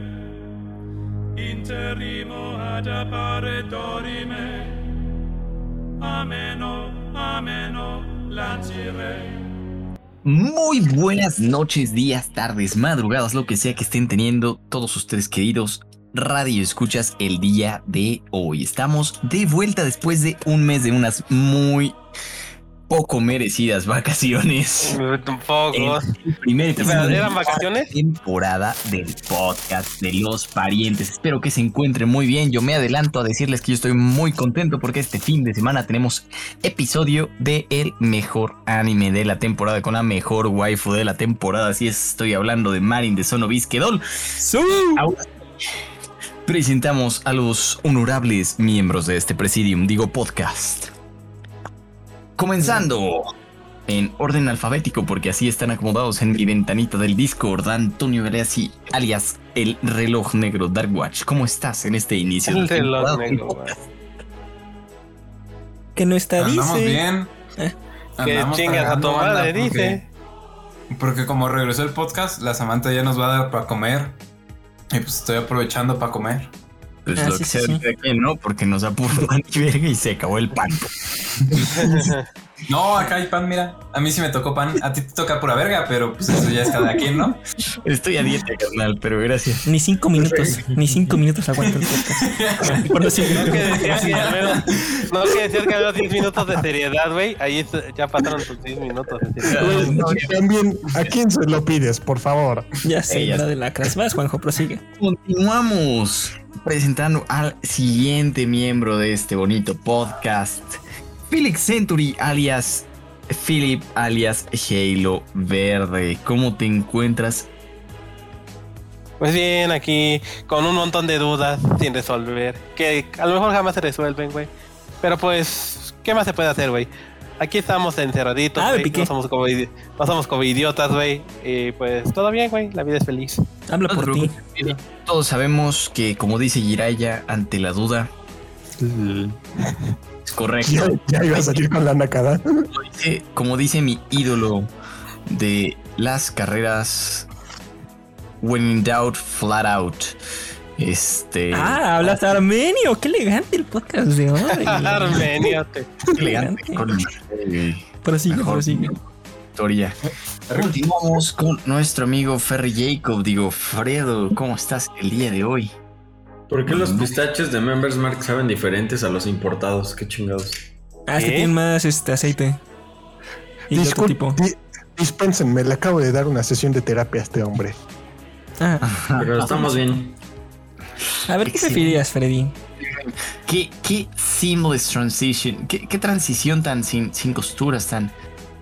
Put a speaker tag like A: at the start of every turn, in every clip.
A: dorime, interimo ad appare dorime, ameno, ameno, lancire.
B: Muy buenas noches, días, tardes, madrugadas, lo que sea que estén teniendo todos ustedes queridos radio escuchas el día de hoy. Estamos de vuelta después de un mes de unas muy poco merecidas vacaciones.
C: Tampoco.
B: Primera
C: ¿Eran vacaciones?
B: temporada del podcast de los parientes. Espero que se encuentren muy bien. Yo me adelanto a decirles que yo estoy muy contento porque este fin de semana tenemos episodio de el mejor anime de la temporada con la mejor waifu de la temporada. Así es, estoy hablando de Marin de Sono Bisquedol. Aún Presentamos a los honorables miembros de este Presidium, digo podcast. Comenzando en orden alfabético, porque así están acomodados en mi ventanita del Discord, Antonio Galeazzi, alias el reloj negro Dark Watch. ¿Cómo estás en este inicio?
C: El
B: de
C: reloj
B: temporada?
C: negro, güey.
D: Que no está,
E: Andamos
D: dice.
E: bien.
C: Eh, Que
E: Andamos
C: chingas a tu
E: tragando, banda,
C: madre,
E: porque-
C: dice.
E: Porque como regresó el podcast, la Samantha ya nos va a dar para comer. Y pues estoy aprovechando para comer.
B: Pues
D: Ah, sí,
B: lo que
D: sí,
B: sea
D: sí.
B: ahorita que no, porque nos apuró y verga y se acabó el pan.
E: No, acá hay pan, mira. A mí sí me tocó pan. A ti te toca pura verga, pero pues eso ya es cada quien, ¿no?
B: Estoy a dieta, carnal, pero gracias.
D: Ni cinco minutos, ni cinco minutos aguanta el podcast. Por eso
C: No que
D: creo que-
C: decías que al menos- no que decías que había 10 minutos de seriedad, güey. Ahí es- ya pasaron tus 10 minutos de seriedad.
F: Güey, También, ¿a quién se lo pides, por favor?
D: Ya sé,
B: Ella-
D: la de lacras. Vas, Juanjo, prosigue.
B: Continuamos presentando al siguiente miembro de este bonito podcast, Felix Century, alias Philip, alias Halo Verde. ¿Cómo te encuentras?
C: Pues bien, aquí con un montón de dudas sin resolver. Que a lo mejor jamás se resuelven, güey. Pero pues, ¿qué más se puede hacer, güey? Aquí estamos encerraditos,
D: Ah, me
C: güey.
D: piqué.
C: no somos como idi- no somos como idiotas, güey. Y pues todo bien, güey. La vida es feliz.
D: Habla
B: No te
D: por ti.
B: preocupes, Philip. Todos sabemos que, como dice Jiraya, ante la duda es
F: Ya,
B: correcto.
F: ya iba a salir con la nacada.
B: Como dice- como dice mi ídolo de las carreras, when in doubt, flat out. Este.
D: Ah, hablas armenio. Qué elegante el podcast de hoy.
C: Armenio, te-
B: elegante
D: elegante.
B: con- eh,
D: Prosigue,
B: mejor
D: prosigue.
B: historia. Continuamos con nuestro amigo Ferry Jacob. Digo, Fredo, ¿cómo estás el día de hoy? Pues,
G: ¿Por qué los pistaches de Members Mark saben diferentes a los importados? Qué chingados.
D: Ah, es que
C: ¿Eh?
D: tienen más este aceite. Y de otro
F: Discul-
D: tipo.
F: di- dispénsenme, le acabo de dar una sesión de terapia a este hombre.
D: Ah,
G: Pero estamos bien.
D: a ver, ¿qué
B: Excelente.
D: preferirías, Freddy?
B: ¿Qué, qué seamless transition? ¿Qué, qué transición tan sin, sin costuras, tan,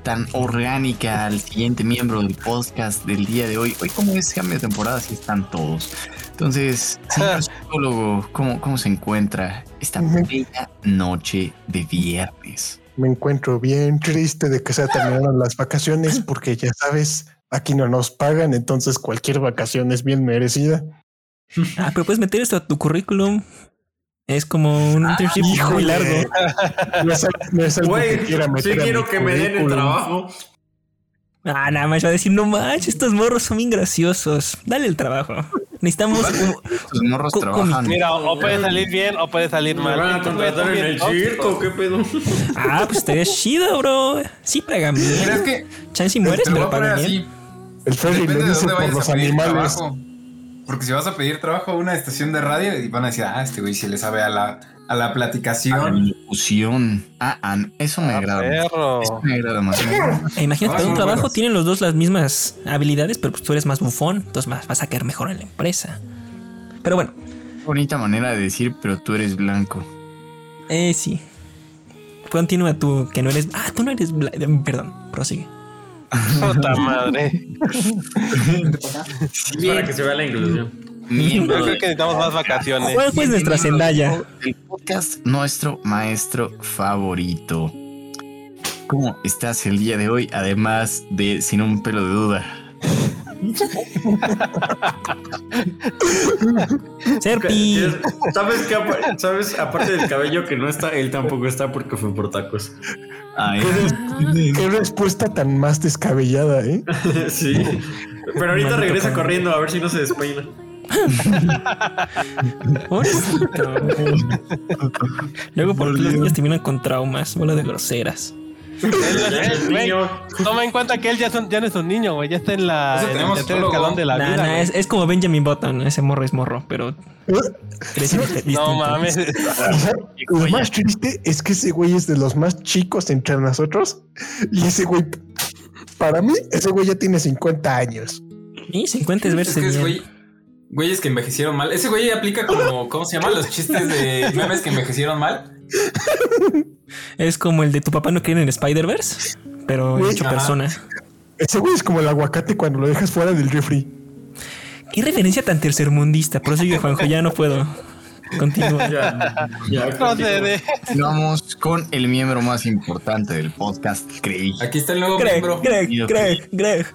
B: tan orgánica al siguiente miembro del podcast del día de hoy? Hoy, ¿cómo es cambio de temporada si están todos? Entonces, señor psicólogo, ¿cómo, ¿cómo se encuentra esta
F: Ujú.
B: bella noche de viernes?
F: Me encuentro bien triste de que se terminaron las vacaciones porque ya sabes, aquí no nos pagan, entonces cualquier vacación es bien merecida.
D: Ah, pero puedes meter esto a tu currículum. Es como un internship muy
F: Híjole,
D: largo.
F: No es, al- no es algo
G: Güey,
F: que quiera
G: sí
F: meter a
G: quiero
F: mi
G: que me den el
F: currículum.
G: trabajo.
D: Ah, nada más va a decir, no manches, estos morros son bien graciosos. Dale el trabajo. Necesitamos un-
B: Tus morros
D: Co-
B: trabajan.
C: Mira, o o puede salir bien o puede salir
G: Me
C: mal.
G: van a
C: Estos güeyes
G: contratar
C: son
G: en
C: bien
G: el
C: tóxicos.
G: circo, qué pedo.
D: Ah, pues estaría chido, bro. Sí pagan
E: ¿Crees
D: bien.
E: que
D: Chance y
E: te
D: mueres,
E: lo voy
D: pero
E: a poner
D: pagan bien.
E: así?
F: El ferry
E: Depende
F: le
E: de
F: dice
E: dónde
F: por
E: vayas
F: los
E: a pedir
F: animales.
E: trabajo. Porque si vas a pedir trabajo a una estación de radio y van a decir, ah, este güey si le sabe a la, a la
B: Ah,
E: platicación.
B: Locución. Ah, ah, eso me
C: Ah,
B: agrada. más.
C: perro.
B: Eso me agrada más.
D: Eh, imagínate,
E: Ah,
D: para un
E: son
D: trabajo
E: buenos.
D: tienen los dos las mismas habilidades, pero pues tú eres más bufón, entonces más, vas a caer mejor en la empresa. Pero bueno,
B: Bonita manera de decir, pero tú eres blanco.
D: eh, sí. Continúa tú, que no eres. Ah, tú no eres. bla- eh, Perdón, prosigue.
C: Puta madre.
G: Es para que se vea la inclusión.
B: Miembro
C: Yo creo
B: de-
C: que necesitamos más vacaciones.
D: ¿Cuál fue nuestra Zendaya?
B: El podcast, nuestro maestro favorito. ¿Cómo estás el día de hoy? Además de sin un pelo de duda.
D: Serpi.
G: ¿Sabes qué? apa- ¿Sabes? Aparte del cabello que no está, él tampoco está porque fue por tacos.
B: Ay,
F: Qué respuesta tan más descabellada, ¿eh?
G: Sí. Pero ahorita
D: Maldito
G: regresa
D: cabrón.
G: corriendo a ver si no se despeina.
D: Pobrecito. Luego, ¿por qué los niños terminan con traumas? Bola de groseras.
G: El niño.
C: Toma en cuenta que él ya, es un- ya no es un niño, güey. Ya está en la
E: Ese
C: en el
E: tenemos
C: tercer
E: solo-
C: escalón de la
D: Nah,
C: vida.
D: nah,
C: güey.
D: es, es como Benjamin Button. Ese morro es morro, pero crece distinto.
C: No mames.
F: Lo más triste es que ese güey es de los más chicos entre nosotros. Y ese güey, para mí, ese güey ya tiene 50 años.
D: Y 50 es
E: Es
D: verse
E: que es
D: bien.
E: güey. Güeyes que envejecieron mal. Ese güey aplica como, ¿cómo se llaman? Los chistes de memes que envejecieron mal.
D: Es como el de tu papá no cree en el Spider-Verse, pero
F: Güey,
D: hecho
E: ajá.
D: persona.
F: Ese güey es como el aguacate cuando lo dejas fuera del refri.
D: Qué referencia tan tercermundista. Por eso yo, Juanjo, ya no puedo. Continúa.
G: Ya, ya,
C: No sé,
G: contigo.
C: de-
B: Vamos con el miembro más importante del podcast, Craig.
E: Aquí está el nuevo
D: Greg,
E: miembro.
D: Greg, Greg, Greg.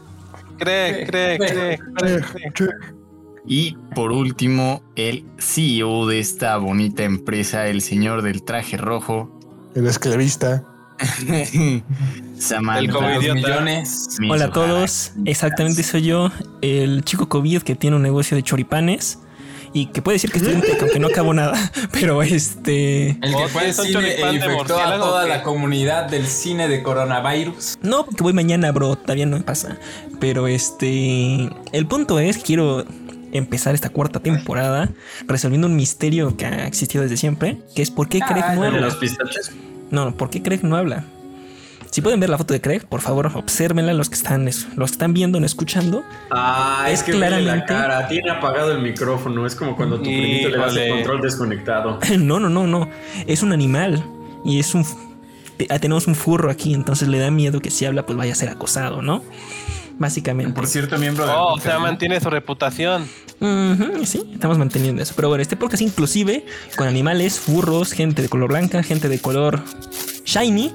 C: Cree, cree, cree, cree, cree.
B: Y por último, el CEO de esta bonita empresa, el señor del traje rojo,
F: El esclavista.
B: Samantha.
E: El
C: Como
E: de los
C: idiota.
E: millones.
B: Mizuhara.
D: Hola a todos, exactamente soy yo, el chico COVID que tiene un negocio de choripanes y que puede decir que estoy tech, aunque no acabo nada, pero este...
E: El que
C: Oh,
E: fue al
C: ¿es un
E: cine
C: choripán
E: e
C: de
E: infectó a
C: murciélago
E: toda
C: o qué?
E: la comunidad del cine de coronavirus.
D: No, porque voy mañana, bro, todavía no me pasa, pero este... El punto es, que quiero empezar esta cuarta temporada resolviendo un misterio que ha existido desde siempre, que es por qué Craig no
G: Ah, ¿De
D: habla.
G: los pistaches?
D: No, no, ¿por qué Craig no habla? Si pueden ver la foto de Craig, por favor, obsérvenla los que están, los que están viendo, no escuchando.
G: Ah, es,
D: Es
G: que vele la
D: claramente-
G: cara. Tiene apagado el micrófono. Es como cuando tu primito le das el
C: Híjole.
G: control desconectado.
D: No, no, no, no. Es un animal. Y es un. f- te- ah, Tenemos un furro aquí, entonces le da miedo que si habla, pues vaya a ser acosado, ¿no? Básicamente.
E: Por cierto, miembro de.
C: Oh, o sea, mantiene su reputación.
D: Ujú, sí, estamos manteniendo eso. Pero bueno, este podcast inclusive con animales, furros, gente de color blanca, gente de color shiny.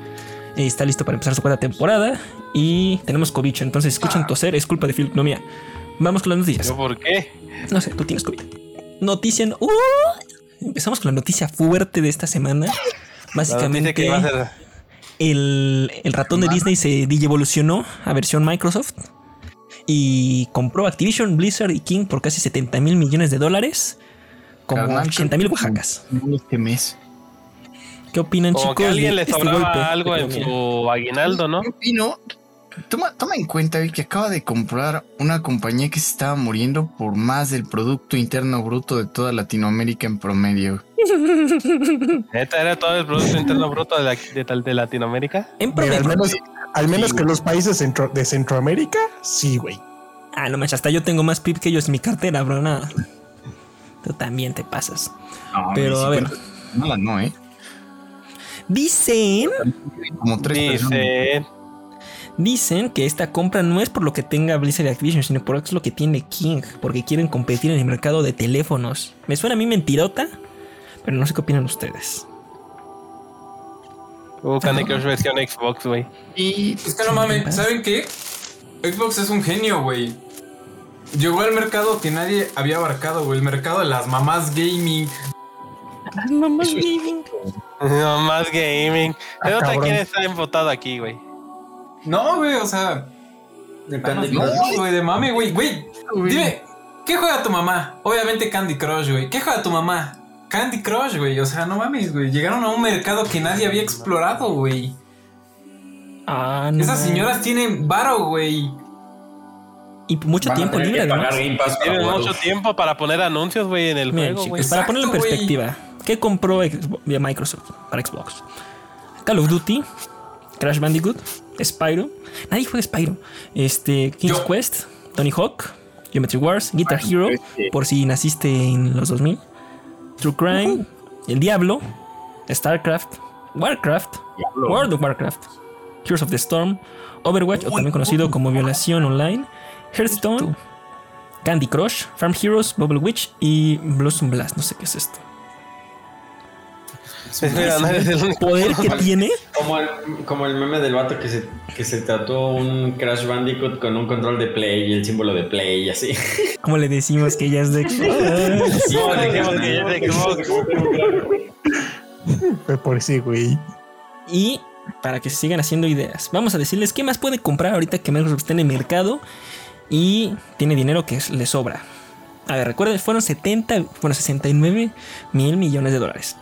D: eh, Está listo para empezar su cuarta temporada. Y tenemos cobicho. Entonces, escuchan toser, es culpa de Phil, no mía. Vamos con las noticias.
C: Ah. ¿Yo por qué?
D: No sé, tú tienes COVID. Noticia. no- ¡Uh! Empezamos con la noticia fuerte de esta semana. Básicamente.
C: Dice que va a ser.
D: el, el ratón de Disney se digievolucionó a versión Microsoft y compró Activision, Blizzard y King por casi 70 mil millones de dólares, como
B: Carnal,
D: 80 mil oaxacas.
B: Este mes.
D: ¿Qué opinan,
C: Como
D: chicos?
C: que a alguien
D: de
C: le
D: este
C: sobraba
D: golpe
C: algo
D: de
C: en
D: economía?
C: su aguinaldo, ¿no?
B: Yo opino, Toma, toma en cuenta Vic, que acaba de comprar una compañía que se estaba muriendo por más del Producto Interno Bruto de toda Latinoamérica en promedio.
C: Neta, era todo el Producto Interno Bruto de, la- de tal- de Latinoamérica.
D: En
F: Mira, al
D: promedio.
F: menos, al menos
B: Sí,
F: que los países centro- de Centroamérica, sí, güey.
D: Ah, no manches, hasta yo tengo más PIB que ellos en mi cartera, bro, nada. Tú también te pasas.
B: No,
D: Pero,
B: ni
D: a ver.
B: 50, Nada, no, ¿eh?
D: Dicen
B: Como tres personas.
C: Dice.
D: Dicen que esta compra no es por lo que tenga Blizzard y Activision, sino por lo que tiene King, porque quieren competir en el mercado de teléfonos. Me suena a mí mentirota, pero no sé qué opinan ustedes.
C: Uh, Candy Crush versión Xbox, güey.
B: Y
E: Es que no mames, ¿saben qué? Xbox es un genio, güey. Llegó al mercado que nadie había abarcado, güey. El mercado de las mamás gaming.
C: No más gaming.
F: Ah,
C: Se nota
F: cabrón.
C: quién está embotado aquí, güey.
E: No, güey, o sea.
G: De Candy
E: No,
G: Crush.
E: güey, de mame, güey. Güey, dime, ¿qué juega tu mamá? Obviamente Candy Crush, güey. ¿Qué juega tu mamá? Candy Crush, güey. O sea, no mames, güey. Llegaron a un mercado que nadie había explorado, güey.
D: Ah, no.
E: Esas señoras tienen varo, güey.
D: Y mucho
G: Van a
D: tiempo
G: tener
D: libre,
G: que
D: además.
G: pagar Game Pass para
C: Tienen
G: jugarlo.
C: mucho tiempo para poner anuncios, güey, en el
D: Miren,
C: juego, güey.
D: chicos, para ponerlo en
E: Exacto,
D: perspectiva, ¿qué compró Xbox- de Microsoft para Xbox? Call of Duty, Crash Bandicoot, Spyro. Nadie juega Spyro. Este, King's
E: Yo.
D: Quest, Tony Hawk, Geometry Wars, Guitar Hero, por si naciste en los 2000, True Crime, El Diablo, StarCraft, Warcraft, World of Warcraft, Heroes of the Storm, Overwatch, o también conocido como Violación Online, Hearthstone, Candy Crush, Farm Heroes, Bubble Witch y Blossom Blast. No sé qué es esto.
C: Es que no eres el único.
D: Poder que tiene.
G: Como el, como el meme del vato que se, que se tatuó un Crash Bandicoot con un control de play y el símbolo de play y así.
D: Como le decimos que ella es de.
C: No, dejemos que ya de Xbox.
F: Fue por sí, güey.
D: Y para que se sigan haciendo ideas, vamos a decirles qué más puede comprar ahorita que Microsoft está en el mercado. Y tiene dinero que es- le sobra. A ver, recuerden, fueron 70, bueno, 69 mil millones de dólares.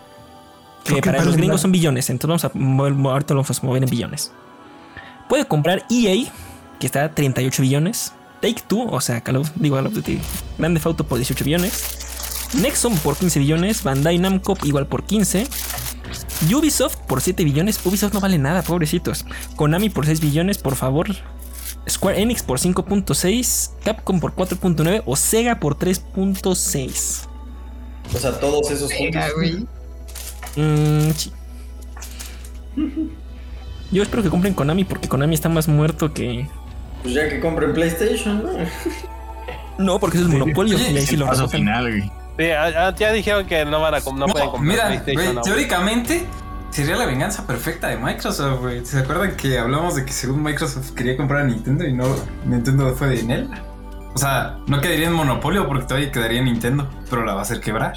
D: Que
F: Creo que
D: para
F: vale
D: los gringos
F: más.
D: son billones, entonces vamos a, mo- ahorita lo vamos a mover en billones. Puede comprar EA, que está a 38 billones. Take Two, o sea, Call of, digo, Call of Duty, Grande Auto por 18 billones. Nexon por 15 billones. Bandai Namco igual por 15. Ubisoft por 7 billones. Ubisoft no vale nada, pobrecitos. Konami por 6 billones, por favor. Square Enix por 5.6. Capcom por 4.9. O Sega por 3.6.
G: O sea, todos esos juntos.
D: Mm, sí. Yo espero que compren Konami porque Konami está más muerto que.
G: Pues ya que compren PlayStation, ¿no?
D: No, porque eso es monopolio.
E: Oye,
D: Y ahí sí
B: el
D: lo
B: paso
D: rebajan.
B: final, güey.
C: Sí, ya, ya dijeron que no van a com- no,
E: No,
C: pueden comprar
E: mira,
C: PlayStation.
E: güey,
C: no.
E: teóricamente sería la venganza perfecta de Microsoft, güey. ¿Se acuerdan que hablamos de que según Microsoft quería comprar a Nintendo y no Nintendo fue de él? O sea, no quedaría en monopolio porque todavía quedaría Nintendo, pero la va a hacer quebrar.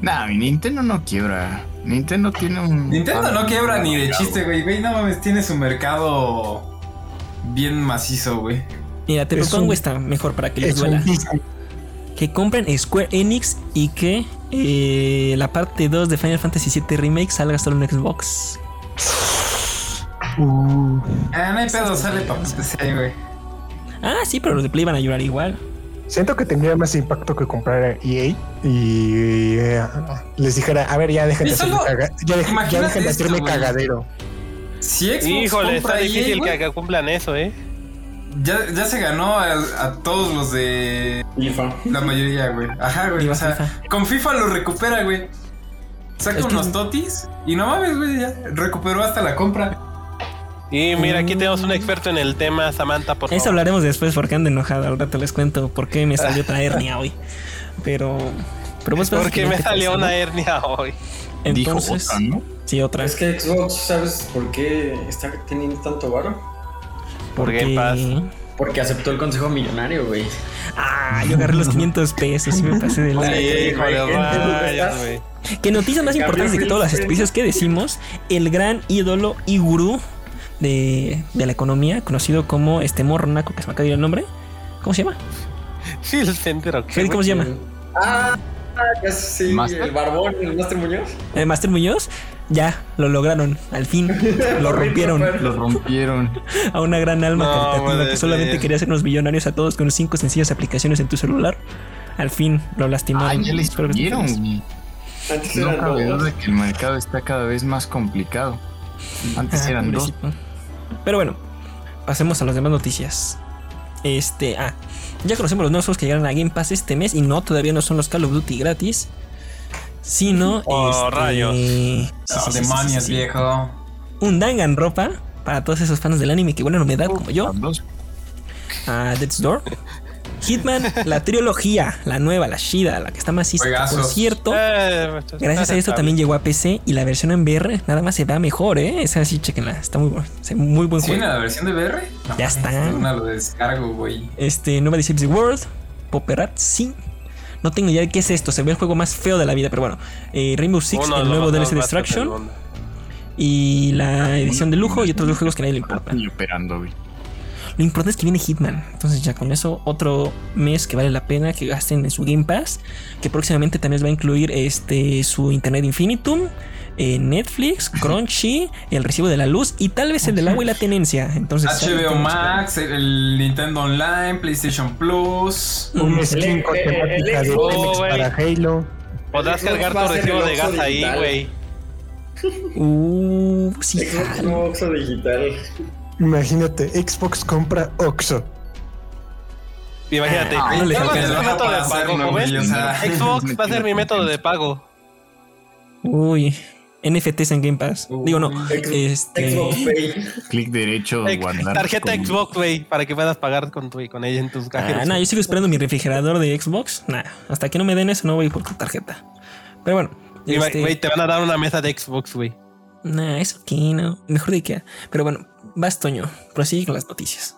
B: Nah, mi Nintendo no quiebra. Nintendo tiene un.
E: Nintendo
B: ah,
E: no quiebra
B: un
E: ni de
B: mercado.
E: chiste, güey. Güey, no mames, tiene su mercado bien macizo, güey.
D: Mira, te
F: Es
D: propongo
F: un-
D: esta mejor para que les
F: Es
D: duela.
F: un Disney.
D: que compren Square Enix y que eh, la parte 2 de Final Fantasy VII Remake salga solo en Xbox.
F: Uh,
E: Ah, no hay pedo, sale para PC, güey.
D: Ah, sí, pero los de Play van a llorar igual.
F: siento que tendría más impacto que comprar EA y eh, les dijera, a ver, ya dejen
E: Y
F: de hacerme,
E: solo-
F: caga- ya dejen- ya
E: imagínate
F: dejen de
E: esto,
F: hacerme
E: güey.
F: cagadero.
E: Si Xbox
C: Híjole, está
E: compra EA,
C: difícil
E: güey,
C: que, que cumplan eso, ¿eh?
E: ya, ya se ganó a, a todos los de
G: IFA.
E: la mayoría, güey. Ajá, güey.
D: Viva
E: O sea,
D: FIFA.
E: con FIFA lo recupera, güey. Saca
D: Es que-
E: unos totis y no mames, güey, ya recuperó hasta la compra.
C: Y mira, aquí tenemos un experto en el tema, Samantha, por favor.
D: Mm. Eso hablaremos después porque ando enojado. Ahora te les cuento por qué me salió otra hernia hoy. Pero. pero vos pensás
C: Porque
D: que
C: me
D: te
C: salió
D: pasó, ¿no?
C: una hernia hoy.
B: Dijo
D: Entonces,
B: otra, ¿no?
D: sí, otra.
G: Es que Xbox, ¿sabes por qué está teniendo tanto varo?
C: Por
D: porque-
C: Game Pass.
G: Porque aceptó el consejo millonario, güey.
D: Ah, yo agarré los 500 pesos y me pasé de la.
G: Sí, güey,
C: Híjole,
G: ¿en qué mundo
C: vayas,
G: estás?
C: güey.
D: Que noticias más
G: En cambio,
D: importantes de que todas las
G: Phil Spencer-
D: estupideces que decimos, el gran ídolo y gurú de, de la economía, conocido como este morro naco, que se me acaba de ir el nombre. ¿Cómo se llama?
C: Sí, el centro.
D: Freddy, ¿cómo se llama?
G: Ah, ya sé, sí,
B: ¿Master?
G: el barbón, el Master Muñoz.
D: Eh, Master Muñoz. Ya, lo lograron, al fin. Lo rompieron
B: Lo rompieron.
D: a una gran alma
C: No,
D: caritativa
C: puede
D: que solamente
C: ser.
D: quería hacernos millonarios a todos con cinco sencillas aplicaciones en tu celular. Al fin lo lastimaron.
B: Ay, ya les
D: Espero que estés
B: dieron,
D: feliz.
B: güey.
G: Antes
B: No
G: eran
B: cabe duda
G: dos.
B: de que el mercado está cada vez más complicado. Antes
D: Ah,
B: eran dos.
D: pobrecito. Pero bueno, pasemos a las demás noticias. Este, ah, ya conocemos los nuevos juegos que llegaron a Game Pass este mes y no, todavía no son los Call of Duty gratis, sino.
C: Oh,
D: este,
C: rayos.
D: sí, sí, sí,
E: No,
D: sí,
E: Ah, demonios,
D: sí, sí.
E: viejo.
D: Un Danganropa para todos esos fans del anime que bueno, me da como yo,
B: Eran dos.
E: Oh.
D: a Death's Door. Hitman, la trilogía, la nueva, la chida, la que está más Por
E: Juegazos. Eh,
D: cierto,
C: Eh,
D: Gracias a esto también llegó a PC y la versión en VR nada más se va mejor, ¿eh? Esa sí, chequenla. Está muy bueno. Muy buen
E: ¿Sí
D: juego.
E: viene la versión de VR? No,
D: Ya está.
E: de Una lo descargo, güey.
D: Este, Nobody Saves the World, Popperat, sí. No tengo idea de qué es esto. Se ve el juego más feo de la vida, pero bueno. Eh, Rainbow Six, el nuevo DLC Destruction y la edición de lujo y otros dos juegos que a nadie le importa.
B: Y operando, güey.
D: Lo importante es que viene Hitman. Entonces, ya con eso, otro mes que vale la pena que gasten en su Game Pass. Que próximamente también les va a incluir este, su Internet Infinitum, eh, Netflix, Crunchy, el recibo de la luz y tal vez el del agua y la tenencia. Entonces,
E: HBO Max, el, el Nintendo Online, PlayStation Plus.
D: Mm,
F: Un skin
G: el-
F: con
G: el-
F: temática
G: el
F: de
G: Xbox,
F: Telmex
C: güey.
F: para Halo.
C: Podrás
G: Xbox
C: cargar
G: Eh, va a
C: tu
G: ser el
C: recibo de
G: Oxxo
C: gas ahí,
G: digital.
C: güey.
D: Uh, sí,
G: Xbox no Oxxo digital.
F: Imagínate, Xbox compra Oxxo.
C: Imagínate.
D: Ah, no les
C: Yo creo que es
E: alcanza
C: mi método
E: para
C: de pago,
E: hacerlo,
C: joven.
E: güey, o sea.
C: Xbox va a ser mi método de pago.
D: Uy, NFTs en Game Pass. Digo, no.
G: Ex- Xbox
D: Este.
G: Pay.
B: Clic derecho,
C: Ex-
B: guardar.
C: Tarjeta
B: como-
C: Xbox, güey, para que puedas pagar con, tu, con ella en tus
D: Ah,
C: cajeros.
D: nah, yo sigo esperando mi refrigerador de Xbox. Nah, hasta que no me den eso, no voy por tu tarjeta. Pero bueno.
C: Y va-
D: este,
C: Güey, te van a dar una mesa de Xbox, güey.
D: Nah, eso que no. Mejor de Ikea. Pero bueno, vas, Toño. Prosigue con las noticias.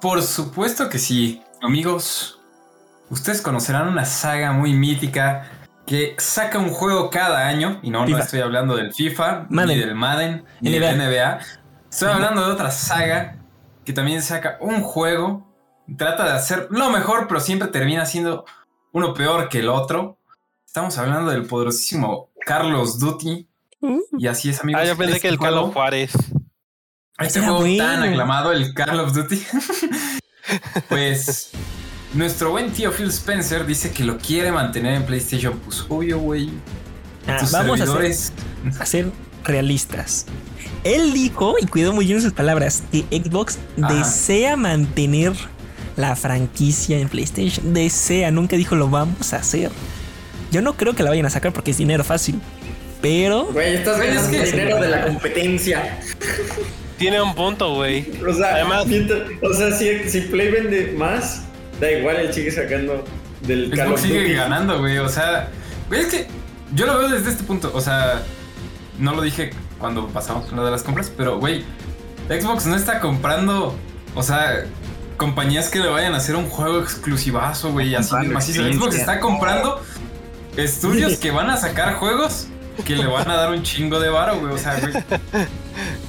E: Por supuesto que sí, amigos. Ustedes conocerán una saga muy mítica que saca un juego cada año. Y no, no
D: FIFA.
E: estoy hablando del FIFA,
D: Madden.
E: ni del Madden, ni
D: NBA.
E: del NBA. Estoy hablando de otra saga que también saca un juego, trata de hacer lo mejor, pero siempre termina siendo uno peor que el otro. Estamos hablando del poderosísimo Carlos Duty. Y así es, amigos.
C: Ah, yo pensé
E: Este
C: que el
E: juego-
C: Carlos Juárez.
E: Este
D: Era
E: juego
D: bueno.
E: tan aclamado, el Call of Duty. pues nuestro buen tío Phil Spencer dice que lo quiere mantener en PlayStation. Pues obvio, güey.
D: Ah,
E: Tus
D: vamos a ser,
E: servidores.
D: a ser realistas. Él dijo, y cuidó muy bien sus palabras, que Xbox
E: Ajá.
D: desea mantener la franquicia en PlayStation. Desea, nunca dijo lo vamos a hacer. Yo no creo que la vayan a sacar porque es dinero fácil. Pero
H: Güey, estás
E: Güey, es
H: ganando
E: que-
H: dinero de la competencia.
C: Tiene un punto, güey.
H: O sea,
C: Además-
H: mientras- o sea si, si Play vende más, da igual, él sigue sacando del Call
E: Xbox
H: of
E: sigue
H: Duty.
E: ganando, güey. O sea, güey, es que yo lo veo desde este punto. O sea, no lo dije cuando pasamos lo de las compras, pero, güey, Xbox no está comprando, o sea, compañías que le vayan a hacer un juego exclusivazo, güey, así
B: Comprando
E: macizo. Xbox
B: experiencia.
E: está comprando estudios que van a sacar juegos que le van a dar un chingo de varo, güey. O sea, güey.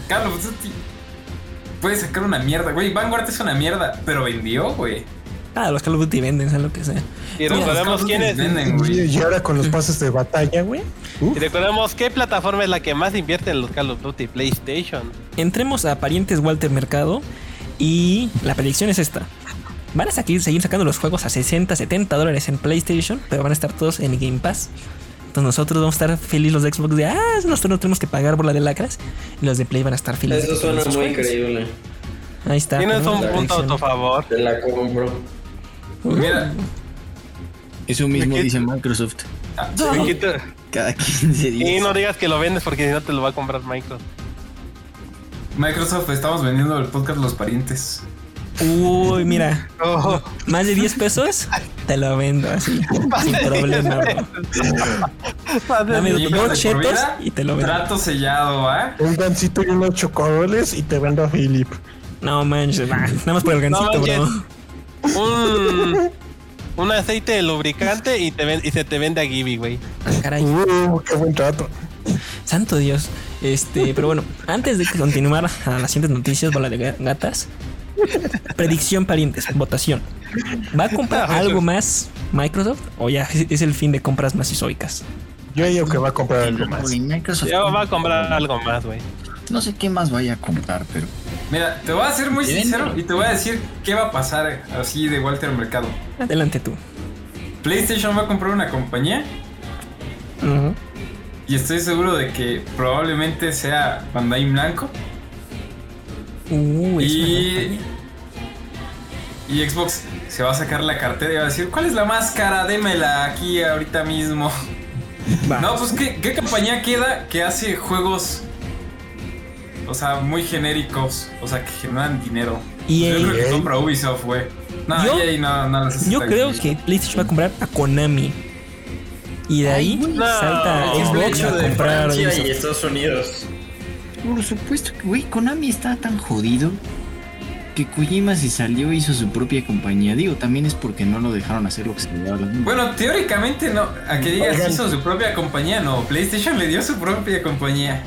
E: Carlos, Duty puede sacar una mierda, güey. Vanguard es una mierda, pero vendió, güey.
D: ah, los Call of Duty venden, sea lo que sea.
C: Y
E: Todos los
C: recordemos
E: Call of
C: quién
E: Duty
C: es.
E: venden,
F: Y,
E: güey.
F: y ahora con los pases de batalla, güey. Uf.
C: Y recordemos qué plataforma es la que más invierte en los Call of Duty, PlayStation.
D: Entremos a parientes Walter Mercado y la predicción es esta. Van a seguir, seguir sacando los juegos a 60, 70 dólares en PlayStation, pero van a estar todos en Game Pass. Entonces nosotros vamos a estar felices los de Xbox de, ah, nosotros no tenemos que pagar por la de lacras. Y los de Play van a estar felices.
G: Eso
D: que tienen
G: suena
D: sus
G: muy
D: juegos.
G: increíble.
D: Ahí está.
C: Tienes
D: tenemos
C: un
D: la
C: punto a tu
D: predicción.
C: favor.
G: Te la compro.
E: Pues Mira,
B: Eso mismo
C: ¿Qué?
B: dice Microsoft.
E: ah,
B: Cada 15 días.
C: Y no digas que lo vendes porque si no te lo va a comprar Microsoft.
E: Microsoft, estamos vendiendo el podcast Los Parientes.
D: Uy, mira,
C: Oh,
D: más de 10 pesos, te lo vendo así. sin problema, bro. Dame
E: Y
D: dos
E: de por
D: chetos
E: vida,
D: y te lo vendo.
E: Trato sellado, ¿ah?
F: Un gancito y unos chocoroles y te vendo a Philip.
D: No manches, va, nada más por el
C: No
D: gancito, bro.
C: manches. un, un aceite de lubricante y, te ven- y se te vende a Gibby, güey.
D: Ah, Caray.
F: Uh, qué buen trato.
D: Santo Dios. Este, pero bueno, antes de continuar a las siguientes noticias, bola de ga- gatas. Predicción parientes, votación. ¿Va a
G: Ah,
D: comprar algo más Microsoft o ya es es el fin de compras masizoicas?
F: Yo digo que va a comprar algo
B: Güey,
F: más.
D: Pues
B: Microsoft
C: Ya va a comprar algo más, güey.
B: No sé qué más vaya a comprar, pero
E: Mira, te voy a ser muy
B: Bien.
E: sincero y te voy a decir qué va a pasar eh, así de Walter Mercado.
D: Adelante tú.
E: PlayStation va a comprar una compañía
D: Ujú.
E: y estoy seguro de que probablemente sea Bandai Blanco
D: Uy, Uh, es una
E: y
D: campaña.
E: y Xbox se va a sacar la cartera y va a decir, ¿cuál es la más cara? Démela aquí ahorita mismo.
D: Va.
E: No, pues ¿qué, qué compañía queda que hace juegos, o sea, muy genéricos, o sea, que generan dinero. Pues,
D: EA.
E: Yo creo que compra Ubisoft, güey. No,
D: Yo-
E: EA no, no las hace
D: Yo
E: tan
D: creo
E: bien.
D: que PlayStation va a comprar a Konami. Y de ahí
C: no.
D: salta
C: Es
D: Xbox
G: Hecho
D: a
G: de
D: comprar.
G: Francia
D: Ubisoft.
G: y Estados Unidos.
B: Por supuesto, que, güey, Konami está tan jodido que Kojima se salió e hizo su propia compañía. Digo, también es porque no lo dejaron hacer lo que se le daba la gana.
E: Bueno, teóricamente no. A que digas
F: Oigan.
E: hizo su propia compañía, no. PlayStation le dio su propia compañía.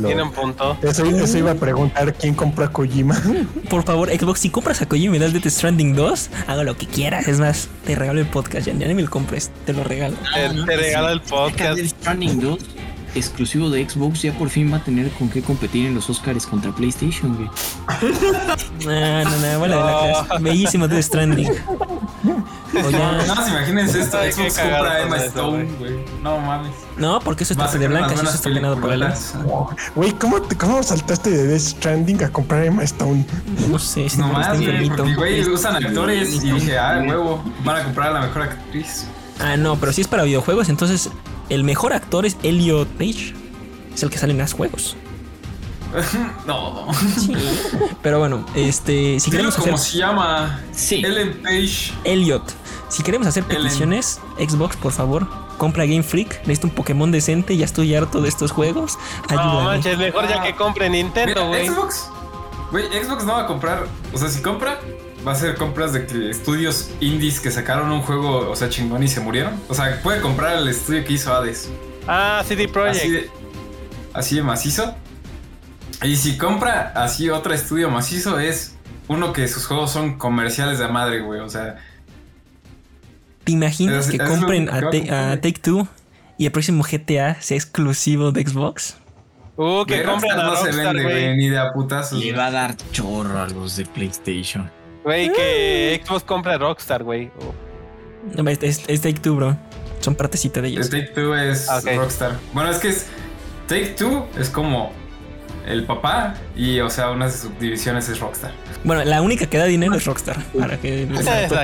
F: Lo-
C: Tiene un punto.
F: Eso, eso iba a preguntar quién compra a Kojima.
D: Por favor, Xbox, si compras a Kojima y me das Death Stranding 2, haga lo que quieras. Es más, te regalo el podcast, ya, ya ni me lo compres, te lo regalo.
E: Ah,
C: Te,
E: pues
C: te regala el
B: Deja
C: podcast.
B: Death Stranding 2, exclusivo de Xbox, ya por fin va a tener con qué competir en los Oscars contra PlayStation, güey.
D: No, no, no, bola de la clase. Bellísimo Death Stranding. O
E: Nada
D: ya-
E: más imagínense esto.
C: Ay, qué
E: Xbox
C: cagado
E: compra a Emma
C: todo eso,
E: Stone, güey. No mames.
D: no, porque eso
E: Va a
D: está de
E: sacar
D: blancas
E: unas
D: y eso
E: buenas
D: está penado por la ley.
E: películas.
F: Güey, ¿cómo, te- ¿cómo saltaste de Death Stranding a comprar Emma Stone?
D: No sé, si está
E: No más, güey.
D: enfermito.
E: Porque, güey, usan actores y dije, ah, huevo, van a comprar a la mejor actriz.
D: Ah, no, pero si es para videojuegos, entonces el mejor actor es Elliot Page. Es el que sale en los juegos.
E: No.
D: Pero bueno, este, si
E: Dilo
D: queremos hacer
E: como se llama.
B: Sí.
E: Ellen Page.
D: Elliot, si queremos hacer
E: Ellen.
D: peticiones, Xbox, por favor, compra Game Freak. Necesito un Pokémon decente, ya estoy harto de estos juegos.
C: No
D: Ayúdame.
C: manches, mejor ya que compre Nintendo,
E: Ah. Mira,
C: güey.
E: Xbox. Güey, Xbox no va a comprar. O sea, si compra, va a ser compras de que estudios indies que sacaron un juego, o sea, chingón y se murieron. O sea, puede comprar el estudio que hizo Hades.
C: Ah, CD
E: Así
C: Projekt.
E: de, así de macizo. Y si compra así otro estudio macizo es uno que sus juegos son comerciales de madre, güey. O sea,
D: ¿Te imaginas
E: Es-
D: que
E: es lo
D: compren
E: que
D: a,
E: va a
D: Take-
E: comprar.
D: a Take Two y el próximo GTA sea exclusivo de Xbox?
C: Uh,
E: de
C: que compren
E: Rockstar
C: a
E: no se
C: Rockstar,
E: vende, güey,
C: güey.
E: ni de a putazos.
B: Le va a dar chorro a los de PlayStation.
C: Güey, que
E: Mm.
C: Xbox compra a Rockstar, güey. Uh,
D: No, Es, es- es Take Two, bro. Son partecita de ellos.
E: Take Two es
C: Ah, ok.
E: Rockstar. Bueno, es que es Take Two es como el papá y, o sea, unas subdivisiones es Rockstar.
D: Bueno, la única que da dinero es Rockstar. Para que
C: Exacto.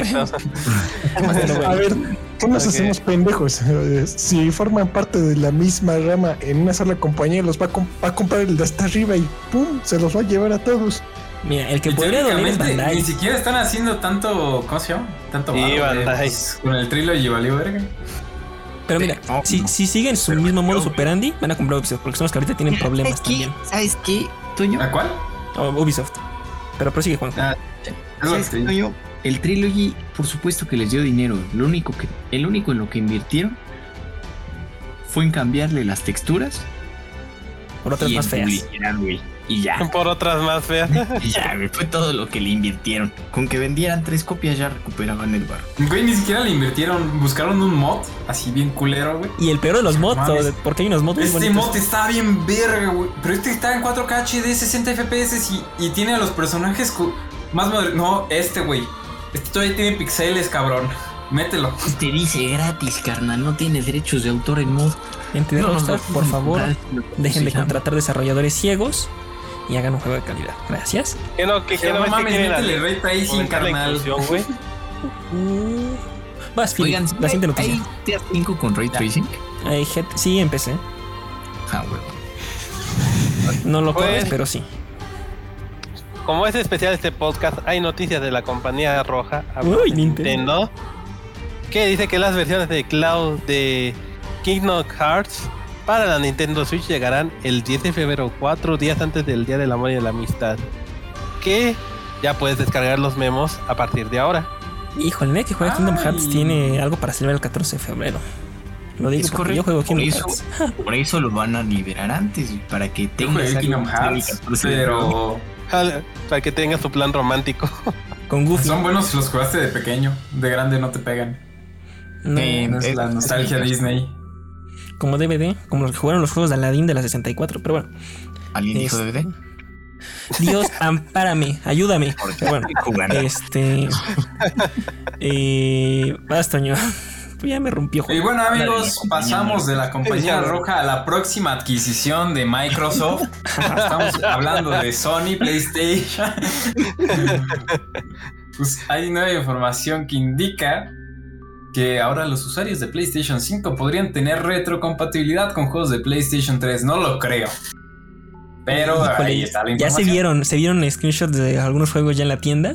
F: A ver, ¿qué nos
C: Ok.
F: hacemos pendejos? Eh, Si forman parte de la misma rama en una sola compañía, los va a, com- va a comprar el de hasta arriba y ¡pum! Se los va a llevar a todos.
D: Mira, el que
E: Y
D: podría doler es
E: teóricamente, Ni
D: Bandai.
E: siquiera están haciendo tanto. ¿Cómo se llama? Tanto
C: Sí,
E: barro, güey.
C: Bandai.
E: Pues, Con el trilo y valió verga.
D: Pero mira,
B: No,
D: si,
B: no.
D: si siguen su mismo modus operandi, van a comprar Ubisoft. Porque son los que ahorita tienen problemas
B: ¿Sabes qué?
D: también.
B: ¿Sabes qué, Toño?
E: ¿A cuál?
D: O Ubisoft. Pero prosigue, Juan.
E: Es lo que
B: ¿Sabes
E: te
B: qué,
E: digo.
B: Toño? El Trilogy, por supuesto que les dio dinero. Lo único que, el único en lo que invirtieron fue en cambiarle las texturas
D: Por otras
B: y
D: más
B: en
D: feas.
B: publicidad, güey. Y ya,
C: Por otras más feas.
B: y ya, güey. Fue todo lo que le invirtieron. Con que vendieran tres copias ya recuperaban el barro.
E: Güey, ni siquiera le invirtieron. Buscaron un mod así bien culero, güey.
D: Y el peor de los mods,
E: Mames.
D: o de- porque hay unos mods muy
E: Este
D: bonitos.
E: mod está bien verga, güey. Pero este está en 4K HD, 60 FPS y, y tiene a los personajes cu- más modernos. No, este, güey. Este todavía tiene pixeles, cabrón. Mételo.
B: Te dice gratis, carnal. No tienes derechos de autor en mod.
D: Gente de
B: No, no,
D: Rockstar,
B: no,
D: por
B: no,
D: favor,
B: no, no,
D: dejen de
B: se llama.
D: contratar desarrolladores ciegos y hagan un juego de calidad. Gracias.
C: Que no, que, que
E: no
C: no, este es que
E: mames,
C: quieren
E: métele
C: hacer-
E: ray tracing,
C: fomentar la
E: carnal.
C: inclusión, güey.
D: Mm. Vas, Philip,
B: Uh. Oigan, ¿sí
D: la siguiente
B: hay-
D: noticia.
B: hay GTA 5 con Ray Tracing?
D: Hay gente- sí, empecé.
B: Ah, güey.
D: No lo
C: Pues-
D: corres, pero sí.
C: Como es especial este podcast, hay noticias de la compañía roja hablando
D: Uy,
C: de
D: Nintendo.
C: Nintendo que dice que las versiones de Cloud de Kingdom Hearts para la Nintendo Switch llegarán el 10 de febrero, cuatro días antes del Día del Amor y de la Amistad. Que ya puedes descargar los memos a partir de ahora.
D: Híjole, nadie que juega Kingdom
E: Ay.
D: Hearts tiene algo para celebrar el 14 de febrero. Lo digo
B: Es
D: porque
B: correcto,
D: yo juego
B: por
D: Kingdom
B: eso-
D: Hearts.
B: Por eso lo van a liberar antes, güey, para que
E: Yo
B: tengas
E: jugué
B: algo
E: Kingdom
B: que hacer el
E: Hearts,
B: 14 de febrero.
E: pero
C: Jala, Para que tengas tu plan romántico.
D: Con Goofy.
E: son buenos si los jugaste de pequeño. De grande no te pegan.
D: No,
B: Eh,
E: No es la
B: es-
E: nostalgia
B: es-
E: Disney.
D: como DVD, como los que jugaron los juegos de Aladdin de la 64. Pero bueno,
B: ¿Alguien dijo
D: Este-
B: DVD?
D: Dios, ampárame, ayúdame.
B: Porque
D: Bueno,
B: jugando.
D: este. Eh, vas, Toño. Ya me rompió.
E: Y bueno amigos,
B: compañía
E: pasamos de la compañía roja a la próxima adquisición de Microsoft. Estamos hablando de Sony, PlayStation. Pues hay nueva información que indica que ahora los usuarios de PlayStation 5 podrían tener retrocompatibilidad con juegos de PlayStation 3. No lo creo. Pero
D: Híjole,
E: ahí está la
D: ya se
E: información.
D: vieron, se vieron screenshots de algunos juegos ya en la tienda.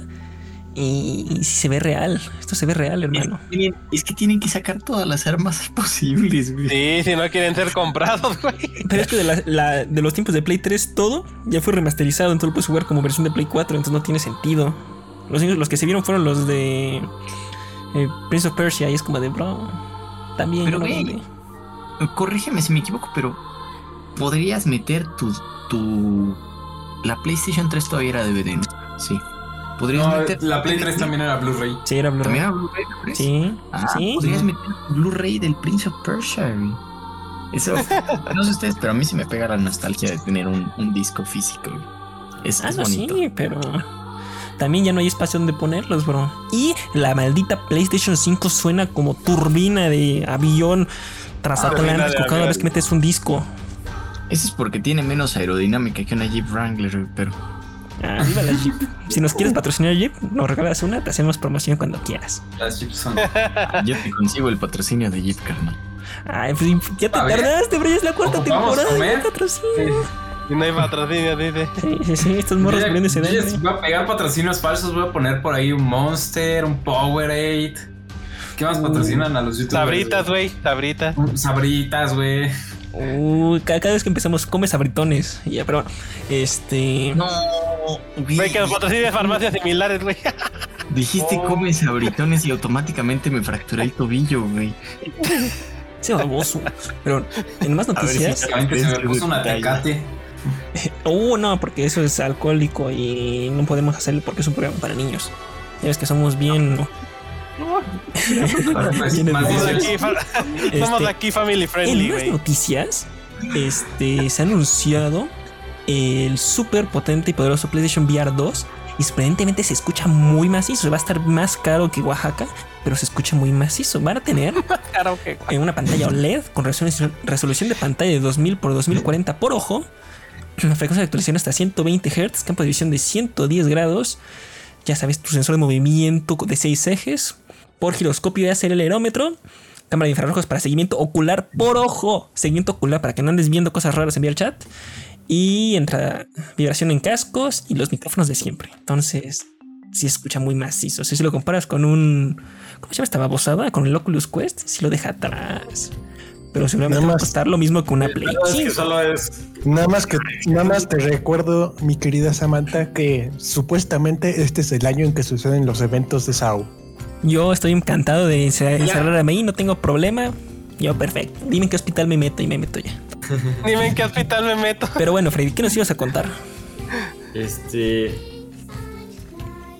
D: Y, y sí se ve real. Esto se ve real,
B: Es
D: hermano.
B: que tienen- Es que tienen que sacar todas las armas posibles, güey.
C: Sí, si no quieren ser comprados, güey.
D: Pero es que de, la- la- de los tiempos de Play 3 todo ya fue remasterizado, entonces lo puedes jugar como versión de Play 4, entonces no tiene sentido. Los, únicos- los que se vieron fueron los de eh, Prince of Persia y es como de bro. También.
B: Pero,
D: ¿no?
B: güey, Corrígeme si me equivoco, pero podrías meter tu. tu... La PlayStation 3 todavía era DVD, ¿no? Sí. Podrías
E: No,
B: meter.
E: la Play 3 también era Blu-ray.
D: Sí, era Blu-ray.
B: ¿También era Blu-ray? la Play?
D: Sí,
B: Ah,
D: sí.
B: podrías meter Blu-ray del Prince of Persia, güey. Eso, no sé ustedes, pero a mí sí me pega la nostalgia de tener un, un disco físico. güey. Es,
D: Ah,
B: es
D: no,
B: bonito.
D: sí, pero también ya no hay espacio donde ponerlos, bro. Y la maldita PlayStation 5 suena como turbina de avión
C: Turbina de
D: transatlántico cada
C: avión.
D: vez que metes un disco.
B: Eso es porque tiene menos aerodinámica que una Jeep Wrangler, güey, pero
D: Ah, viva la Jeep. Si nos quieres patrocinar Jeep, nos regalas una, te hacemos promoción cuando quieras.
E: Las chips son-
B: yo te consigo el patrocinio de Jeep, carnal.
D: Ay, pues, ya te
E: A ver.
D: tardaste, bro, ya es la cuarta
E: Ocupamos
D: temporada.
E: comer.
D: ya patrocina.
E: Sí.
C: Y no hay patrocinio, dice.
D: Sí, sí, sí, estos morros
E: Yo ya-
D: vienen de
E: yo ya
D: sedar.
E: si voy a pegar patrocinios falsos, voy a poner por ahí un Monster, un Powerade. ¿Qué
D: Uh.
E: más patrocinan a los youtubers?
C: Sabritas,
E: güey?
C: güey. Sabritas.
E: Un- Sabritas, güey.
D: Uy, ca- cada, vez que empezamos, comes abritones. Y Ya, pero bueno, este.
B: No,
C: Güey, que los patrocinios de farmacias similares, güey.
B: Dijiste comes abritones y automáticamente me fracturé el tobillo, güey.
D: Ese baboso. Pero en más
B: A ver si
D: noticias.
G: Este
E: Básicamente se me puso una tecate.
D: Uh, no, porque eso es alcohólico y no podemos hacerlo porque es un programa para niños. Ya ves que somos bien.
E: Ahora, pues,
D: Bien
E: más
C: Somos
D: educados.
E: difícil.
C: aquí, fa- somos
D: Este,
C: aquí family friendly,
D: En más
C: güey.
D: noticias, este, se ha anunciado el súper potente y poderoso PlayStation VR 2. Y sorprendentemente se escucha muy macizo. Va a estar más caro que Oaxaca, pero se escucha muy macizo. Van a tener
C: Claro que-
D: en una pantalla OLED con resolución, resolución de pantalla de 2000 por 2040 por ojo, una frecuencia de actualización hasta 120 Hz, campo de visión de 110 grados, ya sabes, tu sensor de movimiento de 6 ejes, por giroscopio y acelerómetro, cámara de infrarrojos para seguimiento ocular por ojo, seguimiento ocular para que no andes viendo cosas raras en VRChat y entra vibración en cascos y los micrófonos de siempre. Entonces, si escucha muy macizo. Si lo comparas con un ¿Cómo se llama esta babosada? Con el Oculus Quest, si lo deja atrás. Pero seguramente
F: Nada
D: va a
F: más.
D: costar lo mismo que una Play.
H: No, es que
D: 5.
H: solo es.
F: Nada más que nada más te recuerdo, mi querida Samantha, que supuestamente este es el año en que suceden los eventos de SAO.
D: Yo estoy encantado de encer- encerrarme ahí, no tengo problema. Yo, perfecto. Dime en qué hospital me meto y me meto ya.
C: Dime en qué hospital me meto.
D: Pero bueno, Freddy, ¿qué nos ibas a contar?
G: Este.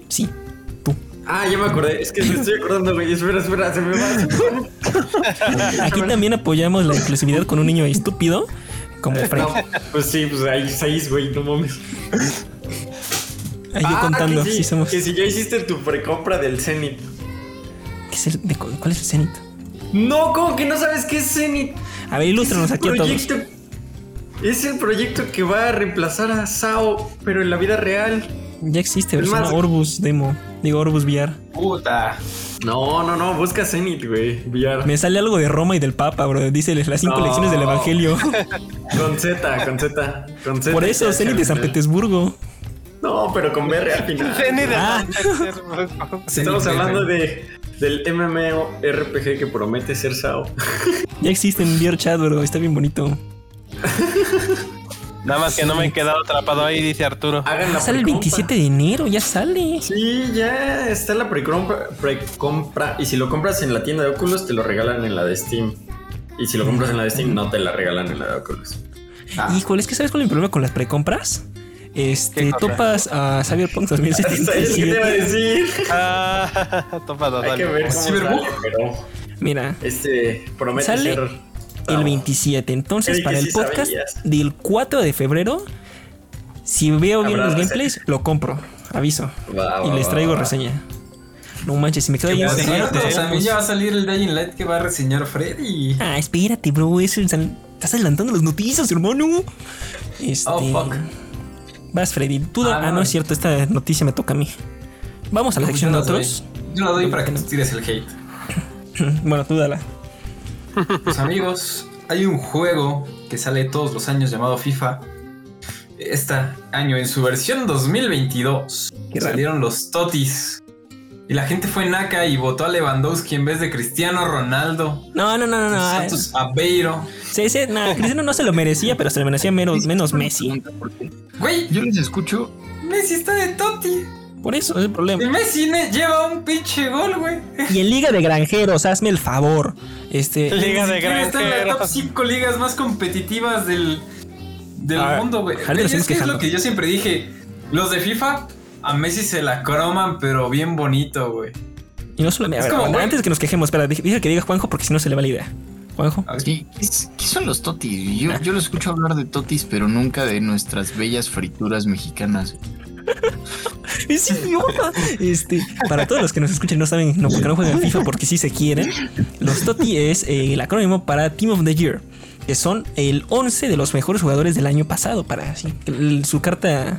D: Sí.
G: Ah, ya me acordé. Es que me estoy acordando, güey. Espera, espera, se me va.
D: Aquí también apoyamos la inclusividad con un niño estúpido como Freddy.
G: No, pues sí, pues hay seis, güey, no mames.
D: Ahí yo contando.
G: Ah, que, sí,
D: sí somos.
G: que si ya hiciste tu precompra del Zenith.
D: ¿Qué es el- de cu- ¿Cuál es el cenit?
G: No, ¿cómo que no sabes qué es Zenith?
D: A ver, ilústranos aquí a todos.
G: proyecto- Es el proyecto que va a reemplazar a Sao, pero en la vida real.
D: Ya existe,
G: El
D: versión
G: más-
D: Orbus demo. Digo, Orbus VR.
E: Puta.
G: No, no, no, busca Zenith, güey. VR.
D: Me sale algo de Roma y del Papa, bro. Dice las cinco
G: No.
D: lecciones del Evangelio.
G: Con Z, con Z. Con Z.
D: Por eso, Zenit de San Petersburgo.
G: No, pero con VR al final.
C: Ni de
D: Ah.
G: Estamos
E: Sí,
G: hablando
E: güey.
G: de, del MMORPG que promete ser Sao.
D: Ya existe en VR chat, bro. Está bien bonito.
C: Nada más que no me he quedado atrapado ahí, dice Arturo.
G: Hagan la
D: Sale el
G: precompra.
D: 27 de enero, ya sale.
G: Sí, ya está la precompra, precompra. Y si lo compras en la tienda de Oculus, te lo regalan en la de Steam. Y si lo compras en la de Steam, no te la regalan en la de Oculus. Ah.
D: Híjole, es que sabes cuál es mi problema con las precompras. Este,
C: ¿Qué cosa?
D: topas a Cyberpunk
G: ¿Sabes qué te iba a
D: 2077.
G: decir?
C: Ah, topa dos,
G: Hay que
C: dale.
G: ver cómo
E: Cyberbug.
G: sale, pero
D: Mira,
G: este promete
D: Sale
G: ser
D: el
G: Sao.
D: 27. Entonces,
G: Creí que
D: para el
G: sí
D: podcast
G: sabías.
D: del 4 de febrero, si veo bien
G: Habrá
D: los
G: reseña. Ah.
D: gameplays, lo compro. Aviso.
G: Va,
D: Y
G: va,
D: les
G: va,
D: traigo
G: va.
D: reseña. No manches, si me quedo ahí
E: Por
D: encerrado,
E: cierto,
D: pues,
E: también ya va a salir el Dying Light que va a reseñar Freddy.
D: Ah, espérate, bro. Eso es- estás adelantando las noticias, hermano. Este.
E: Oh, fuck.
D: Vas, Freddy. Tú da-
E: Ah,
D: ah,
E: no.
D: no es cierto. Esta noticia me toca a mí. Vamos a la sección de
E: Yo la doy.
D: otros.
E: Yo la doy para que nos tires el hate.
D: Bueno, tú dala.
E: Pues amigos, hay un juego que sale todos los años llamado FIFA. Este año, en su versión 2022,
D: Qué raro.
E: salieron los Totis. Y la gente fue naca y votó a Lewandowski en vez de Cristiano Ronaldo.
D: No, no, no, no. no. ah,
E: Santos Aveiro.
D: Sí, sí, nah, Cristiano no se lo merecía, pero se lo merecía menos, menos Messi.
E: Güey,
B: Yo les escucho
E: Messi está de Toti.
D: Por eso es el
E: Y
D: problema.
E: Messi ne- lleva un pinche gol, güey.
D: Y en Liga de Granjeros, hazme el favor. Este.
C: Liga
E: Ni
C: de
E: siquiera Está en la top
C: granjeros.
E: 5 ligas más competitivas del, del
D: A ver,
E: mundo, güey.
D: ahorita
E: Güey,
D: nos
E: Es
D: estamos
E: que es
D: quejando.
E: lo que yo siempre dije. Los de FIFA a Messi se la croman, pero bien bonito, güey.
D: Y no solo. a ver,
E: como,
D: aguanta,
E: güey.
D: antes que nos quejemos, espera, dije dije que diga Juanjo porque si no se le va la idea. Juanjo.
B: ¿Qué, qué es- qué son los totis? Yo, yo lo escucho hablar de totis, pero nunca de nuestras bellas frituras mexicanas.
D: Es idiota. Este, para todos los que nos escuchan y no saben, no, porque no juegan FIFA, porque sí se quieren, los TOTI es eh, el acrónimo para Team of the Year, que son el 11 de los mejores jugadores del año pasado. Para así, que el- su carta,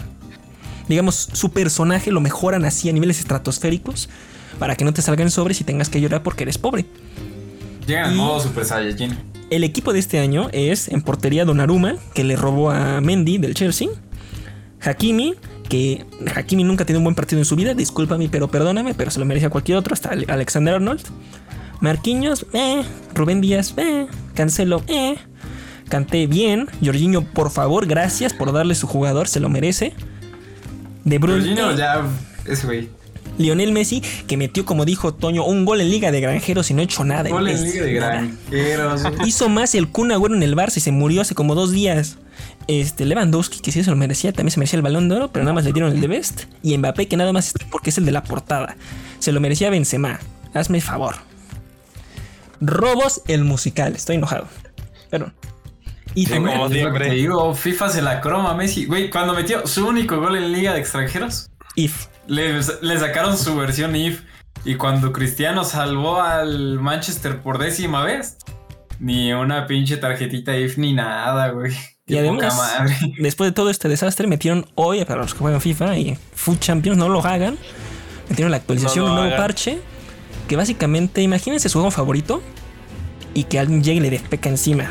D: digamos, su personaje lo mejoran así a niveles estratosféricos para que no te salgan sobres y tengas que llorar porque eres pobre.
E: Llegan
D: Y-
E: en modo Super Saiyajin.
D: El equipo de este año es en portería Donnarumma, que le robó a Mendy del Chelsea. Hakimi, que Hakimi nunca tiene un buen partido en su vida, discúlpame, pero perdóname, pero se lo merece a cualquier otro, hasta Ale- Alexander Arnold. Marquinhos, eh. Rubén Díaz, eh. Cancelo, eh. Canté bien. Jorginho, por favor, gracias por darle su jugador, se lo merece. De Bruyne,
E: Jorginho
D: eh.
E: ya, ese güey.
D: Lionel Messi, que metió, como dijo Toño, un gol en Liga de Granjeros y no ha hecho nada.
E: Gol en
D: Es-
E: Liga de
D: nada.
E: Granjeros. güey.
D: Hizo más el Kun Agüero en el Barça y se murió hace como dos días. Este, Lewandowski, que sí se lo merecía, también se merecía el balón de oro, pero nada más le dieron el de Best. Y Mbappé, que nada más es porque es el de la portada. Se lo merecía Benzema. Hazme favor. Robos el musical. Estoy enojado. Perdón. Y
C: Sí, como
E: Güey, es lo que
C: siempre.
E: te digo, FIFA se la croma a Messi. Güey, cuando metió su único gol en Liga de Extranjeros,
D: if.
E: le, le sacaron su versión IF. Y cuando Cristiano salvó al Manchester por décima vez, ni una pinche tarjetita IF ni nada, güey. Qué
D: Y además,
E: poca madre.
D: después de todo este desastre, metieron hoy, para los que juegan FIFA y Food Champions, no lo hagan. Metieron la actualización,
C: No lo
D: un nuevo
C: hagan.
D: parche. Que básicamente, imagínense su juego favorito y que alguien llegue y le despeca encima.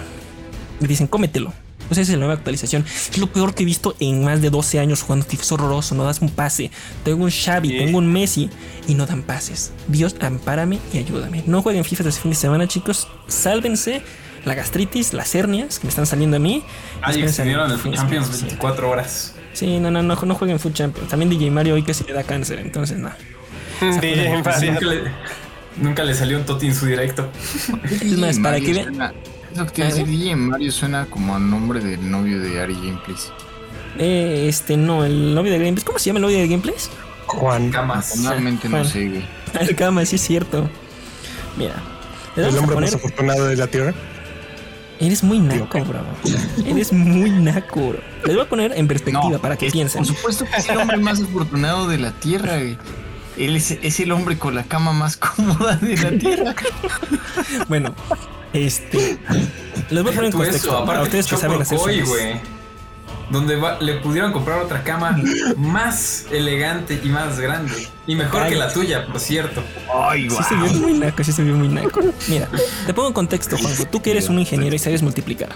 D: Le dicen, cómetelo. Pues esa es la nueva actualización. Es lo peor que he visto en más de 12 años jugando FIFA. Es horroroso, no das un pase. Tengo un Xavi,
C: Sí.
D: tengo un Messi y no dan pases. Dios, ampárame y ayúdame. No jueguen FIFA este fin de semana, chicos. Sálvense la gastritis, las hernias que me están saliendo a mí.
E: Ah, y
D: Espérense
E: extendieron
D: al
E: el
D: fin de
E: Champions
D: semana, sí.
E: 24 horas.
D: Sí, no, no, no, no jueguen Food Champions. También DJ Mario hoy que se le da cáncer, entonces no.
C: DJ Mario.
E: Nunca le, nunca le salió un toti en su directo.
D: Es más, para que vean.
I: suena- Es lo que te iba a decir,
D: ¿Ah,
I: DJ Mario suena como a nombre del novio de Ari Gameplays.
D: eh, este, no, el novio de Gameplays. ¿Cómo se llama el novio de Gameplays?
F: Juan,
E: Camas.
I: Normalmente no
D: Bueno.
I: sé, güey.
D: Alcama, sí es cierto. Mira. le vamos
F: el
D: a
F: hombre
D: poner-
F: más afortunado de la tierra.
D: Eres muy naco, bro. Eres muy naco, bro. Les voy a poner en perspectiva para que
I: es-
D: piensen.
I: Por supuesto que es el hombre más afortunado de la Tierra, güey. Él es, es el hombre con la cama más cómoda de la Tierra.
D: Bueno, este. Les voy a poner en
E: Tú
D: contexto.
E: eso,
D: para
E: aparte
D: ustedes que saben hacer
E: Chococoy,
D: sueños.
E: güey. Donde va- le pudieron comprar otra cama más elegante y más grande. Y mejor que la tuya, por cierto.
D: Sí se vio muy naco, sí se vio muy naco. Mira, te pongo en contexto,
F: Este
D: Juanjo. Tú que eres un ingeniero y sabes multiplicar.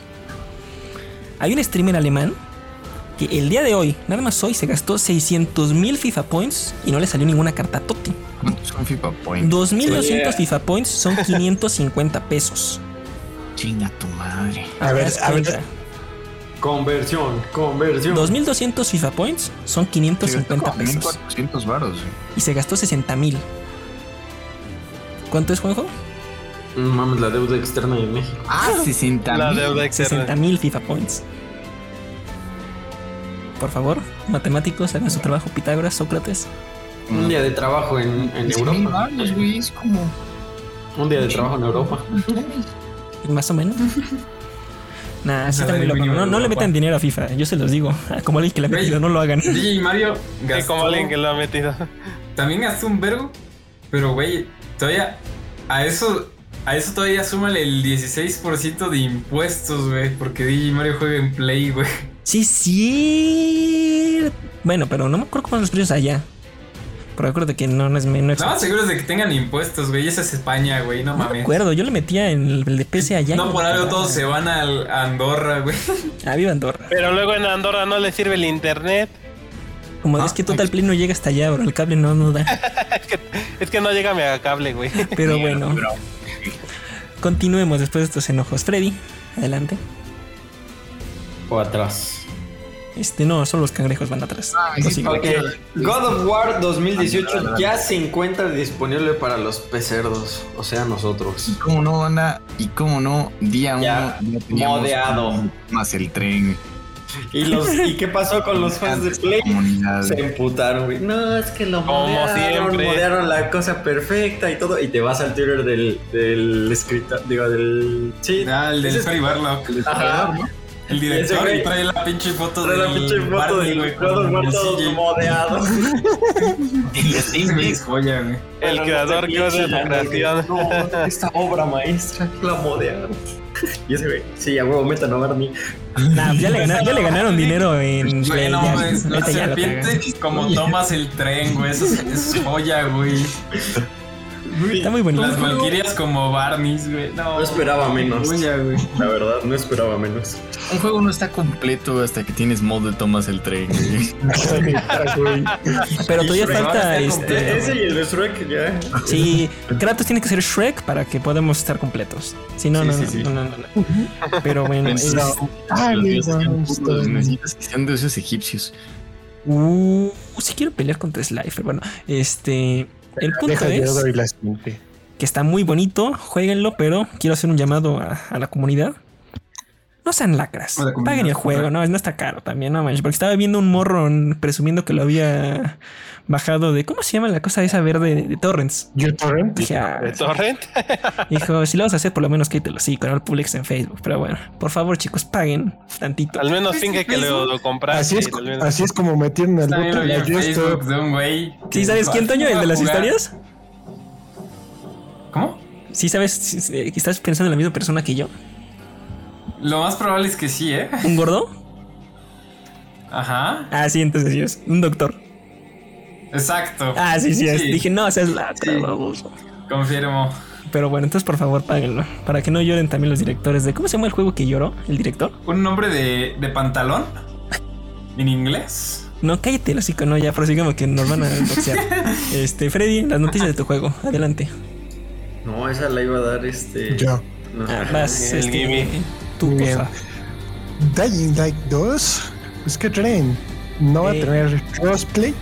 D: Hay un streamer alemán que el día de hoy, nada más hoy, se gastó 600 mil FIFA Points y no le salió ninguna carta Totti.
I: ¿Cuántos son FIFA Point?
D: 2.200 FIFA Points son 550 pesos.
I: Chinga tu madre.
F: A ver,
D: Haz
F: a ver.
D: cuenta.
H: Conversión, conversión.
D: 2.200 FIFA Points son 550 pesos.
I: 400 varos, güey.
D: Y se gastó 60 mil. ¿Cuánto es, Juanjo?
G: No mames, la deuda externa de México.
I: Ah, 60
C: La
I: mil.
C: deuda externa.
D: 60 mil FIFA points. Por favor, matemáticos, hagan su trabajo. Pitágoras, Sócrates.
G: Un día de trabajo en, en
I: 10 mil
G: Europa.
I: varos, güey. Es como...
G: Un día de trabajo en Europa.
D: Más o menos. Nah, sí está
E: Salario
D: muy loco.
E: mínimo
D: No,
E: de
D: no le
E: Europa.
D: metan dinero a FIFA, yo se los digo. Como alguien que le ha
E: Güey.
D: metido, no lo hagan.
E: DJ Mario
C: Que
E: gastó,
C: como alguien que lo ha metido.
E: también gastó un vergo. Pero, güey, todavía a eso, a eso todavía súmale el 16% de impuestos, güey. Porque DJ Mario juega en Play, güey.
D: Sí, sí. Bueno, pero no me acuerdo cómo son los precios allá. Pero acuerdo que no, no es menos.
E: Lo más seguro es de que tengan impuestos, güey. Esa es España, güey. No
D: No me
E: mames.
D: acuerdo, yo le metía en el, el de PC allá.
E: No, por algo todos se
D: va.
E: van al- a Andorra, güey.
D: Ah, viva Andorra.
C: Pero luego en Andorra no le sirve el internet.
D: Como
E: Ah,
D: es que Total Play no llega hasta allá, bro. El cable no, no da.
C: Es que no llega a cable, güey.
D: Pero bueno. Continuemos después de estos enojos. Freddy, adelante.
G: O atrás.
D: Este, no, solo los cangrejos van atrás. Prosigue.
G: Ok. God of War 2018 ya se encuentra disponible para los pecerdos. O sea,
I: Y
G: nosotros.
I: cómo no, anda, y cómo no, día uno
G: Ya,
I: ya teníamos
G: modeado.
I: más el tren,
G: ¿Y, los, ¿Y qué pasó con los fans de Play?
I: comunidad.
G: Se emputaron, güey. No, es que lo
C: Como
G: modearon,
C: siempre.
G: modearon la cosa perfecta y todo. Y te vas al Twitter del, del escritor, digo, del... Sí,
E: Ah, el del
G: Ese-
E: Cory Barlow.
G: Ajá.
E: El
G: Ese
E: director
G: güey.
E: y trae la pinche foto
G: Trae
E: del
G: la pinche foto
E: Barney,
G: del
E: güey,
G: God of
E: con
G: War
E: el
G: todo
E: CGI.
G: modeado.
E: Ese güey es joya, güey.
C: El creador que odia la creación.
G: No, esta obra maestra la modearon. Y ese güey, sí, a huevo, metan a Barney.
D: Nah, pues ya, le ganaron, ya le ganaron dinero en
E: Güey,
D: Play,
E: no
D: ya,
G: este
E: mames, Pues la
D: neta, ya lo cagan.
E: serpiente como tomas el tren, güey. Eso es, eso es joya, güey.
D: Está muy bonito.
E: Las valquirias como Barney's, güey. No,
G: No esperaba menos.
E: Joya, güey.
G: La verdad, no esperaba menos.
I: Un juego no está completo hasta que tienes mod de tomas el tren. güey.
D: Pero todavía
E: Shrek, ahora
D: falta
E: está
D: este.
E: completo.
G: Ese y el de Shrek ya.
D: Sí, Kratos tiene que ser Shrek para que podamos estar completos. Si no,
G: Sí,
D: no,
G: sí,
D: no,
G: sí.
D: no, no, no. Pero bueno, es-
F: Ay,
I: Los dioses
F: me
I: sean
F: gusta.
I: puros,
B: este
I: Necesitas que sean dioses egipcios.
D: Uh, sí quiero pelear contra Slifer. Bueno, este. El punto
F: Deja yo
D: es.
F: doy la siguiente.
D: que está muy bonito, jueguenlo, pero quiero hacer un llamado a, a la comunidad. No sean lacras.
E: No te conviene,
D: Paguen el
E: no,
D: juego. No, no está caro también, no manches. Porque estaba viendo un morro en- presumiendo que lo había bajado de. ¿Cómo se llama la cosa esa verde de, de Torrents?
F: ¿YouTube?
D: Dije, ah,
C: ¿De torrent?
D: hijo, si lo vas a hacer, por lo menos quítelo. Sí, con el Publix en Facebook. Pero bueno, por favor, chicos, paguen tantito.
C: Al menos finge que lo, lo
F: Así
C: compraste.
F: es,
C: al menos.
F: así es como metieron al
E: También
F: voto
E: lo vi
F: y a
E: en Facebook
F: YouTube.
E: de un güey.
D: ¿Sí
E: que
D: sabes
E: dijo,
D: quién, Toño?
E: "Así
D: ¿El
E: voy
D: de
E: a
D: las
E: jugar".
D: historias?
E: ¿Cómo?
D: ¿Sí sabes sí, sí, que estás pensando en la misma persona que yo?
E: Lo más probable es que sí, ¿eh?
D: ¿Un gordo?
E: Ajá.
D: Ah, sí, entonces sí es. Un doctor.
E: Exacto.
D: Ah, sí, sí, es.
E: Sí.
D: Dije, no, seas lacra,
E: Sí.
D: baboso.
E: Confirmo.
D: Pero bueno, entonces por favor páguenlo. Para que no lloren también los directores de. ¿Cómo se llama el juego que lloró? ¿El director?
E: ¿Un nombre de, de pantalón? ¿En inglés?
D: No, cállate, el hocico, no, ya prosigamos que nos van a boxear. este, Freddy, las noticias de tu juego. Adelante.
G: No, esa la iba a dar este.
F: Yo.
G: No.
D: Ah, Vas,
C: El
D: este,
C: Gimmy.
D: tu
F: Muy bien.
D: cosa.
E: Eh,
F: Dying Light 2, pues que creen, no va
D: Eh.
F: a tener crossplay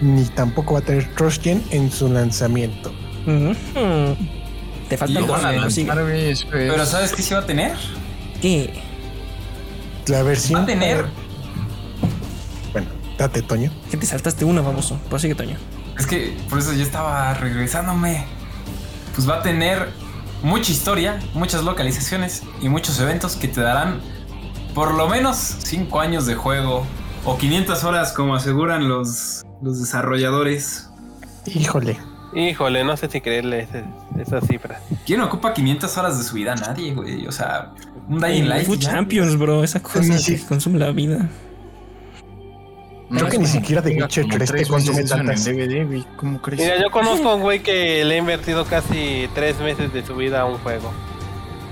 F: ni tampoco va a tener crossgen en su lanzamiento.
D: Ujú. Te falta
E: Y
D: algo,
E: ojalá
D: pero
E: lo
D: sigue.
E: ¿Pero sabes qué se va a tener?
D: ¿Qué?
F: La versión.
E: Va a tener.
F: Bueno, date, Toño.
D: Que te saltaste uno, baboso. Prosigue, Toño.
E: Es que por eso yo estaba regresándome. Pues va a tener mucha historia, muchas localizaciones y muchos eventos que te darán por lo menos 5 años de juego o 500 horas como aseguran los, los desarrolladores.
F: Híjole.
C: Híjole, no sé si creerle ese- esa cifra.
E: ¿Quién ocupa 500 horas de su vida? Nadie, güey. O sea, un Dying
D: El
E: Light.
D: Food
E: ya.
D: Champions, bro. Esa cosa
F: Ni si-
D: que consume la vida.
F: Creo que ni siquiera The Witcher 3 te consume tantas.
I: DVD, güey. ¿Cómo crees?
C: Mira, yo conozco a un güey que le ha invertido casi tres meses de su vida a un juego.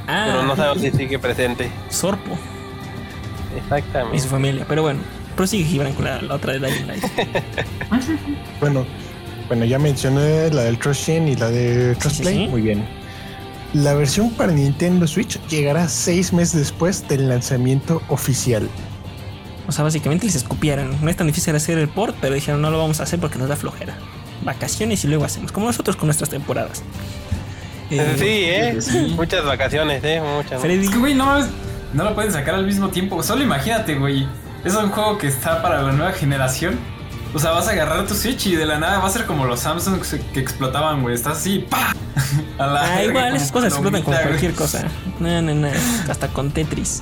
D: Ah,
C: Pero no sabemos si sigue presente.
D: Sorpo y su
C: Exactamente.
D: familia. Pero bueno, prosigue, Gibran, con la, la otra de Dying Light.
F: Bueno, bueno, ya mencioné la del crossgen y la de crossplay.
D: sí.
F: Muy bien. La versión para Nintendo Switch llegará seis meses después del lanzamiento oficial.
D: O sea, básicamente les escupieron. No es tan difícil hacer el port, pero dijeron no lo vamos a hacer porque nos da flojera. Vacaciones y luego hacemos, como nosotros con nuestras temporadas. Eh,
C: Sí, ¿eh? Muchas vacaciones, ¿eh? Muchas.
D: Freddy,
E: Es que, güey, no mames, no lo pueden sacar al mismo tiempo. Solo imagínate, güey. Es un juego que está para la nueva generación. O sea, vas a agarrar tu Switch y de la nada va a ser como los Samsung que explotaban, güey. Estás así, ¡pa! A la
D: ah,
E: verga,
D: igual
E: como
D: esas cosas explotan con
E: palomita,
D: cualquier
E: güey.
D: cosa. No, no, no. Hasta con Tetris.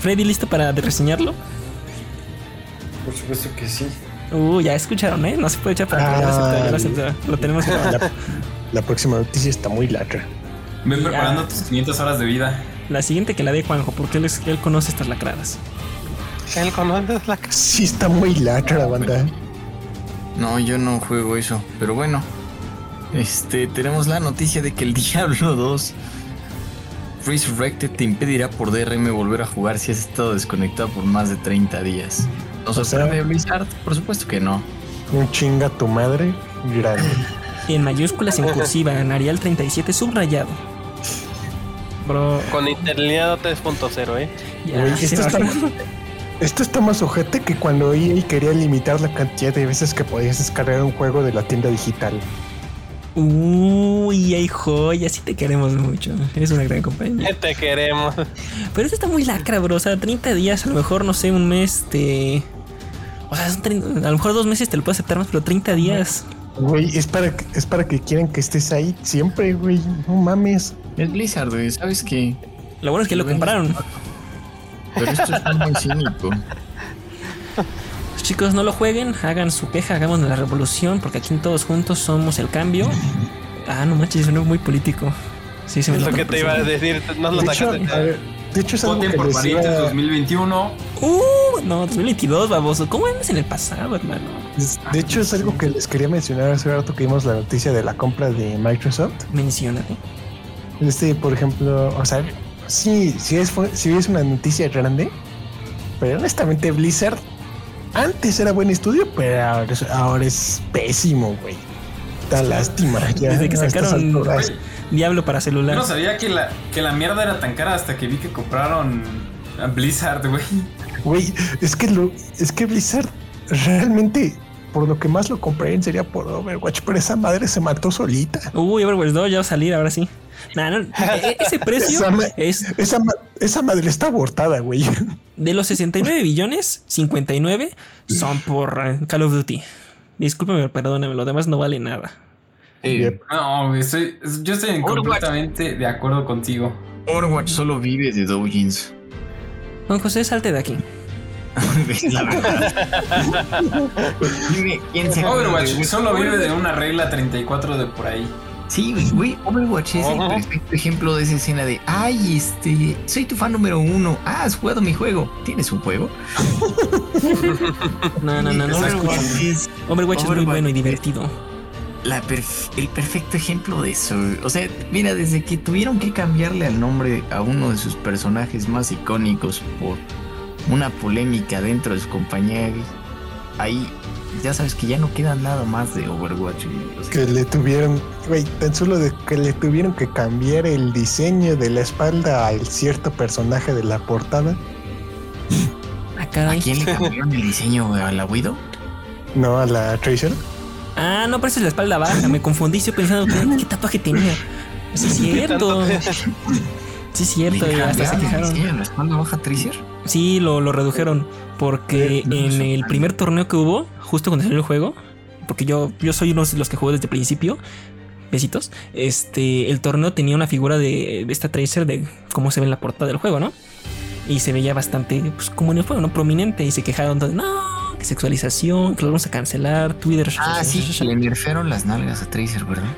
D: Freddy, ¿listo para reseñarlo?
G: Por supuesto que sí.
D: Uh, ya escucharon, ¿eh? No se puede echar para atrás. Ya lo aceptó, ya lo aceptó. Lo tenemos.
F: La, la próxima noticia está muy lacra.
E: Ven
D: Ya.
E: preparando tus 500 horas de vida.
D: La siguiente que la dé Juanjo, porque él, es- él conoce estas lacradas.
C: Él conoce la casa.
F: Sí, está muy lacra, banda.
I: No, yo no juego eso. Pero bueno. Este, tenemos la noticia de que el Diablo 2 Resurrected te impedirá por DRM volver a jugar si has estado desconectado por más de 30 días. ¿Nos
F: O sea-
I: sorprende Blizzard? Por supuesto que no.
F: Un chinga tu madre grande.
D: En mayúsculas, en cursiva, en Arial 37, subrayado. Bro,
C: Con interlineado 3.0, ¿eh?
D: ya,
F: Güey,
D: se
F: esto,
D: va.
F: está, esto está más ojete que cuando EA quería limitar la cantidad de veces que podías descargar un juego de la tienda digital.
D: Uy, hay joya, sí te queremos mucho. Eres una gran compañía.
C: Te queremos.
D: Pero eso está muy lacra, bro. O sea, 30 días, a lo mejor, no sé, un mes te. O sea, son 30 a lo mejor dos meses te lo puedo aceptar más, pero 30 días.
F: Güey, es para, que- es para que quieran que estés ahí siempre, güey. No mames.
I: Es Blizzard, güey. ¿Sabes qué?
D: Lo bueno es que lo compraron.
I: Pero esto es muy cínico.
D: Chicos, no lo jueguen, hagan su queja, hagamos la revolución, porque aquí todos juntos somos el cambio. Ah, no manches, suena muy político. Sí, se me
C: Es lo
D: nota
C: que
D: el
C: te iba a
D: presidente.
C: decir. No lo
F: De hecho,
C: sacaste.
F: a ver, de hecho es algo
E: Voten
F: que
E: por
F: les iba,
E: parientes 2021.
D: Uh, no, 2022, baboso. ¿Cómo andas en el pasado, hermano?
F: de hecho es algo que les quería mencionar hace rato que vimos la noticia de la compra de Microsoft.
D: Menciónate.
F: Este, por ejemplo, o sea, sí, sí es, fu- sí es una noticia grande, pero honestamente Blizzard antes era buen estudio, pero ahora es, ahora es pésimo, güey. Da lástima. ya
D: Desde que
F: a estas
D: sacaron-
F: alturas.
D: Diablo para
E: Yo
D: celular.
E: no sabía que la, que la mierda era tan cara hasta que vi que compraron a Blizzard, güey.
F: Güey, es que lo, es que Blizzard realmente por lo que más lo compré sería por Overwatch, pero esa madre se mató solita.
D: Uy, Overwatch 2 ya va a salir, ahora sí. Nah, no, e- ese precio
F: Esa, ma-
D: es
F: esa ma- esa madre está abortada, güey.
D: de los 69 billones, 59 son por eh, Call of Duty. Discúlpeme, perdóname, lo demás no vale nada.
B: Eh,
E: No, güey, estoy, yo estoy en
B: Overwatch.
E: completamente de acuerdo contigo.
B: Overwatch solo vive de doujins.
D: Don José, salte de aquí.
B: Es la verdad. Dime, ¿quién se acuerda de
E: Overwatch
B: un-
E: solo vive de una regla 34 de por ahí.
B: Sí, güey, güey, Overwatch es el
C: Ajá.
B: perfecto ejemplo de esa escena de Ay, este, soy tu fan número uno. Ah, has jugado mi juego. ¿Tienes un juego?
D: No, no, no, no. Overwatch,
B: Overwatch es
D: Overwatch es muy
B: Overwatch.
D: bueno y divertido.
B: la perf- el perfecto ejemplo de eso. güey. O sea, mira, desde que tuvieron que cambiarle al nombre a uno de sus personajes más icónicos por una polémica dentro de su compañía, güey, ahí ya sabes que ya no queda nada más de Overwatch. güey. O sea,
F: Que le tuvieron, güey, tan solo de que le tuvieron que cambiar el diseño de la espalda al cierto personaje de la portada.
D: Ah,
B: ¿A
D: caray.
B: quién le cambiaron el diseño güey? a la Widow?
F: No, a la Tracer.
D: Ah, no, pero esa es la espalda baja. Me confundí, estoy pensando ¿qué, qué tatuaje tenía. Sí, es cierto. Sí, es
B: ¿Le
D: cierto. y Hasta se
B: cambiaron el
D: quejaron.
B: diseño a la espalda baja Tracer?
D: Sí, lo, lo redujeron. Porque
B: no me
D: en el
B: sorprende.
D: primer torneo que hubo, justo cuando salió el juego, porque yo, yo soy uno de los que jugó desde el principio, besitos, este, el torneo tenía una figura de, de esta Tracer de cómo se ve en la portada del juego, ¿no? Y se veía bastante, pues como en el juego, ¿no? Prominente. Y se quejaron de, no, que sexualización, que lo vamos a cancelar, Twitter.
B: Ah, sí, le nerfearon las nalgas a Tracer, ¿verdad?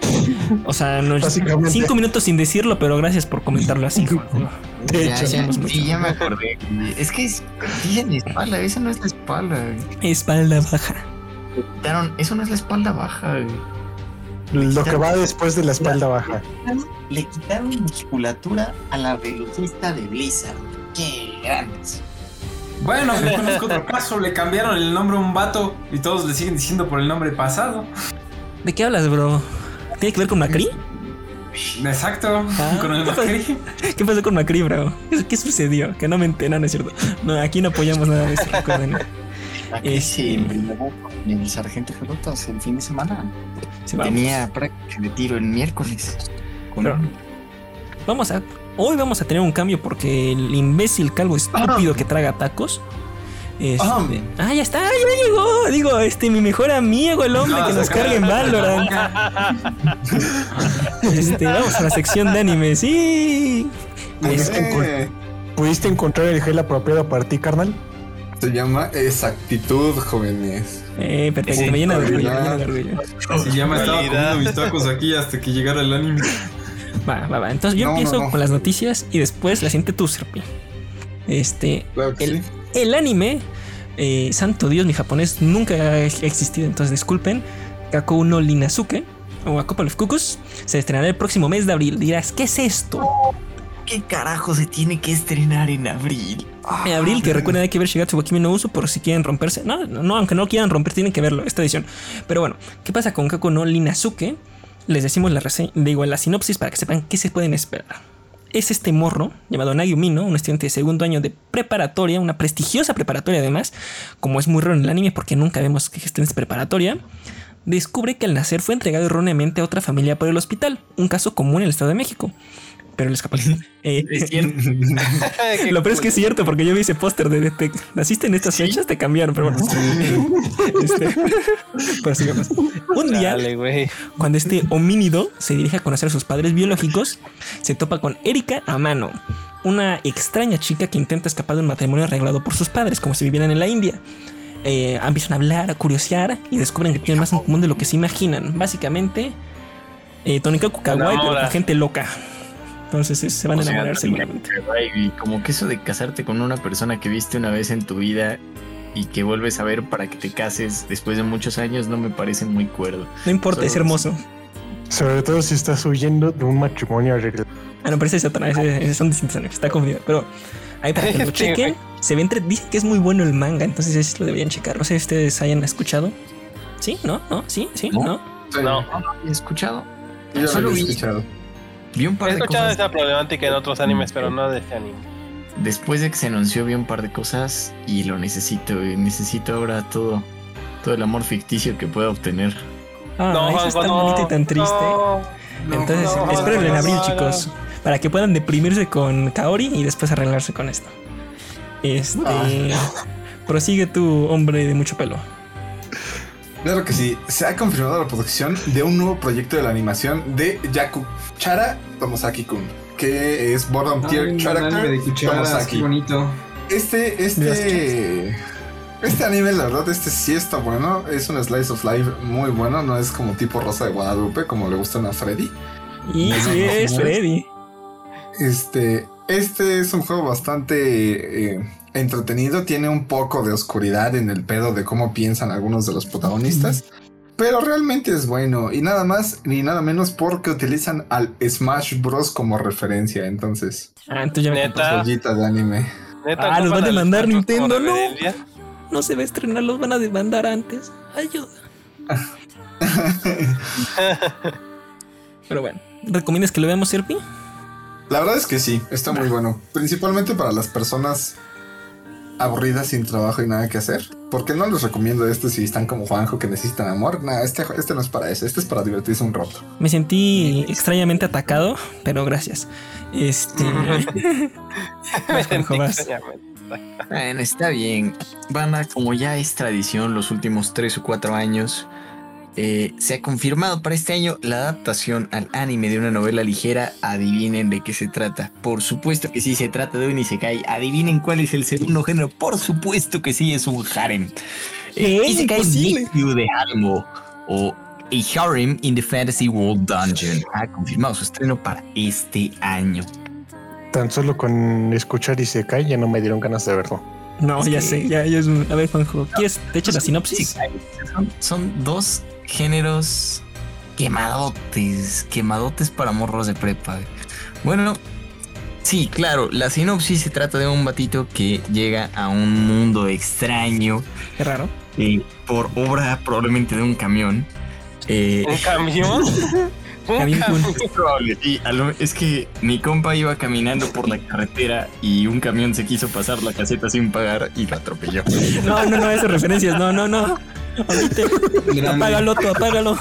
D: O sea, no,
F: Básicamente.
D: cinco minutos sin decirlo, pero gracias por comentarlo así, Juanjo.
F: De
B: ya,
F: hecho,
B: ya,
D: hemos
B: sí,
D: mencionado.
B: ya me acordé. Es que es, dicen espalda, esa no es la espalda. güey.
D: Espalda baja.
B: Quitaron- eso no es la espalda baja. güey.
F: lo que va después de la espalda baja.
B: Le quitaron musculatura a la velocista de Blizzard. Qué grandes.
E: Bueno, yo conozco otro caso, le cambiaron el nombre a un vato y todos le siguen diciendo por el nombre pasado.
D: ¿De qué hablas, bro? ¿Tiene que ver con Macri?
E: Exacto,
D: Ah.
E: con el Macri.
D: ¿Qué pasó con Macri, bro? ¿Qué, qué sucedió? Que no me entero, no es cierto. No, aquí no apoyamos nada de eso, recuerden.
B: Aquí se
D: Este-
B: embriagó con el sargento Pelotas el fin de semana.
D: Sí, vamos.
B: Tenía práctica de tiro el miércoles. Con-
D: Pero- Vamos a. Hoy vamos a tener un cambio porque el imbécil calvo estúpido que traga tacos. este- ah, ya está, ya llegó. Digo, este, mi mejor amigo, el hombre
E: No,
D: que nos
E: saca-
D: carga en Valorant. Este, vamos a la sección de anime, sí.
F: ¿Pudiste, encon- pudiste encontrar el gel apropiado para ti, carnal?
J: Se llama exactitud, jóvenes.
D: Eh, perfecto, me llena de orgullo, me llena de orgullo.
E: Si ya me estaba
J: Calidad.
E: comiendo mis tacos aquí hasta que llegara el anime.
D: Va, va, va. Entonces yo
J: No,
D: empiezo
J: no, no.
D: con las noticias y después la siente tú, Serpi. Este,
J: Claro que
D: El-
J: sí.
D: el anime, eh, santo Dios, mi japonés nunca ha existido, entonces disculpen. Kakou no Linazuke o A Couple of Cuckoos se estrenará el próximo mes de abril. Dirás, ¿qué es esto?
B: ¿Qué carajo se tiene que estrenar en abril?
D: En abril, que recuerden, hay que ver Shigatsu wa Kimi no Uso por si quieren romperse. No, no, no, aunque no lo quieran romper, tienen que verlo, esta edición. Pero bueno, ¿qué pasa con Kaku no Linazuke? Les decimos la reseña, digo, la sinopsis para que sepan qué se pueden esperar. Es este morro llamado Nagiumino, un estudiante de segundo año de preparatoria, una prestigiosa preparatoria además, como es muy raro en el anime porque nunca vemos que estudiantes de preparatoria, descubre que al nacer fue entregado erróneamente a otra familia por el hospital, un caso común en el Estado de México. Pero les Eh, capaz. Lo peor es
B: Pues,
D: que es cierto, porque yo vi ese póster de, de- te- naciste en estas fechas, te cambiaron, pero bueno. Este, pero sigamos. Un día,
C: Dale, güey.
D: cuando este homínido se dirige a conocer a sus padres biológicos, se topa con Erika Amano, una extraña chica que intenta escapar de un matrimonio arreglado por sus padres, como si vivieran en la India. Eh, empiezan a hablar, a curiosear y descubren que tienen más en común de lo que se imaginan. Básicamente, eh, Tonikaku Kawaii, pero con
C: Enamora.
D: gente loca. Entonces eh, se van a
B: O sea,
D: enamorar
B: no,
D: seguramente.
B: Ay, güey, como que eso de casarte con una persona que viste una vez en tu vida y que vuelves a ver para que te cases después de muchos años no me parece muy cuerdo.
D: No importa, es
B: Solo-
D: hermoso.
F: Sobre todo si estás huyendo de un matrimonio arreglado.
D: Ah, no, pero ese es otra, ese- ese son distintos animes, está confundido. Pero ahí para que lo
C: Sí,
D: chequen, se ve entre. Dicen que es muy bueno el manga, entonces ese lo deberían checar. No sé si ustedes hayan escuchado. ¿Sí? ¿No? ¿No? ¿Sí? ¿Sí?
B: No.
D: ¿No?
J: No,
B: ¿Has escuchado?
J: yo no
B: Solo
J: lo he
B: vi-
J: escuchado.
B: Vi un
C: He
B: par de
C: escuchado
B: cosas.
C: esa problemática en otros animes, pero no de este anime.
B: Después de que se anunció vi un par de cosas y lo necesito. güey. Necesito ahora todo, Todo el amor ficticio que pueda obtener.
D: Ah, eso
C: Juanjo,
D: es tan bonito y tan triste.
C: no.
D: Entonces,
C: no,
D: espero en
C: no,
D: abril,
C: no.
D: chicos. Para que puedan deprimirse con Kaori y después arreglarse con esto. Este.
J: Ah.
D: Prosigue tu hombre de mucho pelo.
J: Claro que sí, se ha confirmado la producción de un nuevo proyecto de la animación de Yakuchara Tomosaki-kun, que es Boredom
E: Ay,
J: Tier
E: un
J: Character
E: anime de cucharas, qué
J: Tomosaki.
E: bonito.
J: Este, este. Este anime, la verdad, este sí está bueno. Es un slice of life muy bueno. No es como tipo Rosa de Guadalupe, como le gustan a Freddy.
D: Y
J: No, no,
D: si
J: no,
D: es
J: no.
D: Freddy.
J: Este, este es un juego bastante eh, entretenido. Tiene un poco de oscuridad en el pedo de cómo piensan algunos de los protagonistas. Pero realmente es bueno. Y nada más ni nada menos porque utilizan al Smash Bros. como referencia. Entonces,
D: Ah, entonces ya me
C: Neta.
D: contaste.
J: joyita de anime.
C: Neta,
D: Ah, nos va a
C: ocupan
D: demandar
C: los machos como
D: Nintendo, ¿no?
C: referencia.
D: No se va a estrenar, los van a demandar antes. Ayuda. Pero bueno, ¿recomiendas que lo veamos, Serpi?
J: La verdad es que sí, está muy bueno. Principalmente para las personas aburridas sin trabajo y nada que hacer. Porque no les recomiendo este si están como Juanjo que necesitan amor. Nah, este, este no es para eso. Este es para divertirse un rato.
D: Me sentí extrañamente atacado, pero gracias. Este.
C: Me
D: Vas, Juanjo,
C: sentí
D: vas.
C: extrañamente.
B: Bueno, está bien. Banda, como ya es tradición los últimos tres o cuatro años, eh, se ha confirmado para este año la adaptación al anime de una novela ligera. Adivinen de qué se trata. Por supuesto que sí, se trata de un isekai. Adivinen cuál es el segundo género. Por supuesto que sí, es un harem. Eh,
D: ¿Qué?
B: isekai
D: Imposible.
B: Nikyu de Haremo o A Harem in the Fantasy World Dungeon. Ha confirmado su estreno para este año.
F: Tan solo con escuchar y se cae, ya no me dieron ganas de verlo.
D: No,
B: Es
D: ya
B: que-
D: sé, ya, ya es un... A ver, Juanjo, ¿quieres? ¿Te echo la sinopsis?
B: Son, son dos géneros quemadotes, quemadotes para morros de prepa. Bueno, sí, claro, la sinopsis se trata de un batito que llega a un mundo extraño
D: Qué raro.
B: eh, por obra probablemente de un camión. Eh,
C: ¿Un camión? ¿Un
D: Camión
C: camión?
B: es probable, sí, a lo- es que mi compa iba caminando por la carretera y un camión se quiso pasar la caseta sin pagar y lo atropelló.
D: No, no, no, esas referencias, no, no, no. Omite. Apágalo, tú, apágalo.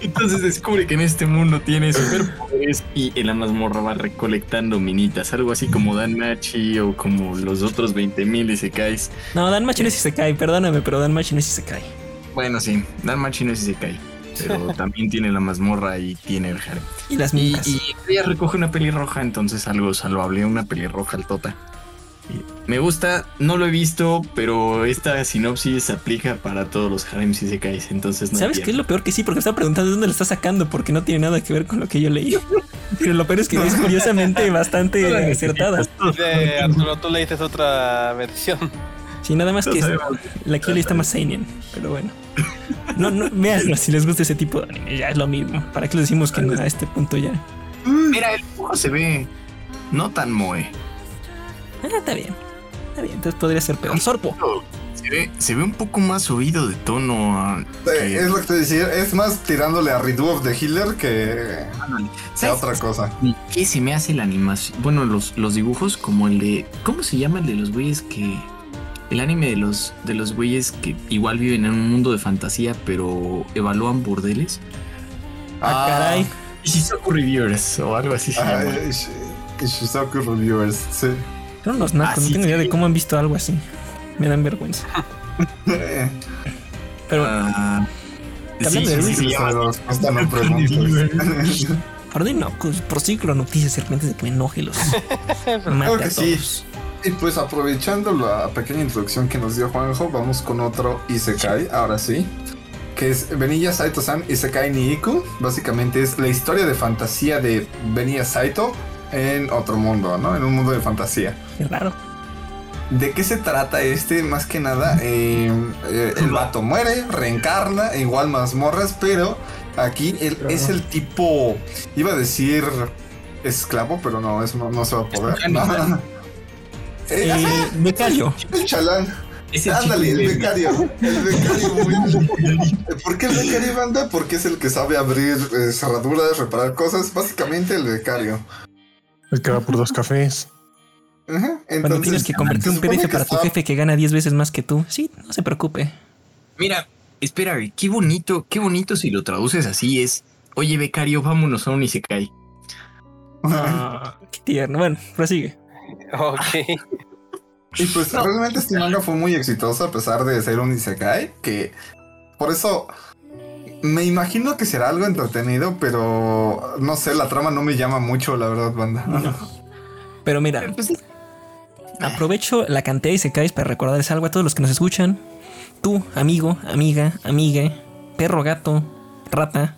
B: Entonces descubre que en este mundo tiene superpoderes y en la mazmorra va recolectando minitas, algo así como Dan Machi o como los otros 20.000 Isekais.
D: No, Dan Machi no es Isekai, perdóname, pero Dan Machi no es Isekai.
B: Bueno, sí, Dan Machi no es Isekai, pero también tiene la mazmorra y tiene el harem.
D: Y las
B: Y,
D: mías.
B: y ella recoge una pelirroja, entonces algo salvable, una pelirroja altota. Y Me gusta, no lo he visto, pero esta sinopsis aplica para todos los harems Isekais, entonces no
D: ¿Sabes
B: hay
D: qué es lo peor que sí? Porque me estaba preguntando de dónde lo está sacando, porque no tiene nada que ver con lo que yo leí. Pero lo peor es que es curiosamente bastante acertada.
C: De Arturo, tú le dices otra versión.
D: Sí, nada más que la que yo leí está más seinen, pero bueno. No, no, véanlo si les gusta ese tipo de anime, ya es lo mismo. ¿Para qué les decimos que no a este punto ya?
B: Mira, el dibujo se ve no tan moe.
D: Ah, está bien. Está bien, entonces podría ser peor. Sorpo.
B: Se ve, se ve un poco más subido de tono. ah,
J: Eh,
B: que-
J: Es lo que te decía, es más tirándole a Redo of the Healer que que a
B: ¿Sabes
J: otra cosa.
B: ¿Qué se me hace la animación? Bueno, los, los dibujos como el de... ¿Cómo se llama el de los güeyes que... El anime de los, de los güeyes que igual viven en un mundo de fantasía, pero evalúan burdeles.
D: Ah, caray.
B: Shizuku Reviewers o algo así se
J: Ah,
B: llama.
J: eh, Sh- Shizuku Reviewers, sí.
D: Son unos nacos,
J: Ah,
D: no
B: Así
D: tengo
B: se
D: idea de
B: ve.
D: cómo han visto algo así. Me dan vergüenza.
J: Eh,
D: Pero bueno,
B: Ah,
D: Te hablan de
B: se llama
J: Esa respuesta no preguntes.
D: perdón, no, pues, prosigo la noticia, Serpo, antes de que me enoje los.
J: Claro
D: Mate a
J: que sí.
D: todos.
J: Y pues aprovechando la pequeña introducción que nos dio Juanjo, vamos con otro Isekai, ahora sí. Que es Beniya Saito-san Isekai Niiku. Básicamente es la historia de fantasía de Beniya Saito en otro mundo, ¿no? En un mundo de fantasía.
D: Qué raro.
J: ¿De qué se trata este? Más que nada, eh, eh, el vato muere, reencarna, igual mazmorras, pero aquí él es el tipo, iba a decir esclavo, pero no, eso no, no se va a poder. ¿no? Eh,
D: Eh, becario.
J: el chalán. Ándale, el becario. El becario, güey. ¿Por qué el becario anda? Porque es el que sabe abrir eh, cerraduras, reparar cosas. Básicamente el becario.
F: El que va por dos cafés.
J: Ajá,
D: Cuando
J: entonces,
D: tienes que convertir un
J: supone
D: PDF
J: que
D: para tu
J: está-
D: jefe que gana 10 veces más que tú. Sí, no se preocupe.
I: Mira, espera, güey, qué bonito, qué bonito si lo traduces así es. Oye, becario, vámonos a un Isekai.
D: Qué tierno. Bueno, prosigue.
C: Ok.
J: Y pues realmente este manga fue muy exitoso a pesar de ser un isekai, que por eso me imagino que será algo entretenido, pero no sé, la trama no me llama mucho, la verdad, banda.
D: Pero mira, aprovecho la cantidad de isekais para recordarles algo a todos los que nos escuchan. Tú, amigo, amiga, amigue, perro, gato, rata.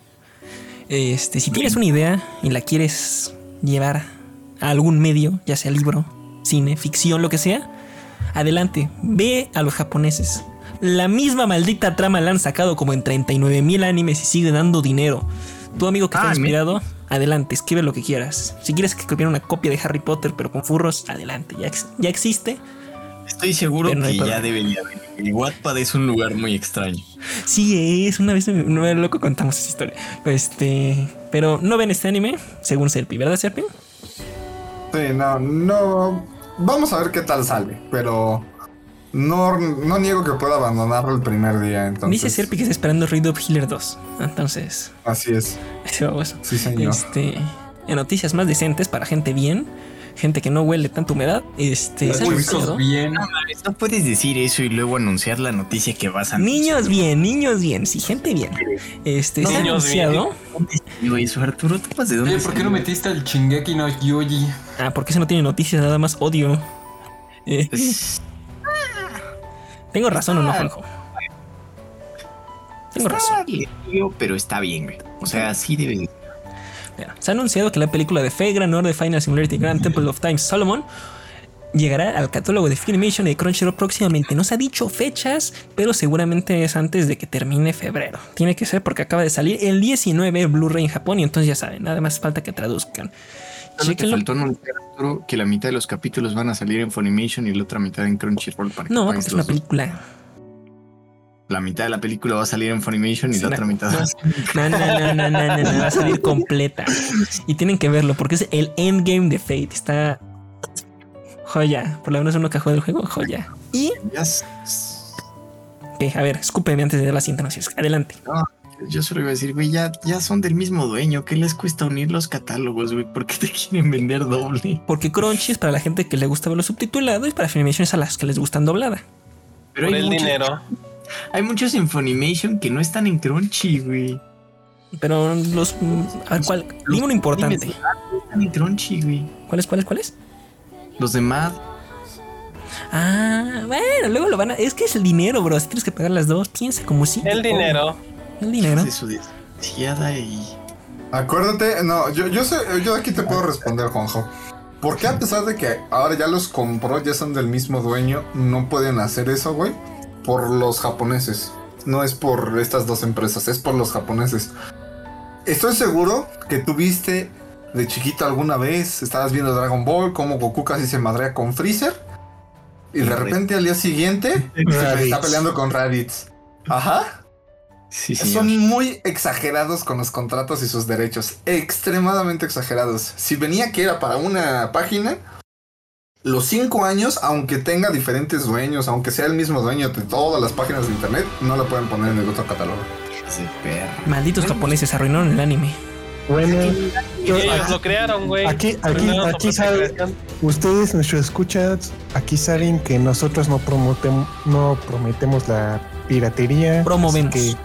D: Este, si tienes una idea y la quieres llevar a algún medio, ya sea libro, cine, ficción, lo que sea, adelante, ve a los japoneses. La misma maldita trama la han sacado como en 39 mil animes y sigue dando dinero. Tu amigo que está
I: Ah, mira.
D: inspirado, adelante, escribe lo que quieras. Si quieres que copiar una copia de Harry Potter pero con furros, adelante, ya, ex- ya existe.
I: Estoy seguro
D: Pero no hay
I: que ya
D: problema.
I: debería haber. El Wattpad es un lugar muy extraño.
D: Sí es, una vez me- no me loco contamos esa historia. Este, pero no ven este anime, según Serpi, ¿verdad Serpi?
J: Sí, no, no. Vamos a ver qué tal sale, pero no, no niego que pueda abandonarlo el primer día. Entonces,
D: Dice Serpi que está esperando Raid of Healer 2. Entonces,
J: Así es,
D: ese baboso.
J: sí, señor.
D: Este, en noticias más decentes para gente bien, gente que no huele tanta humedad, este, ¿se han
E: Chicos,
D: anunciado?
E: bien.
I: No puedes decir eso y luego anunciar la noticia que vas a
D: niños bien, niños bien, sí, gente bien. Este, se ha
C: Niños bien.
D: anunciado.
I: Digo, eso, Arturo, ¿tú vas de dónde?
E: Oye, ¿por qué no metiste el Chingeki no Yuji?
D: Ah, porque eso no tiene noticias, nada más odio. Eh,
I: sales?
D: ¿Tengo razón o no, Juanjo? Tengo razón.
I: Tío, Pero está bien, güey. O sea, así debe de
D: Mira, se ha anunciado que la película de Fe, Gran Order Final Singularity Grand Temple of Time Solomon llegará al catálogo de Filmation y de Crunchyroll próximamente. No se ha dicho fechas, pero seguramente es antes de que termine febrero. Tiene que ser porque acaba de salir el 19 el Blu-ray en Japón y entonces ya saben, nada más falta que traduzcan.
I: Solo te
D: Chéquenlo.
I: faltó anunciar, Arturo, que la mitad de los capítulos van a salir en Funimation y la otra mitad en Crunchyroll. Para que
D: No,
I: pagues
D: porque es una
I: los dos.
D: película.
I: La mitad de la película va a salir en Funimation y
D: Es
I: la
D: una-
I: otra mitad va a salir
D: No, no, no, no, no, no, no, va a salir completa. Y tienen que verlo porque es el endgame de Fate. Está joya. Por lo menos uno que juega el juego, joya. Y
I: en
D: Ok, Eh, a ver, escúpeme antes de dar las siguiente noticia. Adelante.
I: Yo solo iba a decir, güey, ya, ya son del mismo dueño. ¿Qué les cuesta unir los catálogos, güey? ¿Por qué te quieren vender doble?
D: Porque Crunchy es para la gente que le gusta verlo subtitulado y para Funimation es a las que les gustan doblada.
I: Pero
C: Por
I: hay
C: el
I: muchos,
C: dinero.
I: hay muchos en Funimation que no están en Crunchy, güey.
D: Pero los. mm, A ver, ¿cuál? Dime uno importante.
I: Dime, No están en Crunchy, güey.
D: ¿Cuál es, cuál es, cuál es?
I: Los demás,
D: Ah, bueno, luego lo van a. Es que es el dinero, bro. Si tienes que pagar las dos, piensa como si. Oh,
C: El dinero.
D: El dinero.
I: de su desgraciada y.
J: Acuérdate, no, yo, yo, sé, yo aquí te puedo responder, Juanjo. ¿Por qué a pesar de que ahora ya los compró, ya son del mismo dueño, no pueden hacer eso, güey? Por los japoneses. No es por estas dos empresas, es por los japoneses. Estoy seguro que tuviste de chiquito alguna vez, estabas viendo Dragon Ball, cómo Goku casi se madrea con Freezer. Y de repente al día siguiente se está peleando con Raditz. Ajá.
I: Sí,
J: Son muy exagerados con los contratos y sus derechos. Extremadamente exagerados. Si venía que era para una página, los cinco años, aunque tenga diferentes dueños, aunque sea el mismo dueño de todas las páginas de internet, no la pueden poner en el otro catálogo.
I: Hijos de perra.
D: Malditos japoneses arruinaron el anime.
F: Bueno,
C: Y ellos lo crearon, güey.
F: Aquí- aquí-
C: Arruinaron su
F: aquí
C: propia
F: sale-
C: creación.
F: ustedes, nuestros escuchas, aquí saben que nosotros no, promotem- no prometemos la piratería.
D: Promovemos.
F: así que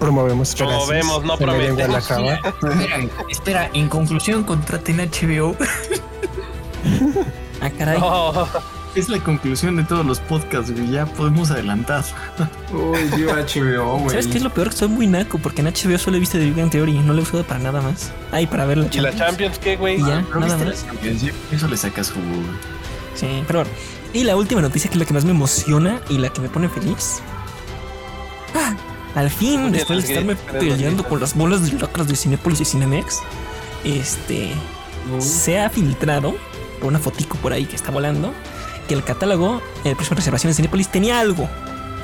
F: promovemos. gracias.
C: Promovemos, no
F: Se me lengua la
C: prometemos.
F: traba.
I: Espera, espera, en conclusión, contraten HBO.
D: Ah, caray.
C: Oh,
I: Es la conclusión de todos los podcasts, güey. Ya podemos adelantar.
E: Uy, yo HBO, güey.
D: ¿Sabes qué es lo peor? Que soy muy naco porque en HBO solo he visto The Big Bang Theory. No lo he usado para nada más. Ay, para verlo.
C: ¿Y la Champions qué, güey?
D: Y ya,
I: ¿Pero
D: nada
I: viste
D: más.
I: la Champions? Eso le sacas jugo, güey.
D: Sí, pero bueno. Y la última noticia que es la que más me emociona y la que me pone feliz. ¡Ah! Al fin,
C: Oye,
D: después
C: las
D: de estarme
C: gritas, las gritas.
D: peleando con las bolas de lacras de Cinepolis y Cinemex, este se ha filtrado por una fotico por ahí que está volando que el catálogo eh, de próxima reservación de Cinepolis tenía algo,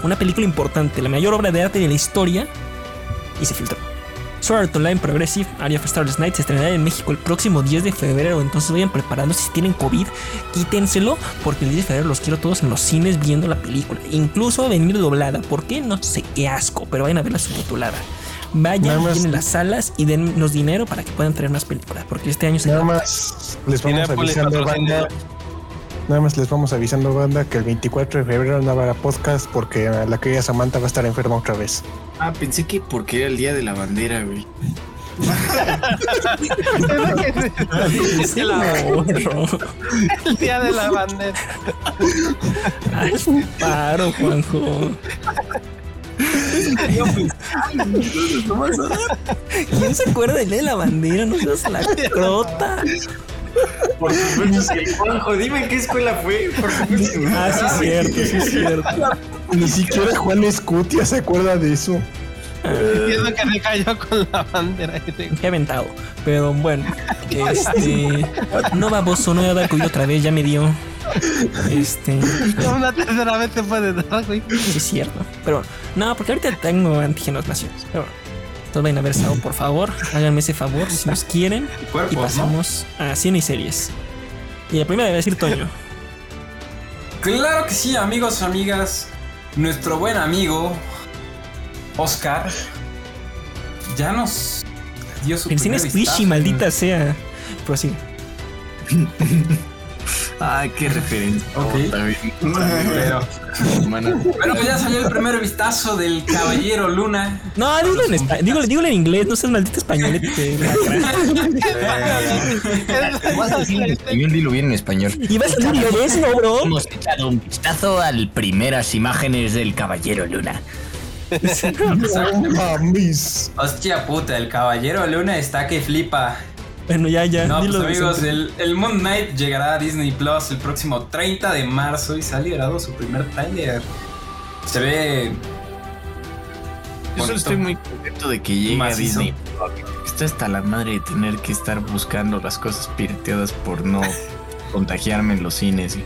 D: una película importante, la mayor obra de arte de la historia y se filtró. Sword Art Online Progressive Area of Starless Night se estrenará en México el próximo 10 de febrero. Entonces vayan preparándose. Si tienen COVID, quítenselo. Porque el 10 de febrero los quiero todos en los cines viendo la película. Incluso va a venir doblada. ¿Por qué? No sé qué asco. Pero vayan a verla subtitulada. Vayan,
F: Nada más-
D: llenen las salas y dennos dinero para que puedan tener más películas. Porque este año se
F: Nada más les vamos
C: Cinépolis
F: avisando,
C: patrocina.
F: banda. Nada más les vamos avisando, banda, que el 24 de febrero no habrá podcast porque eh, la querida Samantha va a estar enferma otra vez.
I: Ah, pensé que porque era el día de la bandera, güey.
D: Sí, morro.
C: El día de la bandera.
D: Ay, paro, Juanjo. ¿Quién se acuerda del día de la bandera? No seas la crota.
H: Por supuesto que el Juanjo, dime en qué escuela fue. Por supuesto.
D: Ah, sí, es cierto, sí, es cierto.
F: Ni siquiera Juan Escutia se acuerda de eso.
E: Eh.
C: Diciendo que se cayó con la bandera.
D: Qué aventado. Pero bueno, este. No baboso, no voy a dar cuyo otra vez, ya me dio. Este.
C: Una tercera vez te puede dar, güey.
D: Sí, es cierto. Pero no, porque ahorita tengo antígenos nacionales. Pero bueno. Entonces vayan a ver Sao, por favor. Háganme ese favor si nos quieren. Y
E: Cuerpos, ¿no?
D: pasamos a cine y series. Y la primera debe decir Toño.
E: Claro que sí, amigos, amigas. Nuestro buen amigo Oscar ya nos dio su
D: El cine
E: primer
D: es fishy,
E: vistazo.
D: maldita sea. Pero sí.
I: Ay, qué referencia.
E: Ok.
I: Está bien.
E: Pero,
I: Hermana.
E: pero ya salió el primer vistazo del Caballero Luna.
D: No, dígalo en, espa- dígolo- dígolo en inglés, no seas maldito españolete. lacra.
B: Vas a decir en español, dilo bien en español.
D: y vas a decir inglés, no, bro.
B: Hemos echado un vistazo a primeras imágenes del Caballero Luna.
F: Mamis.
E: Hostia puta, el Caballero Luna está que flipa.
D: Bueno, ya, ya.
E: No, pues
D: dilo
E: amigos,
D: decente.
E: el, el Moon Knight llegará a Disney Plus el próximo 30 de marzo y se ha liberado su primer tráiler. Se ve
I: Yo solo estoy muy contento de que llegue a
E: Macizo.
I: Disney. Está hasta la madre de tener que estar buscando las cosas pirateadas por no contagiarme en los cines.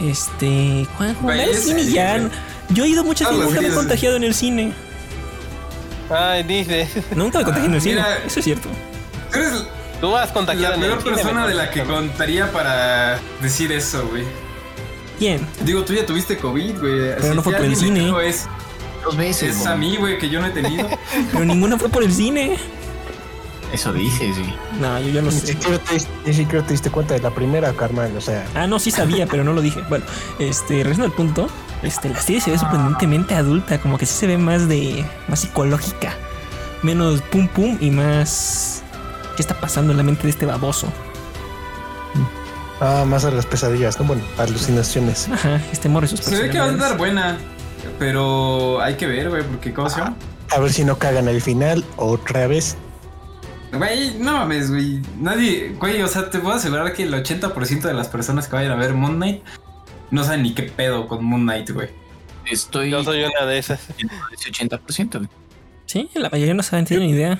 D: Este. Juanjo,
E: Güey,
D: ve al
E: es-
D: cine ya. Yo he ido muchas
E: Ah,
D: veces,
E: los
D: nunca me he
E: cines.
D: contagiado en el cine.
C: Ay, dice.
D: Nunca me contagié en el cine.
E: Mira.
D: Eso es cierto.
E: Tú eres
C: Tú vas contagiado
E: la
C: en el
E: peor
C: cine,
E: persona
C: me
E: de la que
C: contagiaron.
E: contaría para decir eso, güey.
D: ¿Quién?
E: Digo, tú ya tuviste COVID, güey.
D: no fue por el cine.
E: Es,
I: Dos veces.
E: es
I: güey.
E: a mí, güey, que yo no he tenido.
D: Pero ninguna fue por el cine.
I: Eso dices, güey.
D: No, yo ya no
F: Ni
D: sé.
F: siquiera te, ni siquiera te diste cuenta de la primera, carnal. O sea,
D: Ah, no, sí sabía, pero no lo dije. Bueno, este, regresando al punto, este, la serie se ve sorprendentemente adulta, como que sí se ve más de. más psicológica. Menos pum pum y más. ¿Qué está pasando en la mente de este baboso?
F: ah, más a las pesadillas, ¿no? Bueno, alucinaciones.
D: Ajá, este morro y sus
E: se ve que va a
D: personalidades.
E: andar buena. Pero hay que ver, güey, porque ¿cómo se llama?
F: A ver si no cagan el final otra vez.
E: Güey, no mames, güey. Nadie, güey, o sea, te puedo asegurar que el 80% de las personas que vayan a ver Moon Knight no saben ni qué pedo con Moon Knight, güey.
I: Estoy
C: Yo soy una de esas.
I: dentro de ese 80%. güey.
D: Sí, la mayoría no saben, tienen idea.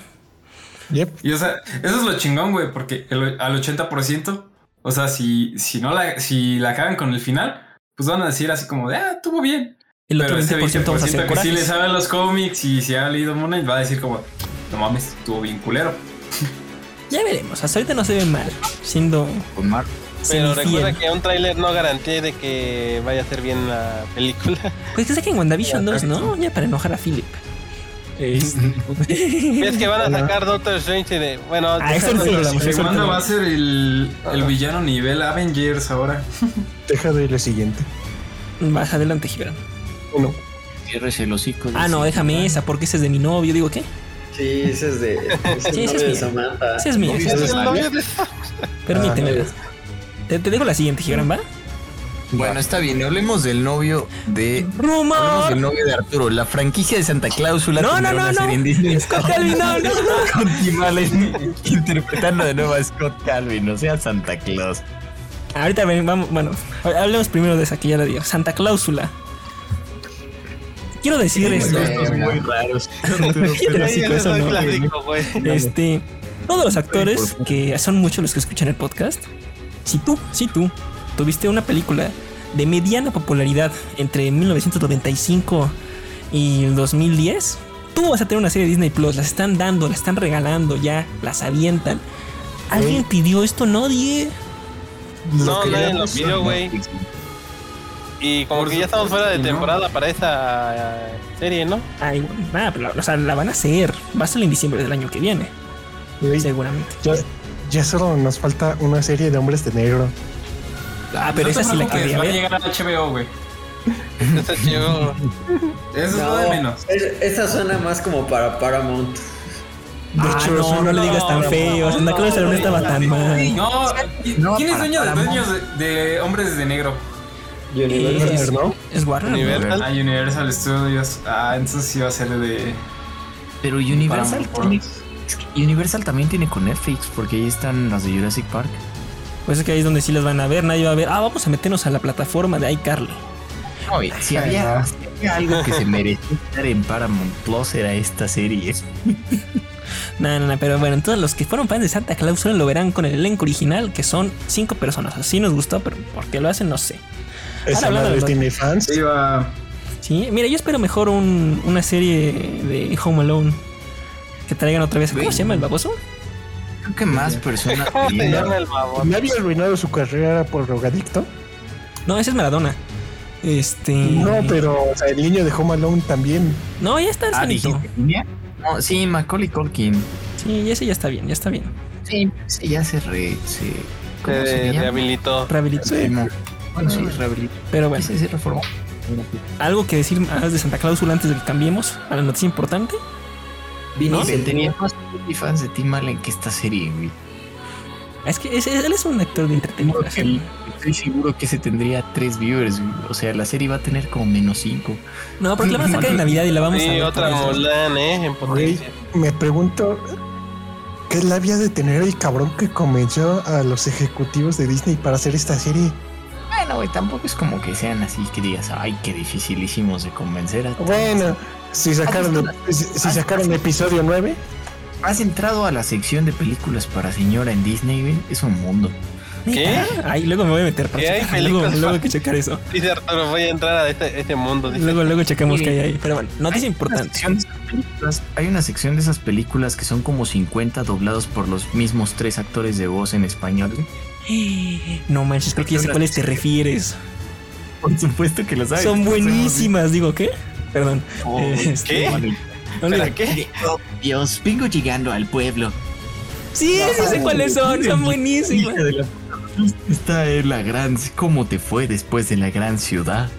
F: Yep.
E: Y o sea, eso es lo chingón, güey, porque el- al 80%, o sea, si, si no la, si la cagan con el final, pues van a decir así como de, ah, estuvo bien.
D: El otro
E: Pero ese
D: 20%
E: 20%
D: vamos a hacer
E: que sí le
D: corajes.
E: sabe a los cómics y si ha leído Moon Knight va a decir como, no mames, estuvo bien culero.
D: Ya veremos, hasta ahorita no se ve mal, siendo.
I: Con Mar.
C: Pero recuerda
D: semifiel.
C: que un tráiler no garantía de que vaya a ser bien la película.
D: Pues que saquen WandaVision 2, ¿no? Ya para enojar a Philip.
C: Es que van a sacar Doctor Strange y de... Bueno,
D: Ah, eso no
C: Doctor
D: lo
C: Strange.
D: hablamos, eso no
E: Wanda
D: lo
E: va a
D: hablamos.
E: ser el, el villano nivel Avengers ahora.
F: Deja de ir lo siguiente.
D: Vas adelante, Gibran.
F: Uno.
I: Cierres el hocico.
D: Ah, no, déjame esa, porque esa es de mi novio. Digo, ¿qué?
H: Sí, ese es de. Ese
D: Sí, ese es
H: es de
D: mío.
H: Samantha.
D: Esa es mía.
C: Es el novio de-
D: Permíteme. verás. te, te digo la siguiente, Gibran, ¿va?
I: Bueno, está bien. Hablemos del novio de. Hablemos
D: ¡Rumor!
I: del novio de Arturo. La franquicia de Santa Cláusula.
D: No,
I: tendrá
D: no, no,
I: una
D: no.
I: serie en Disney.
D: Scott Calvin, no, no, no.
I: Scott Calvin interpretando de nuevo a Scott Calvin, o sea, Santa Claus.
D: Ahorita ven, vamos, bueno, ha- hablemos primero de esa que ya la digo. Santa Cláusula. Quiero decir esto.
I: Estos muy raros.
D: Cállate el
C: Ay,
D: hocico,
C: yo
D: eso
C: soy
D: no, güey.
C: clásico, güey.
D: Este, todos los actores que son muchos los que escuchan el podcast, si tú, si tú tuviste una película de mediana popularidad entre 1995 y el 2010, tú vas a tener una serie de Disney Plus, las están dando, las están regalando ya, las avientan. ¿Alguien pidió esto? No, Die.
C: No, nadie lo pidió, güey.
I: pues,
C: Y como
E: Por
C: que ya estamos
E: supuesto
C: fuera de
E: que no.
C: temporada para esa eh, serie, ¿no?
D: Ay, güey, nada, pero la, o sea, la van a hacer. Va a salir en diciembre del año que viene,
F: Güey,
D: seguramente.
F: ya, ya solo nos falta una serie de hombres de negro.
D: Ah, pero
E: No te
D: esa sí la
E: preocupes,
D: quería
E: va a
D: ver.
E: llegar a HBO, güey.
C: Entonces llegó.
E: Eso es lo de menos.
H: Es- esa suena más como para Paramount.
D: De hecho, no, le digas tan feo. No, creo que el salón estaba tan mal.
E: No, ¿qui-
B: No,
E: ¿quién es
B: para-
E: dueño de
B: para
E: dueños de, de hombres de negro?
D: Es,
F: ¿no?
D: es Warner. ¿no?
E: Ah,
C: Universal.
E: Universal Studios. Ah, entonces sí va a ser de.
B: Pero Universal
E: Paramount
B: tiene-
E: Plus.
B: Universal también tiene con Netflix, porque ahí están las de Jurassic Park.
D: Pues es que ahí es donde sí las van a ver. Nadie va a ver. Ah, vamos a meternos a la plataforma de iCarly.
B: Oye, si había, si había algo que se merecía estar en Paramount Plus era esta serie.
D: No, no, no, pero bueno, entonces los que fueron fans de Santa Claus solo lo verán con el elenco original, que son cinco personas. Así nos gustó, pero ¿por qué lo hacen? No sé.
F: Esa
D: hablando de
F: madre
D: lo-
F: tiene fans.
E: Sí, va.
D: Sí, mira, yo espero mejor un- una serie de Home Alone. Que traigan otra vez. ¿Cómo se llama el baboso?
B: Creo que más personas
C: ¿Cómo se
B: querían-
C: llama el babón?
F: ¿No había arruinado su carrera por drogadicto?
D: No, ese es Maradona. Este.
F: No, pero o sea, el niño de Home Alone también.
D: No, ya está
B: Ah,
D: sanito.
B: ¿dijiste línea? No, sí, Macaulay Culkin.
D: Sí, ese ya está bien, ya está bien.
B: Sí, sí, ya se re... Se, ¿Cómo
C: Se
B: se llama?
C: rehabilitó.
D: Rehabilitado.
F: Sí.
B: Como- Bueno, sí, rehabilitó.
D: Pero bueno,
B: Sí, se reformó.
D: algo que decir más de Santa Clausula antes de que cambiemos a la noticia importante.
B: No,
H: Vinicius.
B: tenía más fans de Tim Allen que esta serie, güey.
D: Es que es- es- él es un actor de entretenimiento.
B: Porque el- Estoy seguro que se tendría tres viewers, güey. O sea, la serie va a tener como menos cinco.
D: No, porque la van a sacar en Navidad y la vamos a
C: Sí,
D: ver.
C: otra
D: por eso.
C: Mulan, ¿eh? En
F: Güey,
C: potencia.
F: me pregunto qué labia de tener el cabrón que convenció a los ejecutivos de Disney para hacer esta serie.
B: Bueno, güey, tampoco es como que sean así que digas, ay, qué difícil hicimos de convencer a
F: Bueno, si sacaron, si, si sacaron episodio 9,
B: Has entrado a la sección de películas para señora en Disney, güey. Es un mundo.
C: ¿Qué?
D: Ay, Ah, luego me voy a meter para
C: ¿Qué hay
D: checar. Luego,
C: películas
D: luego hay
C: para-
D: que checar eso.
C: Dice Arturo, voy a entrar a este, este mundo. Dice.
D: Luego, luego checamos qué hay ahí. Pero bueno, noticia
B: Una
D: importante.
B: sección de esas películas- hay una sección de esas películas que son como 50 doblados por los mismos tres actores de voz en español. güey.
D: No manches, creo que ya sé cuáles te refieres.
B: Por supuesto que lo sabes.
D: Son buenísimas, digo, ¿qué? Perdón.
B: Oh,
D: Este, no
C: ¿Para
D: le-
C: qué?
B: Oh, Dios, vengo llegando al pueblo.
D: Sí, sí sé cuáles son, son buenísimas.
B: Hija de la puta, Está en la gran. ¿Cómo te fue después de la gran ciudad?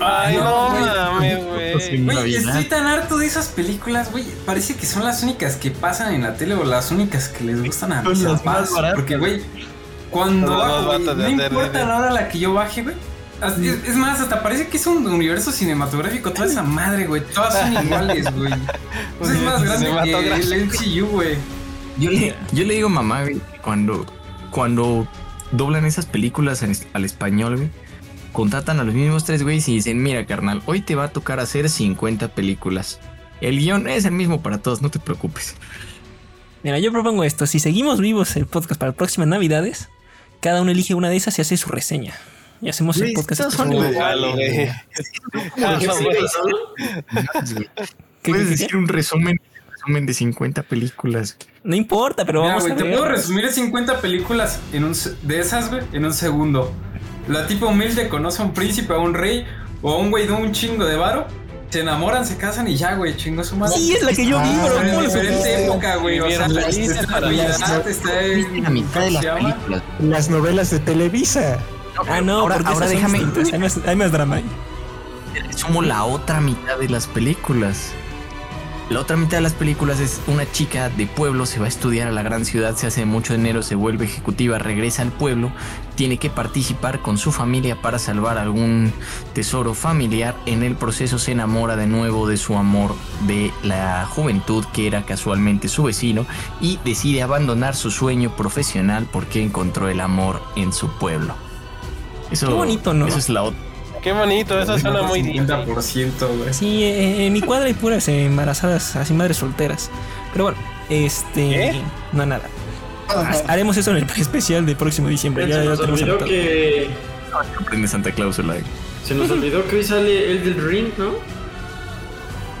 C: Ay, no
E: güey.
C: mames, güey.
E: Güey,
B: Navidad.
E: estoy tan harto de esas películas, güey. Parece que son las únicas que pasan en la tele o las únicas que les gustan a
B: Son
E: mis
B: las
E: papás.
B: más baratas.
E: Porque, güey, cuando
C: Son las más
E: bajo, güey,
C: baratas de
E: no
C: hacer,
E: importa
C: dile.
E: la hora a la que yo baje, güey. as- Es, es más, hasta parece que es un universo cinematográfico. Toda esa madre, güey. Todas son iguales, güey. Pues Es más grande que
C: Cinematográfico.
E: el MCU, güey.
B: Yo le, yo le digo mamá, güey, cuando, cuando doblan esas películas en es- al español, güey, contratan a los mismos tres güeyes y dicen, mira, carnal, hoy te va a tocar hacer 50 películas. El guión es el mismo para todos, no te preocupes.
D: Mira, yo propongo esto. Si seguimos vivos el podcast para próximas navidades, cada uno elige una de esas y hace su reseña. Y hacemos el
B: Güey,
D: podcast.
B: estas son
D: especial.
B: de-
C: Jalo, güey. Ah,
B: Porque
C: no,
B: sí,
C: güey.
B: güey,
E: Pues,
B: sí,
D: ¿Qué-
B: Puedes
D: qué- qué?
B: decir un resumen, resumen de 50 películas.
D: No importa, pero
E: Mira,
D: vamos
E: güey,
D: a
E: te
D: ver.
E: puedo resumir 50 películas en un, se- de esas, güey, en un segundo. La tipa humilde conoce a un príncipe, a un rey o a un güey de un chingo de varo. Se enamoran, se casan y ya, güey, chingo su madre.
D: Sí, es la que yo vi,
E: Pero
D: bro. ¿Cómo
E: en
D: lo
E: diferente
D: supiste?
E: época, güey. O sea,
C: Vivieron
E: la
C: la
E: está
C: vida
E: en Navidad, está en.
B: La mitad de
E: ¿cómo
B: las
E: se llama?
B: películas.
F: las novelas de Televisa.
D: Ah, no,
B: ahora,
D: porque
B: ahora
D: esas son
B: déjame,
D: distintas. Hay más, hay más drama ahí.
B: somos la otra mitad de las películas. La otra mitad de las películas es una chica de pueblo, se va a estudiar a la gran ciudad, se hace mucho dinero, se vuelve ejecutiva, regresa al pueblo, tiene que participar con su familia para salvar algún tesoro familiar. En el proceso se enamora de nuevo de su amor de la juventud, que era casualmente su vecino, y decide abandonar su sueño profesional porque encontró el amor en su pueblo. Eso,
D: Qué bonito, ¿no?
B: Eso es la otra.
C: Qué bonito, eso suena muy bien.
E: 50%, güey.
D: Sí, eh, en mi cuadra hay puras eh, embarazadas, así madres solteras. Pero bueno, este.
C: ¿Qué?
D: No, nada. Haremos eso en el especial de próximo diciembre.
H: Se
D: Ya, ya lo
H: nos
D: tenemos
H: olvidó
D: anotado.
H: que.
B: Aprende Santa Clausula.
H: Se nos olvidó que hoy sale el del Ring, ¿no?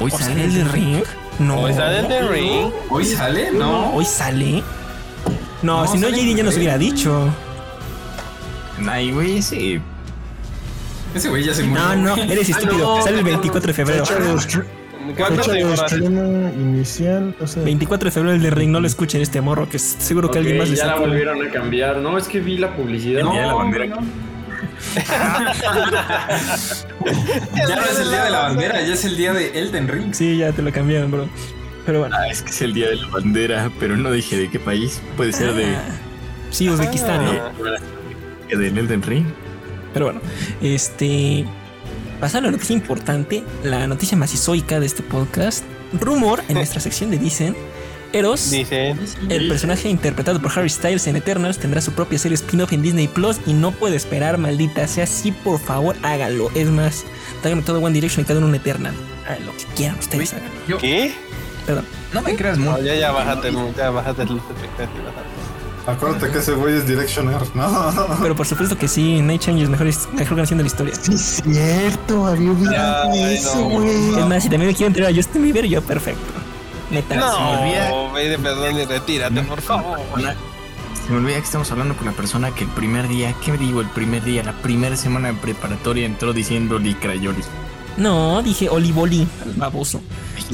B: Hoy
D: ¿O
B: sale
D: sale el de Ring? No. pues
C: ¿Hoy sale el pues, de Ring?
E: ¿Hoy sale? No.
D: ¿Hoy sale? No,
E: No,
D: si no,
E: sale
D: JD ya nos
E: el-
D: hubiera dicho.
B: Ay, güey, sí.
E: Ese güey Ah, ya se murió.
D: No, no,
H: Ah,
D: eres estúpido. Sale el 24 de febrero.
F: Fecha de estre-
C: ¿Cuánto
F: fecha
C: te
F: de
C: demoraste?
F: estreno inicial. O sea,
D: 24 de febrero el de Ring, no lo escuchen este morro, que s- seguro que alguien
H: Ok,
D: más le
H: ya la
D: sacó.
H: volvieron a cambiar. No, es que vi la publicidad.
B: El día de la bandera.
E: Ya no es el día de la bandera, ya es el día de Elden Ring.
D: Sí, ya te lo cambiaron, bro. Pero bueno,
I: Ah, es que es el día de la bandera, pero no dije de qué país. Puede ser
D: Ah.
I: de,
D: sí, Uzbekistán, Pues ¿no?
C: Ah,
I: de Elden Ring.
D: Pero bueno, este. Pasando a la noticia importante, la noticia macizoica de este podcast. Rumor en nuestra sección de Dicen. Eros,
C: Dicen.
D: el personaje interpretado por Harry Styles en Eternals, tendrá su propia serie spin-off en Disney Plus y no puede esperar, maldita sea. Sí, por favor, háganlo. Es más, tráiganme todo One Direction y cada uno un Eternal. Hagan lo que quieran ustedes. hagan.
C: ¿Qué?
D: Perdón.
B: No me creas mucho.
C: No, ya, ya, bájate, ya, bájate las expectativas.
J: Acuérdate que ese güey es Directioner, ¿no?
D: Pero por supuesto que sí, Night Change es mejor, mejor canción de la historia.
F: sí, es cierto, había olvidado
C: Ay, no,
F: eso, güey.
D: Es más, si también me quieren traer a Justin Bieber, yo perfecto. Neta.
C: No, ve de perdón y retírate, por favor.
B: Hola. Se me olvida que estamos hablando con la persona que el primer día, ¿qué me digo? El primer día, la primera semana de preparatoria entró diciendo Licrayoli.
D: No, dije Olivoli, baboso.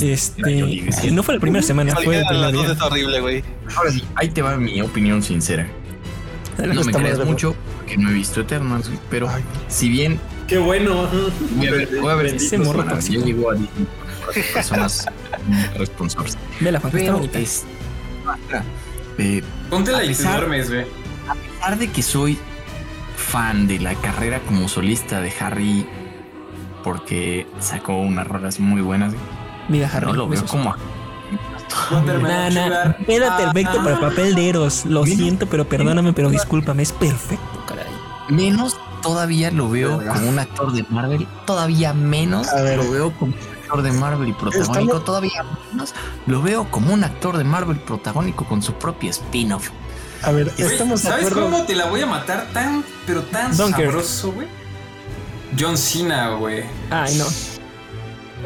D: Este,
B: Crayoli, decía.
D: no fue la primera semana, fue
C: Cualquiera de
D: el
B: "Ah,
D: primer
C: las dos
D: día.
C: es horrible, güey.
B: Ahora sí, ahí te va mi opinión sincera. No me
D: Está
B: creas
D: madre,
B: mucho porque no he visto Eternals, güey, pero si bien
H: Qué bueno.
B: voy a ver, voy a ver
D: Ese
B: estas
D: morro
B: personas,
D: tóxico.
B: yo digo a Disney, personas responsables.
D: güey. Vela, Juan, que está
B: Pero
D: bonita.
B: es- eh,
E: Póntela y te
B: pesar-
E: duermes, güey.
B: pesar de que soy fan de la carrera como solista de Harry, porque sacó unas rolas muy buenas,
D: Mira, Harry.
B: no lo veo
D: besos.
B: como
D: Nah, nah, Era perfecto
B: Ah,
D: para el papel de Eros. Lo
B: Mira.
D: siento, pero perdóname, pero discúlpame. Es perfecto, caray.
B: menos todavía lo veo
J: Verga.
B: como un actor de Marvel, todavía menos
F: A ver.
B: lo veo como un actor de Marvel y protagónico,
F: Estamos-
B: todavía menos lo veo como un actor de Marvel protagónico con su propio spin-off.
F: A ver,
E: Güey,
F: estamos de
E: ¿Sabes
F: acuerdo.
E: cómo te la voy a matar tan, pero tan
D: Dunkirk.
E: sabroso, güey? John Cena, güey.
D: Ay, no.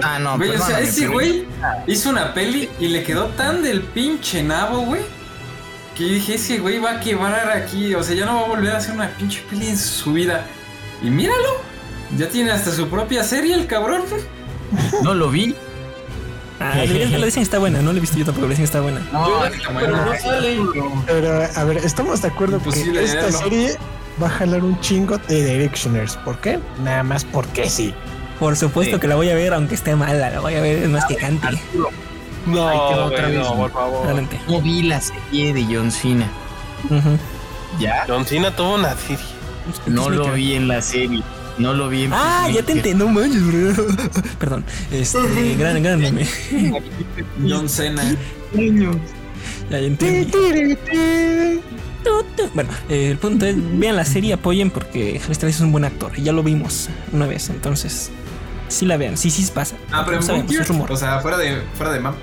B: Ah, no,
E: Güey, o sea,
B: perdóname,
E: ese
B: pero-
E: güey hizo una peli y le quedó tan del pinche nabo, güey. Que dije, ese güey va a quebrar aquí. O sea, ya no va a volver a hacer una pinche peli en su vida. Y míralo. Ya tiene hasta su propia serie el cabrón.
B: no lo vi.
D: Ay, deberías verla, dicen que está buena. No Ah, la he visto yo tampoco. Dicen que está buena.
B: No,
H: Pero no sale.
F: Pero, a ver, estamos de acuerdo
E: Imposible
F: que esta
E: verlo.
F: serie va a jalar un chingo de Directioners. ¿Por qué? Nada más porque sí.
D: Por supuesto que la voy a ver, aunque esté mala. La voy a ver, es más que cante.
B: Ah, Ahí te va
C: No,
B: otra
C: güey,
B: vez.
C: no, por favor.
D: Adelante.
B: no vi la serie de John Cena.
D: Ujú.
B: Ya,
C: John Cena tuvo una serie.
B: no
D: Peacemaker.
B: lo vi en la serie. No lo vi en
D: Ah, ya te
B: Peacemaker.
D: entendí. No manches, bro. Perdón. Este, gran, gran meme.
E: John Cena.
D: Ya, ya entendí. Bueno, eh, el punto es, vean la serie, apoyen porque Harry Styles es un buen actor. y Ya lo vimos una vez, entonces sí la vean, sí, sí pasa.
E: Ah, pero
D: No
E: en
D: sabemos, es
E: Burkirk,
D: rumor.
E: o sea, fuera de, fuera de map,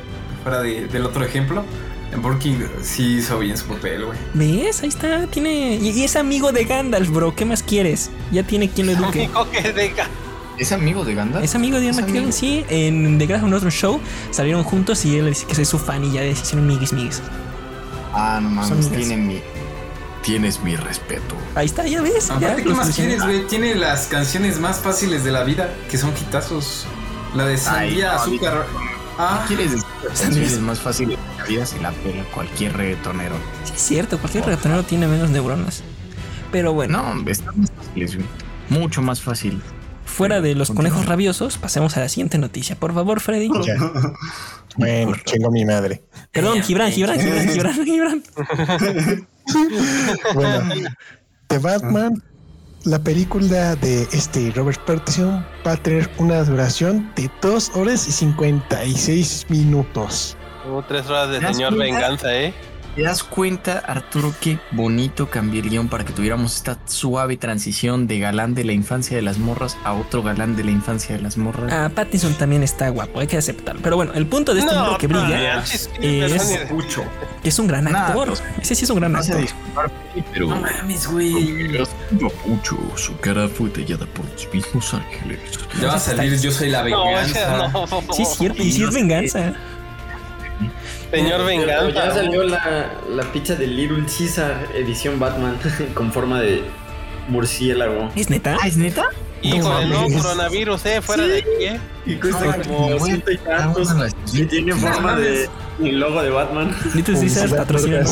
E: fuera de- del otro ejemplo, en Burkirk sí hizo bien su papel, güey.
D: ¿Ves? Ahí está, tiene... Y, y es amigo de Gandalf, bro, ¿qué más quieres? Ya tiene quien lo eduque.
C: Único que deja.
B: ¿Es amigo de Gandalf?
D: Es amigo de Ian
B: Es
D: McKellen,
B: amigo.
D: sí, en The Grass otro Show salieron juntos y él le dice que soy su fan y ya hicieron miguis miguis.
I: Ah, no
D: Son
I: mames,
D: mías.
I: tienen mi, tienes mi respeto.
D: Ahí está, ya ves. Ya,
E: Aparte, ¿qué
D: lo
E: más
D: solucioné.
E: quieres, güey? Tiene las canciones más fáciles de la vida, que son quitazos. La de sandía,
I: no,
E: azúcar. Ah,
I: ¿Quieres decir
D: Sandías.
I: es más fácil de la vida se la pela cualquier reggaetonero?
D: Sí, es cierto, cualquier reggaetonero tiene menos neuronas. Pero bueno.
I: No, está más fácil, güey. Mucho más fácil.
D: Fuera de los
I: Continúa.
D: conejos rabiosos, pasemos a la siguiente noticia. Por favor, Freddy.
F: Ya. Bueno, chingo mi madre.
D: Perdón, Gibran, Gibran, Gibran, Gibran, Gibran.
F: Bueno, The Batman, la película de este Robert Pattinson va a tener una duración de 2 horas y 56 minutos.
C: Hubo tres horas de
B: ¿Te das
C: señor
B: cuenta?
C: venganza, eh.
B: ¿Te das cuenta, Arturo, qué bonito cambié el guión para que tuviéramos esta suave transición de galán de la infancia de las morras a otro galán de la infancia de las morras?
D: Ah, Pattinson también está guapo, hay que aceptarlo. Pero bueno, el punto de este hombre que brilla,
C: manches,
D: es-
C: Sony de-
E: mucho.
D: que es un gran
B: Nada,
D: actor.
B: los-
D: Ese sí es un gran
B: No sé
D: actor.
B: disculpar, pero
E: No mames, güey.
B: los
I: Papucho, su cara fue tallada por los mismos ángeles.
E: Ya va a salir, yo soy la venganza.
C: No,
D: Sí, es cierto, y sí es venganza.
C: Señor
G: Pero Ya
C: venganza.
G: salió la, la pizza de Little Caesar edición Batman con forma de murciélago.
D: ¿Es neta?
B: ¿es neta?
C: Híjole, no,
F: mames.
C: coronavirus, eh, fuera de aquí, eh.
G: Y cuesta como ciento y tantos. Y tiene forma de el logo de Batman.
D: Little Caesar patrocina.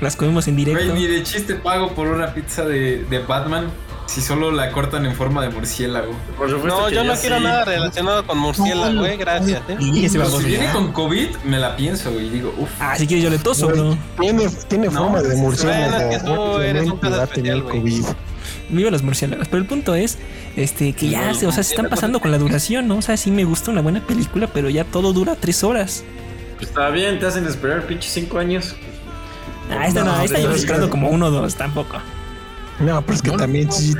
D: Las comemos en
E: Güey,
D: directo.
E: ni de chiste pago por una pizza de, de Batman si solo la cortan en forma de murciélago.
G: Por supuesto
C: No,
G: que
C: yo
G: ya
C: no quiero
G: sí.
C: nada relacionado con murciélago, güey, gracias, eh.
D: Y ese
E: Pero
D: baboso
E: si viene
D: ya.
E: con COVID, me la pienso güey, y digo, uff.
D: Ah, si quieres yo le toso, bro.
F: Tiene, tiene forma de murciélago.
C: pues, bueno, es que tú
F: obviamente
C: eres un caso
F: va a tener
C: especial, güey.
F: COVID.
D: Viva los murciélagos. Pero el punto es este, que ya, se- o sea, se están pasando con la duración, ¿no? O sea, sí me gusta una buena película, pero ya todo dura tres horas.
G: Pues está bien, te hacen esperar pinche cinco años.
D: Ah, esta no,
F: No,
D: esta
F: pero
D: yo
F: es
D: esperando
F: que-
D: como uno o dos, tampoco.
F: No, pero es que también sí.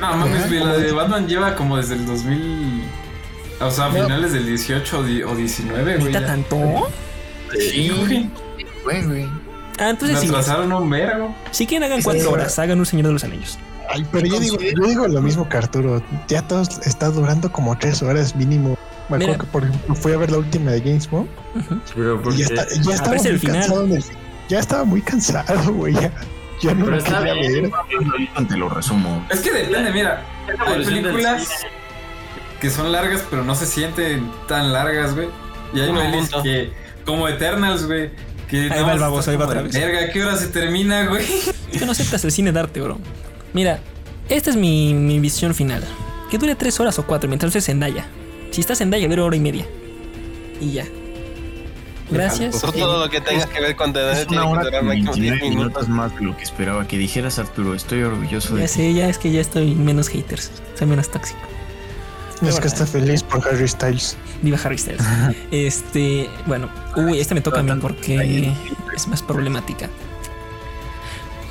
E: No mames,
F: Ajá,
E: güey, la
F: como
E: de
F: dice-
E: Batman lleva como desde el 2000. O sea,
F: No.
E: finales del 18 o di- o 19, güey.
D: ¿Ahorita
E: ya.
D: tanto?
E: Sí, güey.
I: Güey, güey.
D: Ah,
E: Me
D: entonces sí.
E: atrasaron un vergo.
D: Si quieren hagan cuatro
F: Este,
D: horas, hagan un Señor de los Anillos.
F: Ay, pero yo digo, yo digo lo mismo que Arturo. Ya todo está durando como tres horas mínimo. Me acuerdo
D: Mira.
F: que, por ejemplo, fui a ver la última de James Bond.
G: Pero
F: y
G: porque.
F: ya, está- ya estaba
D: Aparece
F: muy
D: el final.
F: cansado. en el- ya estaba muy cansado, güey. Ya, ya no
G: Pero
F: lo
G: está
F: quería
G: bien,
F: ver.
I: Te lo resumo.
E: Es que depende, mira.
G: la
E: Hay
G: evolución del
E: películas
G: cine.
E: que son largas, pero no se sienten tan largas, güey. Y hay
G: Ah,
C: Uno
E: pelis
C: punto.
E: que, como Eternals, güey. Que
D: va
E: nada más
D: el baboso,
E: está
D: ahí va
E: como
D: otra
E: de,
D: vez.
E: Verga, ¿qué hora se termina, güey?
D: Es que no aceptas el cine de arte, bro. Mira, esta es mi, mi visión final. Que dure tres horas o cuatro, mientras estés en Zendaya. Si estás en Zendaya, dura hora y media. Y ya. Gracias.
C: Tú todo lo que tengas que ver con tener
I: Es
C: tiene
I: una
C: que
I: hora
C: durar
I: con
C: máximo 10
I: 29 minutos
C: minutos.
I: más de lo que esperaba que dijeras, Arturo. Estoy orgulloso de
D: Ya sé, ya es que ya estoy menos haters. Soy menos tóxico.
F: Es que está feliz por Harry Styles.
D: Viva Harry Styles. Este, bueno, uy, esta me toca a mí porque es más problemática.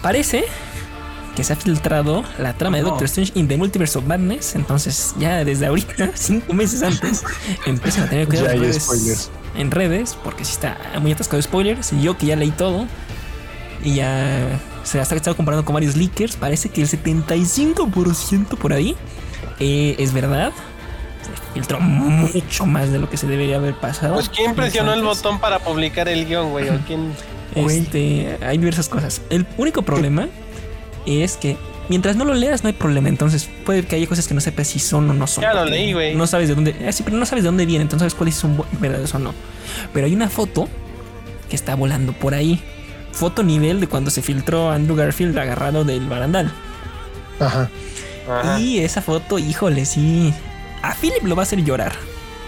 D: Parece que se ha filtrado la trama de Doctor Strange in the Multiverse of Madness. Entonces, ya desde ahorita, cinco meses antes, empiezan a tener cuidado
F: Ya
D: en
F: hay
D: redes-
F: spoilers.
D: en redes, porque si está muy atascado de spoilers. Y yo que ya leí todo y ya se ha estado comparando con varios leakers. Parece que el 75% por ahí eh, es verdad filtró mucho más de lo que se debería haber pasado.
C: Pues quién presionó el
D: Entonces,
C: botón para publicar el guión, güey, o quién.
D: Este, hay diversas cosas. El único problema es que mientras no lo leas no hay problema. Entonces puede que haya cosas que no sepas si son o no son.
C: Ya lo
D: porque
C: leí, güey.
D: No sabes de dónde. ah, sí, pero no sabes de dónde viene. Entonces sabes cuáles son bu- verdaderos o no. Pero hay una foto que está volando por ahí. Foto nivel de cuando se filtró Andrew Garfield agarrado del barandal.
F: Ajá.
C: Ajá.
D: Y esa foto, híjole, sí. A Philip lo va a hacer llorar.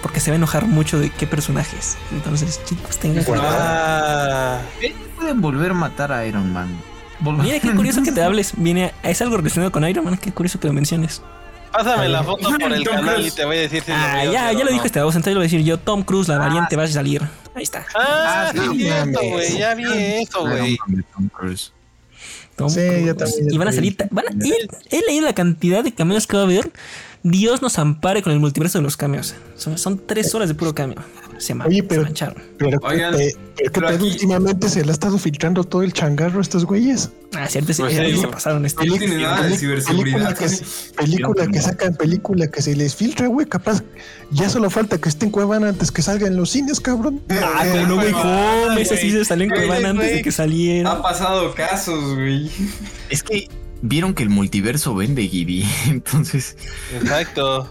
D: Porque se va a enojar mucho de qué personajes. Entonces, chicos, tengan cuidado.
C: Ah,
I: Pueden volver a matar a Iron Man. Volver-
D: Mira, qué curioso que te hables. Viene a- es algo relacionado con Iron Man. Qué curioso que lo menciones.
C: pásame la foto por el canal y te voy a decir si lo
D: ah,
C: veo,
D: ya,
C: pero
D: ya lo
C: no.
D: dijo este voz. Entonces lo voy a decir yo, Tom Cruise, la variante, vas a salir. Ahí está.
C: Ah, sí,
F: no
C: es cierto,
F: mames.
C: güey, ya vi eso, güey.
I: Iron Man de Tom Cruise.
D: Tom
F: Sí,
D: Cruise.
F: yo también, yo
D: Y van a salir. ta- Van a, he, he leído la cantidad de cameos que va a haber. Dios nos ampare con el multiverso de los cameos. Son, son tres horas de puro cameo. Se, ma-
F: Oye,
D: se
F: pero-
D: mancharon.
F: Pero que,
E: Oigan,
F: pe- pero que
E: pero
F: pedo,
E: aquí-
F: últimamente se le ha estado filtrando todo el changarro a estos güeyes.
D: Ah, cierto, sí,
E: Pues sí,
D: ahí se
E: güey.
D: pasaron. Este.
E: No tiene nada de
F: Película
E: ciberseguridad.
F: que, se- película que sacan, película que se les filtra, güey. Capaz, ya solo falta que esté en Cuevana antes que salga en los cines, cabrón.
D: Ah, como no, güey, home. Ese sí se salió en
E: Güey,
D: Cuevana antes de
E: güey. Ah,
D: que saliera.
E: Ha pasado casos, güey.
I: Es que vieron que el multiverso vende, Gibby. Entonces,
C: Exacto.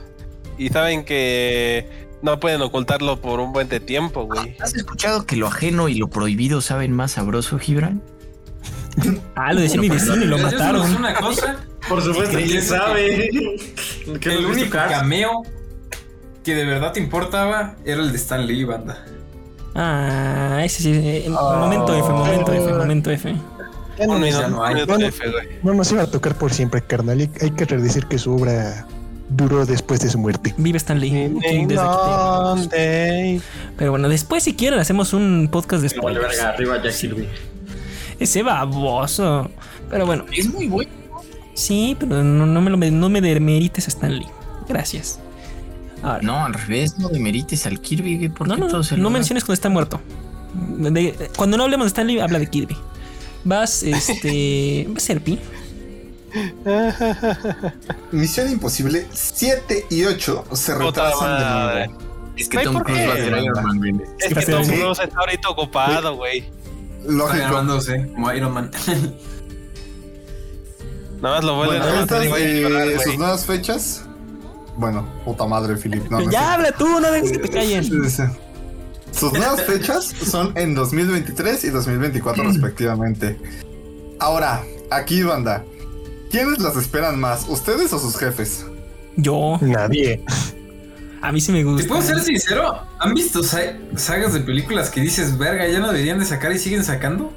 C: Y saben que no pueden ocultarlo por un buen de tiempo, güey.
I: ¿has escuchado que lo ajeno y lo prohibido saben más sabroso, Gibran?
D: Ah, lo decía mi vecino y lo
E: Mira, yo solo sé
D: mataron.
E: una cosa.
G: Por supuesto,
E: ¿Crees
G: quién
E: que-
G: sabe.
E: que el único cameo que de verdad te importaba era el de Stan Lee, banda.
D: Ah, ese sí. eh, Momento F, momento F, momento F.
F: Ya no,
C: Un
F: nos,
C: minuto,
D: Ah,
E: no hay.
C: un minuto
F: No, no.
C: F, güey.
F: no nos iba a tocar por siempre, carnal. y hay que redecir que su obra duró después de su muerte.
D: Vive Stanley. Pero bueno, después si quieren hacemos un podcast de
G: Vale,
D: spoilers.
G: verga, arriba Jack Kirby.
D: Ese baboso. Pero bueno,
I: Es muy bueno.
D: sí, pero no, no me lo no me demerites a Stanley. Gracias. Ahora,
I: No, al revés, no demerites al Kirby, güey, porque
D: no, no,
I: todo
D: no,
I: se
D: no
I: lo da.
D: menciones cuando está muerto. De- cuando no hablemos de Stanley, habla de Kirby. Vas, este. vas a ser Pi.
J: Misión Imposible 7 y 8 se
C: Puta
J: retrasan de nuevo.
C: madre.
B: Es que
C: Güey,
B: Tom
C: ¿por
B: Cruise
C: qué?
B: va a ser Iron Man, güey.
C: Es que
D: Sí,
C: Tom
D: sí.
C: Cruise está ahorita ocupado, güey.
E: Está
J: Lógico.
E: grabándose como Iron Man.
C: Nada más lo vuelven
J: Bueno,
C: a
J: estas,
C: hacer, güey,
J: eh,
C: llorar, güey.
J: sus nuevas fechas. Bueno, puta madre, Philip. No, no es
D: ya habla tú, no dejes que te
J: cierto.
D: callen.
J: Sí, sí. Sus nuevas fechas son en 2023 y 2024 respectivamente. Ahora, aquí banda. ¿Quiénes las esperan más? ¿Ustedes o sus jefes?
D: Yo,
F: Nadie.
D: a mí sí me
E: Si
D: gusta.
E: puedo ser sincero, ¿han visto sa- sagas de películas que dices, verga, ya no deberían de sacar y siguen sacando?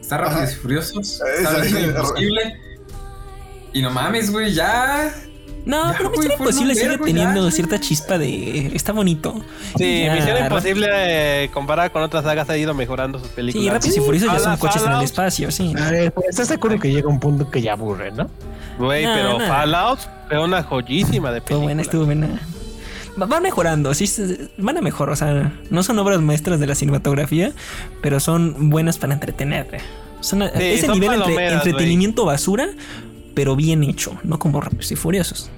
E: Está rápido y
J: Ajá.
E: furioso. Está
J: Esa-
E: Misión imposible. Y no mames, güey, ya.
D: No,
E: Ya,
D: pero
E: güey,
D: Misión
E: fue un
D: Imposible sigue
E: vergo,
D: teniendo
E: ya.
D: cierta chispa de. Está bonito.
C: Sí,
D: Ya,
C: Misión
D: ra-
C: Imposible, eh, comparada con otras sagas, ha ido mejorando sus películas.
D: Sí, Rápidos y Furiosos ya son
C: Fallout,
D: coches en el
C: Fallout,
D: espacio, sí.
F: A ver, pero ¿estás de acuerdo que llega un punto que ya aburre, no?
C: Güey,
D: No,
C: pero
D: no.
C: Fallout fue una joyísima de película.
D: Estuvo buena, estuvo buena. Va- Van mejorando, sí, se- van a mejor. O sea, no son obras maestras de la cinematografía, pero son buenas para entretener. Son a-
C: Sí,
D: ese
C: son
D: nivel entre
C: palomeras,
D: entretenimiento basura, pero bien hecho, no como Rápidos y Furiosos.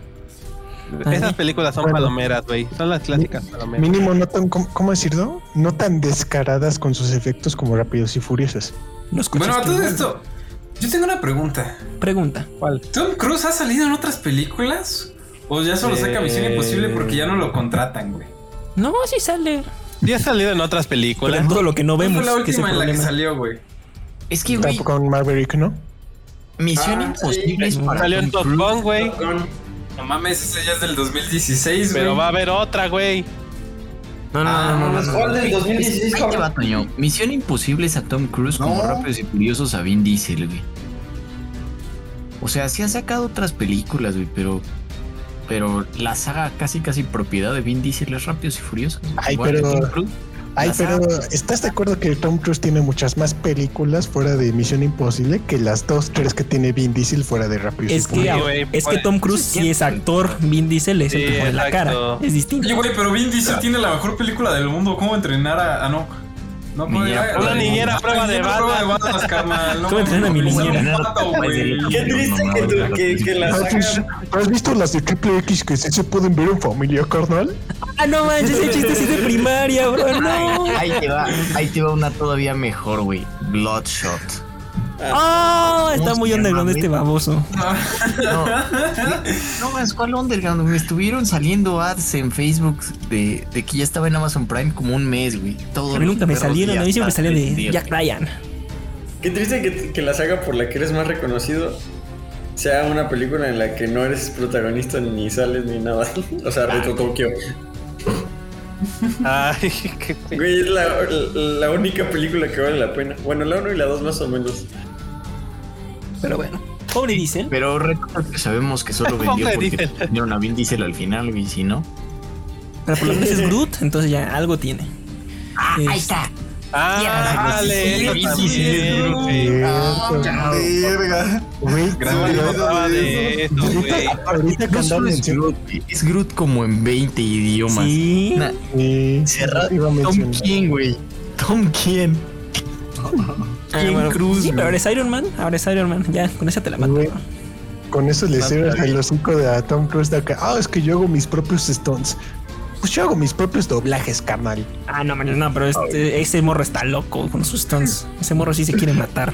C: Esas
D: Ay.
C: películas son
F: Bueno.
C: palomeras, güey. Son las clásicas palomeras.
F: Mínimo no tan, ¿cómo, cómo decirlo? No tan descaradas con sus efectos como rápidos y furiosos.
D: Los coches
E: Bueno, a todo
D: que-
E: esto, yo tengo una pregunta.
D: Pregunta.
E: ¿Tom Cruise ha salido en otras películas? ¿O ya solo saca Misión
C: Eh.
E: Imposible porque ya no lo contratan, güey? ¿Cuál
D: No, sí sale.
C: Ya ha salido en otras
D: Pero
C: películas.
D: en todo lo que no vemos.
E: fue la
D: que es el
E: última en la que
D: problema.
E: salió, güey?
B: Es que, güey,
F: Tampoco con Maverick, ¿no?
B: Misión
H: Ah, sí,
B: Imposible es para
C: Salió en Top
B: Tom Cruise.
C: Gun, güey.
H: Con-
E: No mames, esa ya es del 2016, güey.
C: Pero va a haber otra, güey.
B: No, no, no, no, no, no,
H: ¿Cuál del 2016,
B: Ahí te va,
H: cabrón?
B: Toño. Misión Imposible es a Tom Cruise como
J: No.
B: Rápidos y Furiosos a Vin Diesel, güey. O sea, sí han sacado otras películas, güey, pero... Pero la saga casi casi propiedad de Vin Diesel es Rápidos y Furiosos. güey.
F: Ay,
B: Igual que
F: pero-
B: Tom Cruise.
F: Ay,
B: Las
F: pero
B: armas.
F: ¿estás de acuerdo que Tom Cruise tiene muchas más películas fuera de Misión Imposible que las dos, tres que tiene Vin Diesel fuera de Rápidos y
D: Es que,
F: Furiosos?
C: güey,
D: es que
C: bueno,
D: Tom Cruise
B: sí,
D: sí es actor, Vin Diesel es el
C: Sí,
D: que pone la cara.
C: exacto.
D: Es distinto.
E: Oye, güey, pero Vin Diesel tiene la mejor película del mundo. ¿Cómo entrenar a, a no? No, ¿cómo
B: Niñera,
E: era?
B: una
E: La-
C: niñera a prueba de
E: niñera a prueba de balas, carnal. No
D: ¿Cómo entrenar a mi
E: mames,
D: niñera?
E: es un pato,
B: Pues,
E: güey.
H: Qué triste que, tú- que, que la
F: Ah, pues,
H: sacan.
F: ¿Has visto las de Triple X que sí se pueden ver en familia, carnal?
D: Ah, no manches, ese chiste sí es de primaria, bro. No.
B: Ahí te va, ahí te va una todavía mejor, güey. Bloodshot.
D: Ah, está
B: ¿Cómo
D: muy
B: se llama,
D: underground
B: güey?
D: este baboso.
B: No, no es cual underground. Me estuvieron saliendo ads en Facebook de, de que ya estaba en Amazon Prime como un mes, güey. Todo
D: A mí nunca me salieron, a mí siempre salían de Jack Ryan.
H: Qué triste que, que la saga por la que eres más reconocido sea una película en la que no eres protagonista ni sales ni nada. O sea, Reto Tokio.
C: Ay, qué
H: Güey, es la, la única película que vale la pena. Bueno, la 1 y la 2 más o menos.
D: Pero bueno, pobre Diesel.
B: Pero recuerda que sabemos que solo vendió
C: Pobre
B: porque
C: Diesel.
B: dieron a Vin Diesel al final, güey, si no.
D: Pero por lo menos es Groot, entonces ya algo tiene. Este, ahí está.
C: Ah, dale,
B: sí,
C: eso
B: sí, sí,
C: también,
B: sí, Ah,
C: güey.
J: Verga.
F: Güey,
J: Gran
F: güey,
C: No me
J: Dios.
C: acordaba de eso, güey.
F: ahorita, ahorita que
B: No solo
F: andaban
B: es
F: mencionando-
B: Groot, güey, es Groot como en 20 idiomas.
D: Sí.
B: Nah,
F: Sí,
B: Cerrado.
F: iba a
B: Tom
F: mencionar.
B: quién, güey. Tom quién.
D: Ah, Sí,
B: Quién Cruz.
D: sí, pero
B: güey.
D: ahora es Iron Man, ahora es Iron Man. Ya, con esa te la mato.
F: Güey. Con eso le cierras el hocico de a Tom Cruise de acá. Ah, es que yo hago mis propios stunts. Pues yo hago mis propios doblajes, carnal.
D: Ah, no, man, no, pero este, ese morro está loco con sus stunts. Ese morro sí se quiere matar.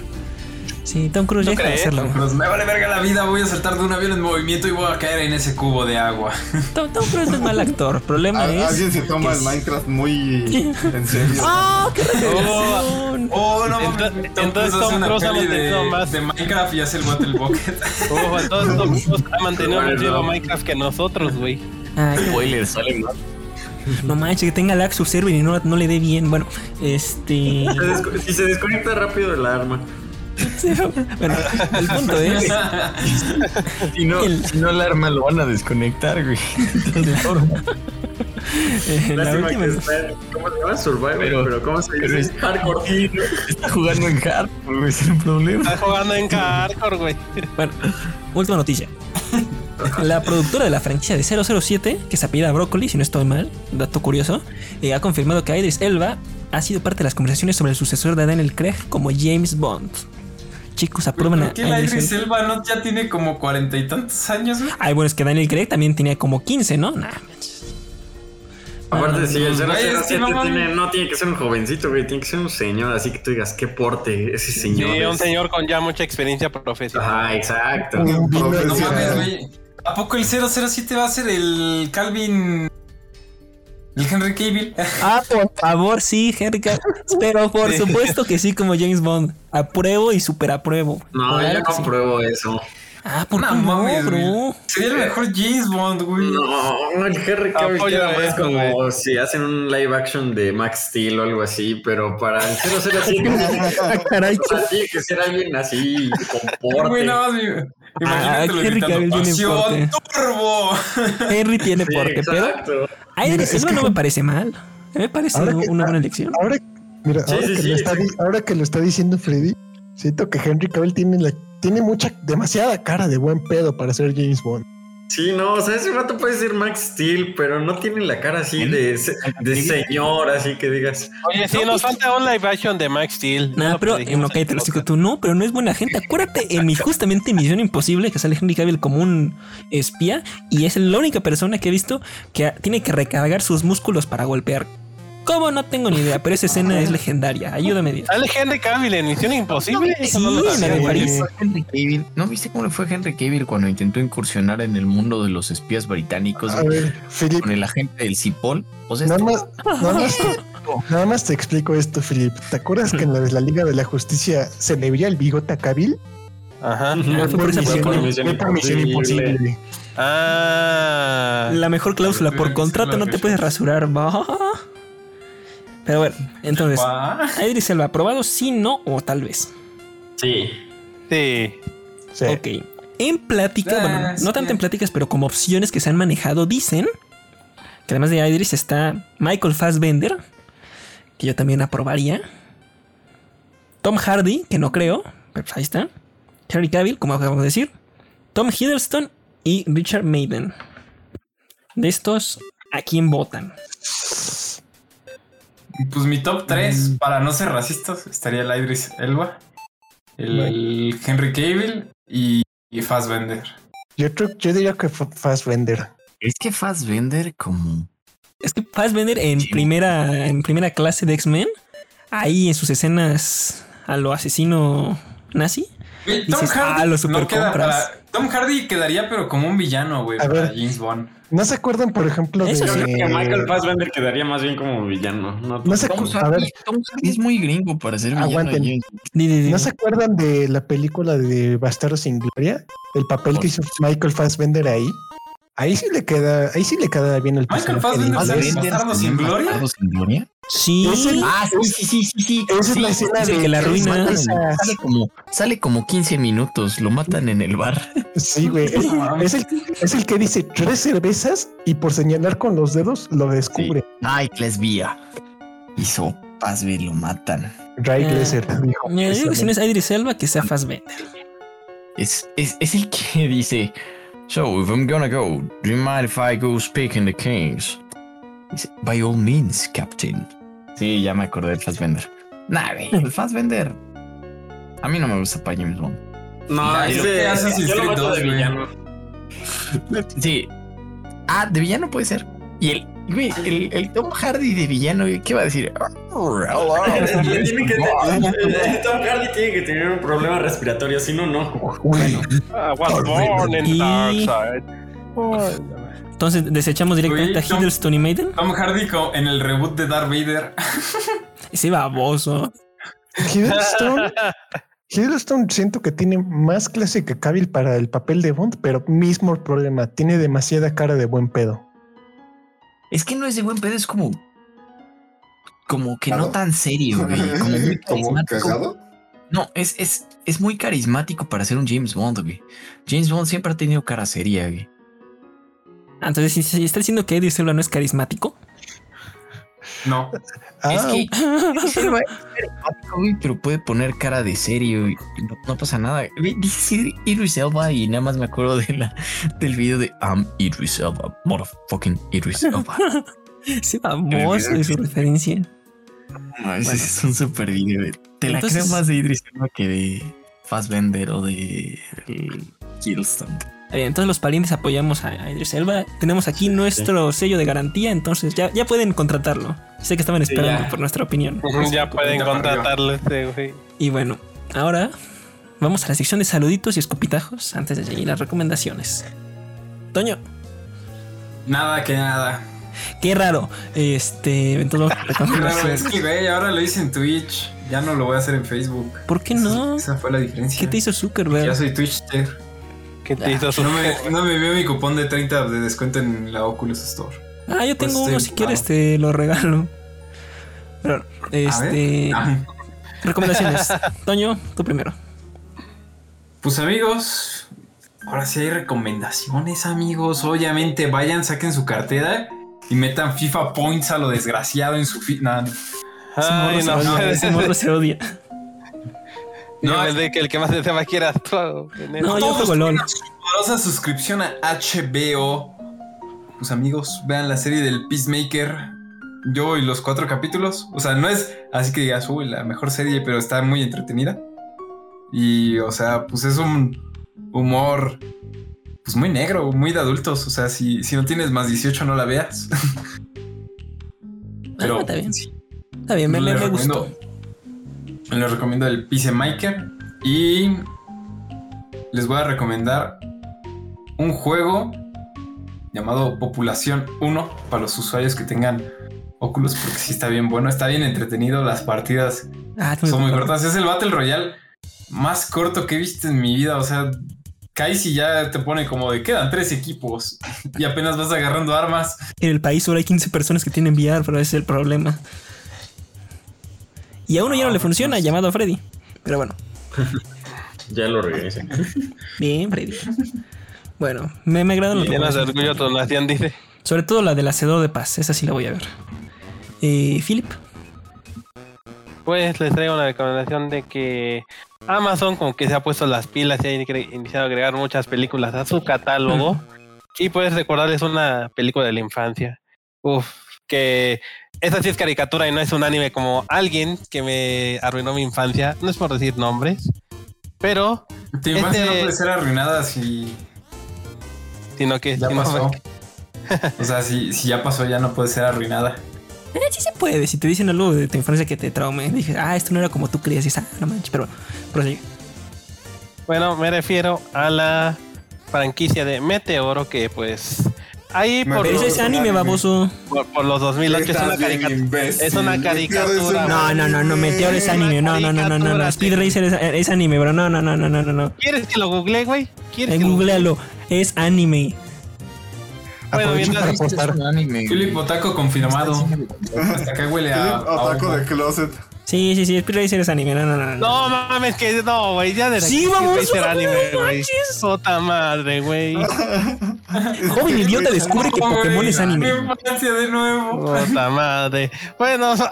D: Sí, Tom Cruise,
C: ¿No
D: deja de
C: crees,
D: hacerlo.
E: Tom
D: güey.
E: Cruise, Pues me vale verga la vida, voy a saltar de un avión en movimiento y voy a caer en ese cubo de agua.
D: Tom, Tom Cruise no es mal actor. El problema
J: Al- Alguien
D: es.
J: se toma
D: que
J: el
D: es-
J: Minecraft muy en serio.
D: ¡Ah, qué revelación!
E: Oh, no mames.
C: Entonces-
E: Tom
C: entonces
E: Cruise hace
C: Tom
E: una
C: Cruise ha
E: peli
C: mantenido
E: de,
C: más-
E: de Minecraft y hace el Battle Bucket.
C: Ojo, a todos estos juegos han mantenido más
H: Bueno,
C: vivo
H: no.
C: Minecraft que nosotros, güey.
D: Ah, qué-
B: Spoiler, sale más.
D: No manches, que tenga lag su server y no, no le dé bien. Bueno, este.
H: Se desco- Si se desconecta rápido el arma.
D: bueno, el punto es.
B: Si no,
D: El-
B: si no el arma lo van a desconectar, güey.
D: eh, la
H: Lástima
D: última.
H: que está. ¿Cómo se llama? Survivor,
B: Pero-
H: pero, ¿cómo se
B: pero
H: dice?
B: es-
H: Hardcore. Sí, ¿no?
B: Está jugando en hardcore, güey, es un problema.
C: Está jugando en hardcore, güey.
D: Bueno, última noticia. La productora de la franquicia de 007, que se apellida Broccoli, si no estoy mal, dato curioso, eh, ha confirmado que Idris Elba ha sido parte de las conversaciones sobre el sucesor de Daniel Craig como James Bond. chicos, aprueben a
E: ¿Por qué
D: a
E: la
D: Idris
E: Iris
D: Elba.
E: Elba no ya tiene como cuarenta y tantos años, güey?
D: Ay, bueno, es que Daniel Craig también tenía como 15, ¿no? Nah, manches.
G: Aparte, si Ah, el
E: Güey, es que
G: 007
E: no mames.
G: tiene- no tiene que ser un jovencito, güey, tiene que ser un señor, así que tú digas, qué porte ese
C: Sí,
G: señor.
C: un
G: es-
C: señor con ya mucha experiencia profesional.
G: Ajá, exacto.
F: Un vino
K: Profesional.
E: No
K: Sí,
E: mames,
K: sí.
E: güey. ¿A poco el 007 va a ser el Calvin. el Henry Cavill?
D: Ah, por favor, sí, Henry Cavill. Pero por supuesto que sí, como James Bond. Apruebo y superapruebo.
G: No,
D: Claro
G: yo
D: que
G: no
D: sí.
G: pruebo eso.
D: Ah, ¿por
E: No
D: qué no,
E: mames,
D: bro?
E: güey. Sería el mejor James Bond, güey.
G: No, el Henry Cavill
C: Apoyo
G: queda más
C: eso,
G: como si hacen un live action de Max Steel o algo así, pero para el 007 tiene
D: Ah, caray.
G: o sea, tiene que ser alguien así, con porte.
E: Güey, nada más, güey. Imagínatelo
D: Ah, Henry Cavill
E: gritando.
D: tiene porte".
E: ¡Acción turbo!
D: Henry tiene
G: Sí,
D: porte, pero.
G: exacto.
D: A Idris
F: Mira, es
D: Elba
F: que-
D: no me parece mal. Me parece
F: Ahora que-
D: una buena elección.
F: Ahora, mira,
G: Sí,
F: ahora,
G: sí,
F: que
G: sí,
F: lo está, di- ahora que lo está diciendo Freddy, siento que Henry Cavill tiene la, tiene mucha, demasiada cara de buen pedo para ser James Bond.
G: Sí, no, o sea, ese rato puede ser Max Steel, pero no tiene la cara así de, se- de señor, así que digas.
C: Oye, sí, nos falta un live action de Max Steel. pues,
D: Nada, pero en lo que te lo digo tú, no, pero no es buena gente. Acuérdate, en mi justamente Misión Imposible, que sale Henry Cavill como un espía, y es la única persona que he visto que ha- tiene que recargar sus músculos para golpear. ¿Cómo? No tengo ni idea, pero esa escena es legendaria. Ayúdame, Dios.
C: Sale Henry Cavill en Misión Imposible.
D: Sí,
C: Eso no lo
D: en la
C: sabía,
D: de
C: güey.
D: París.
B: Henry Cavill. ¿No viste cómo le fue a Henry Cavill cuando intentó incursionar en el mundo de los espías británicos
F: A
B: güey,
F: ver, Philip,
B: Pues con el agente del Cipol? O sea,
F: nada
B: este-
F: más, nada más, te, nada más te explico esto, Philip. ¿Te acuerdas que en la, la Liga de la Justicia se le veía el bigote a Cavill?
C: Ajá.
F: Fue
D: por esa
F: misión-
D: por
G: Misión
F: fue por Misión
G: Imposible.
F: Imposible.
C: Ah.
D: La mejor cláusula por contrato no te puedes rasurar. va. Pero bueno, entonces,
E: Pa.
D: Idris Elba, ¿aprobado? Sí, no, o tal vez.
G: Sí,
C: Sí.
F: Sí.
D: Ok. En plática,
E: Ah,
D: bueno,
E: sí.
D: no tanto en pláticas, pero como opciones que se han manejado, dicen que además de Idris está Michael Fassbender, que yo también aprobaría. Tom Hardy, que no creo, pero pues ahí está. Henry Cavill, como acabamos de decir. Tom Hiddleston y Richard Maiden. De estos, ¿a quién votan?
E: Pues mi top
D: Mm.
E: 3, para no ser racistas, estaría el Idris Elba, el, Henry Cavill y, y Fassbender.
F: Yo, creo- yo diría que fue Fassbender.
B: es que Fassbender como...
D: Es que Fassbender en primera, en primera clase de X-Men, ahí en sus escenas a lo asesino nazi,
E: Güey, Tom
D: Dices,
E: Hardy
D: ah, lo
E: no queda
D: supercompras.
E: para- Tom Hardy quedaría pero como un villano, güey,
F: A
E: para
F: ver.
E: James Bond.
F: ¿No se acuerdan, por ejemplo,
D: Eso
F: de...
D: sí.
G: creo que Michael Fassbender quedaría más bien como villano. No,
F: No se,
B: Tom
F: a ver,
B: Hardy, Tom Hardy es muy gringo para ser villano.
F: Aguanten.
B: James.
D: Di, di, di.
F: ¿No se acuerdan de la película de Bastardo sin Gloria? El papel que hizo Michael Fassbender ahí. Ahí sí le queda, ahí sí le queda bien el
E: Michael
F: personaje de
E: Fassbender
F: Hitler.
E: sale-
B: Fassbender
E: Bastardos sin
B: también,
E: Gloria?
B: Bastardos sin Gloria.
D: Sí.
F: Es el-
B: Ah, sí, sí, sí, sí, sí.
F: Esa es la
B: Sí,
F: escena
D: es el
F: de
D: que la arruina.
F: matan en la-
B: Sale como, sale como 15 minutos, lo matan en el bar.
F: Sí, güey. Es, es el, es el que dice tres cervezas y por señalar con los dedos lo descubre.
B: Ay, lesbia. Hizo paz, güey, lo matan.
F: Ray
D: Ah.
F: Glaser dijo.
D: Mira, yo digo que si no
F: precisamente.
D: es Idris Elba, que sea Fassbender.
B: Es, es, es el que dice: So, if I'm gonna go, do you mind if I go speak in the Kings? Dice, By all means, Captain. Sí, ya me acordé del Fassbender. Nah, güey, el Fassbender. A mí no me gusta para James Bond.
G: no
E: Ay,
G: es
E: lo que hace
G: de, yo
E: Assassin's
G: lo
E: Creed
G: mato
E: 2,
G: de
E: güey.
G: villano.
B: Sí. Ah, de villano puede ser. Y el, güey, el, el Tom Hardy de villano, güey, ¿qué va a decir?
G: Le tiene que tener- Tom Hardy tiene que tener un problema respiratorio, si no, no.
C: Ah, was born in
D: Y-
C: dark side.
D: Entonces, desechamos directamente
E: Güey,
D: a
E: no.
D: Hiddleston y Maiden.
E: Tom Hardy co- en el reboot de Darth Vader.
D: Ese baboso.
F: Hiddleston, Hiddleston siento que tiene más clase que Cavill para el papel de Bond, pero mismo problema, tiene demasiada cara de buen pedo.
B: Es que no es de buen pedo, es como. Como que no
K: Claro.
B: tan serio, güey. Como muy
K: Como
B: carismático.
K: cagado.
B: No, es, es, es muy carismático para ser un James Bond, güey. James Bond siempre ha tenido cara seria, güey.
D: Ah, Entonces, si, si está diciendo que Idris Elba no es carismático,
E: No.
B: es
F: Ah,
B: que es carismático, güey, pero puede poner cara de serio y no, no pasa nada. Güey, Dices Id- Idris Elba y nada más me acuerdo de la, del video de I'm Idris Elba, motherfucking Idris Elba.
D: ese baboso de su referencia.
B: No, ese es un super video. güey. Te la
D: Entonces-
B: creo más de Idris Elba que de
I: Fassbender o de Killstone.
D: Bien, entonces los parientes apoyamos a a Idris Elba. Tenemos aquí nuestro sello de garantía, entonces ya, ya pueden contratarlo. Sé que estaban esperando
E: ya.
D: por nuestra opinión.
C: Ya pueden contratarlo este, güey.
D: Y bueno, ahora vamos a la sección de saluditos y escupitajos antes de seguir las recomendaciones. Toño,
E: Nada que nada.
D: qué raro. Este, entonces vamos a la
E: Claro, es
D: recomendación.
E: que, güey, ahora lo hice en Twitch. Ya no lo voy a hacer en Facebook.
D: ¿Por qué no?
E: Esa fue la diferencia.
D: ¿Qué te hizo
E: Ya
D: Zuckerberg?
E: soy Twitcher.
C: Que
D: Ah,
C: te hizo su-
E: No me, no me vio mi cupón de 30 de descuento en la Oculus Store.
D: Ah, yo tengo
E: Pues,
D: uno,
E: sí,
D: si quieres
E: claro.
D: te lo regalo. Pero,
E: A ver.
D: este,
E: Ah,
D: recomendaciones. Toño, tú primero.
E: Pues amigos, ahora sí hay recomendaciones, amigos. Obviamente, vayan, saquen su cartera y metan FIFA Points a lo desgraciado en su fi- nah,
D: Ese morro
C: Ay,
D: se
C: no,
D: odia,
C: no,
D: ese morro se odia.
C: no,
E: No,
C: el de que el que más te va quieras tú. en
D: No,
C: eso.
D: yo juego LOL.
E: Poderosa suscripción a HBO. Pues amigos, vean la serie del Peacemaker. Yo y los cuatro capítulos. O sea, no es así que digas, uy, la mejor serie, pero está muy entretenida. Y, o sea, pues es un humor, pues muy negro, muy de adultos. O sea, si, si no tienes más 18, no la veas.
D: Ah, está bien. Está bien, me,
E: Le
D: me- me
E: recomiendo-
D: gustó.
E: Les recomiendo el Peacemaker y les voy a recomendar un juego llamado Populación 1 para los usuarios que tengan Oculus porque sí está bien bueno, está bien entretenido, las partidas
D: Ah, tú me
E: son muy
D: acuerdas.
E: cortas, es el Battle Royale más corto que he visto en mi vida, o sea, Kaisi ya te pone como de quedan tres equipos y apenas vas agarrando armas.
D: En el país solo hay 15 personas que tienen VR, pero ese es el problema. Y a uno ya no le funciona, llamado a Freddy. Pero bueno,
G: Ya lo regresé.
D: bien, Freddy. Bueno, me, me agradan los
C: Llenas de
D: recomendaciones.
C: orgullo tu nación, dice.
D: Sobre todo la del hacedor de paz, esa sí la voy a ver. Eh, Philip,
C: Pues les traigo una recomendación de que Amazon como que se ha puesto las pilas y ha ingre- iniciado a agregar muchas películas a su catálogo. Y puedes recordarles una película de la infancia. Uf, que esa sí es caricatura y no es un anime como alguien que me arruinó mi infancia. No es por decir nombres, pero
E: Te imaginas
C: Este-
E: no puede ser arruinadas y
C: sino que...
E: ya
C: sino-
E: pasó. O sea, si, si ya pasó, ya no puede ser arruinada.
D: eh, sí se puede. Si te dicen algo de tu infancia que te traume, dije, ah, esto no era como tú creías, y dices, ah, no manches, pero bueno, prosigue.
C: Bueno, me refiero a la franquicia de Meteoro que pues... Ahí por
D: Pero
J: Meteoro.
D: ese
C: los,
D: es anime, baboso.
C: por, por los 2008 es una
J: Estás bien
C: caricatura.
J: imbécil.
C: es una caricatura,
J: Meteor es un
C: No,
D: No, no, no, no, Meteor es anime. No, no, no, no, no. no. Speed Racer es, es anime, bro. No, no, no, no, no, no, no.
C: ¿Quieres que lo google, güey? ¿Quieres
D: Eh,
C: que lo
D: googlealo. Es anime.
C: Bueno,
F: Aprovechen
C: mientras-
F: para apostar.
E: Philip Otaco confirmado. Hasta acá huele a.
J: Philip,
E: a
J: Otaku
E: ojo.
J: de closet.
D: Sí, sí, sí, Speed Racer es anime. No, no, no.
C: No mames, que no, güey, ya de
D: Sí,
C: vamos
D: baboso, no
C: anime, güey.
D: manches.
C: Sota madre, güey.
D: Joven idiota descubre que
E: No,
D: Pokémon
E: güey,
D: es anime.
E: mi infancia de nuevo.
C: Sota madre. Bueno, so-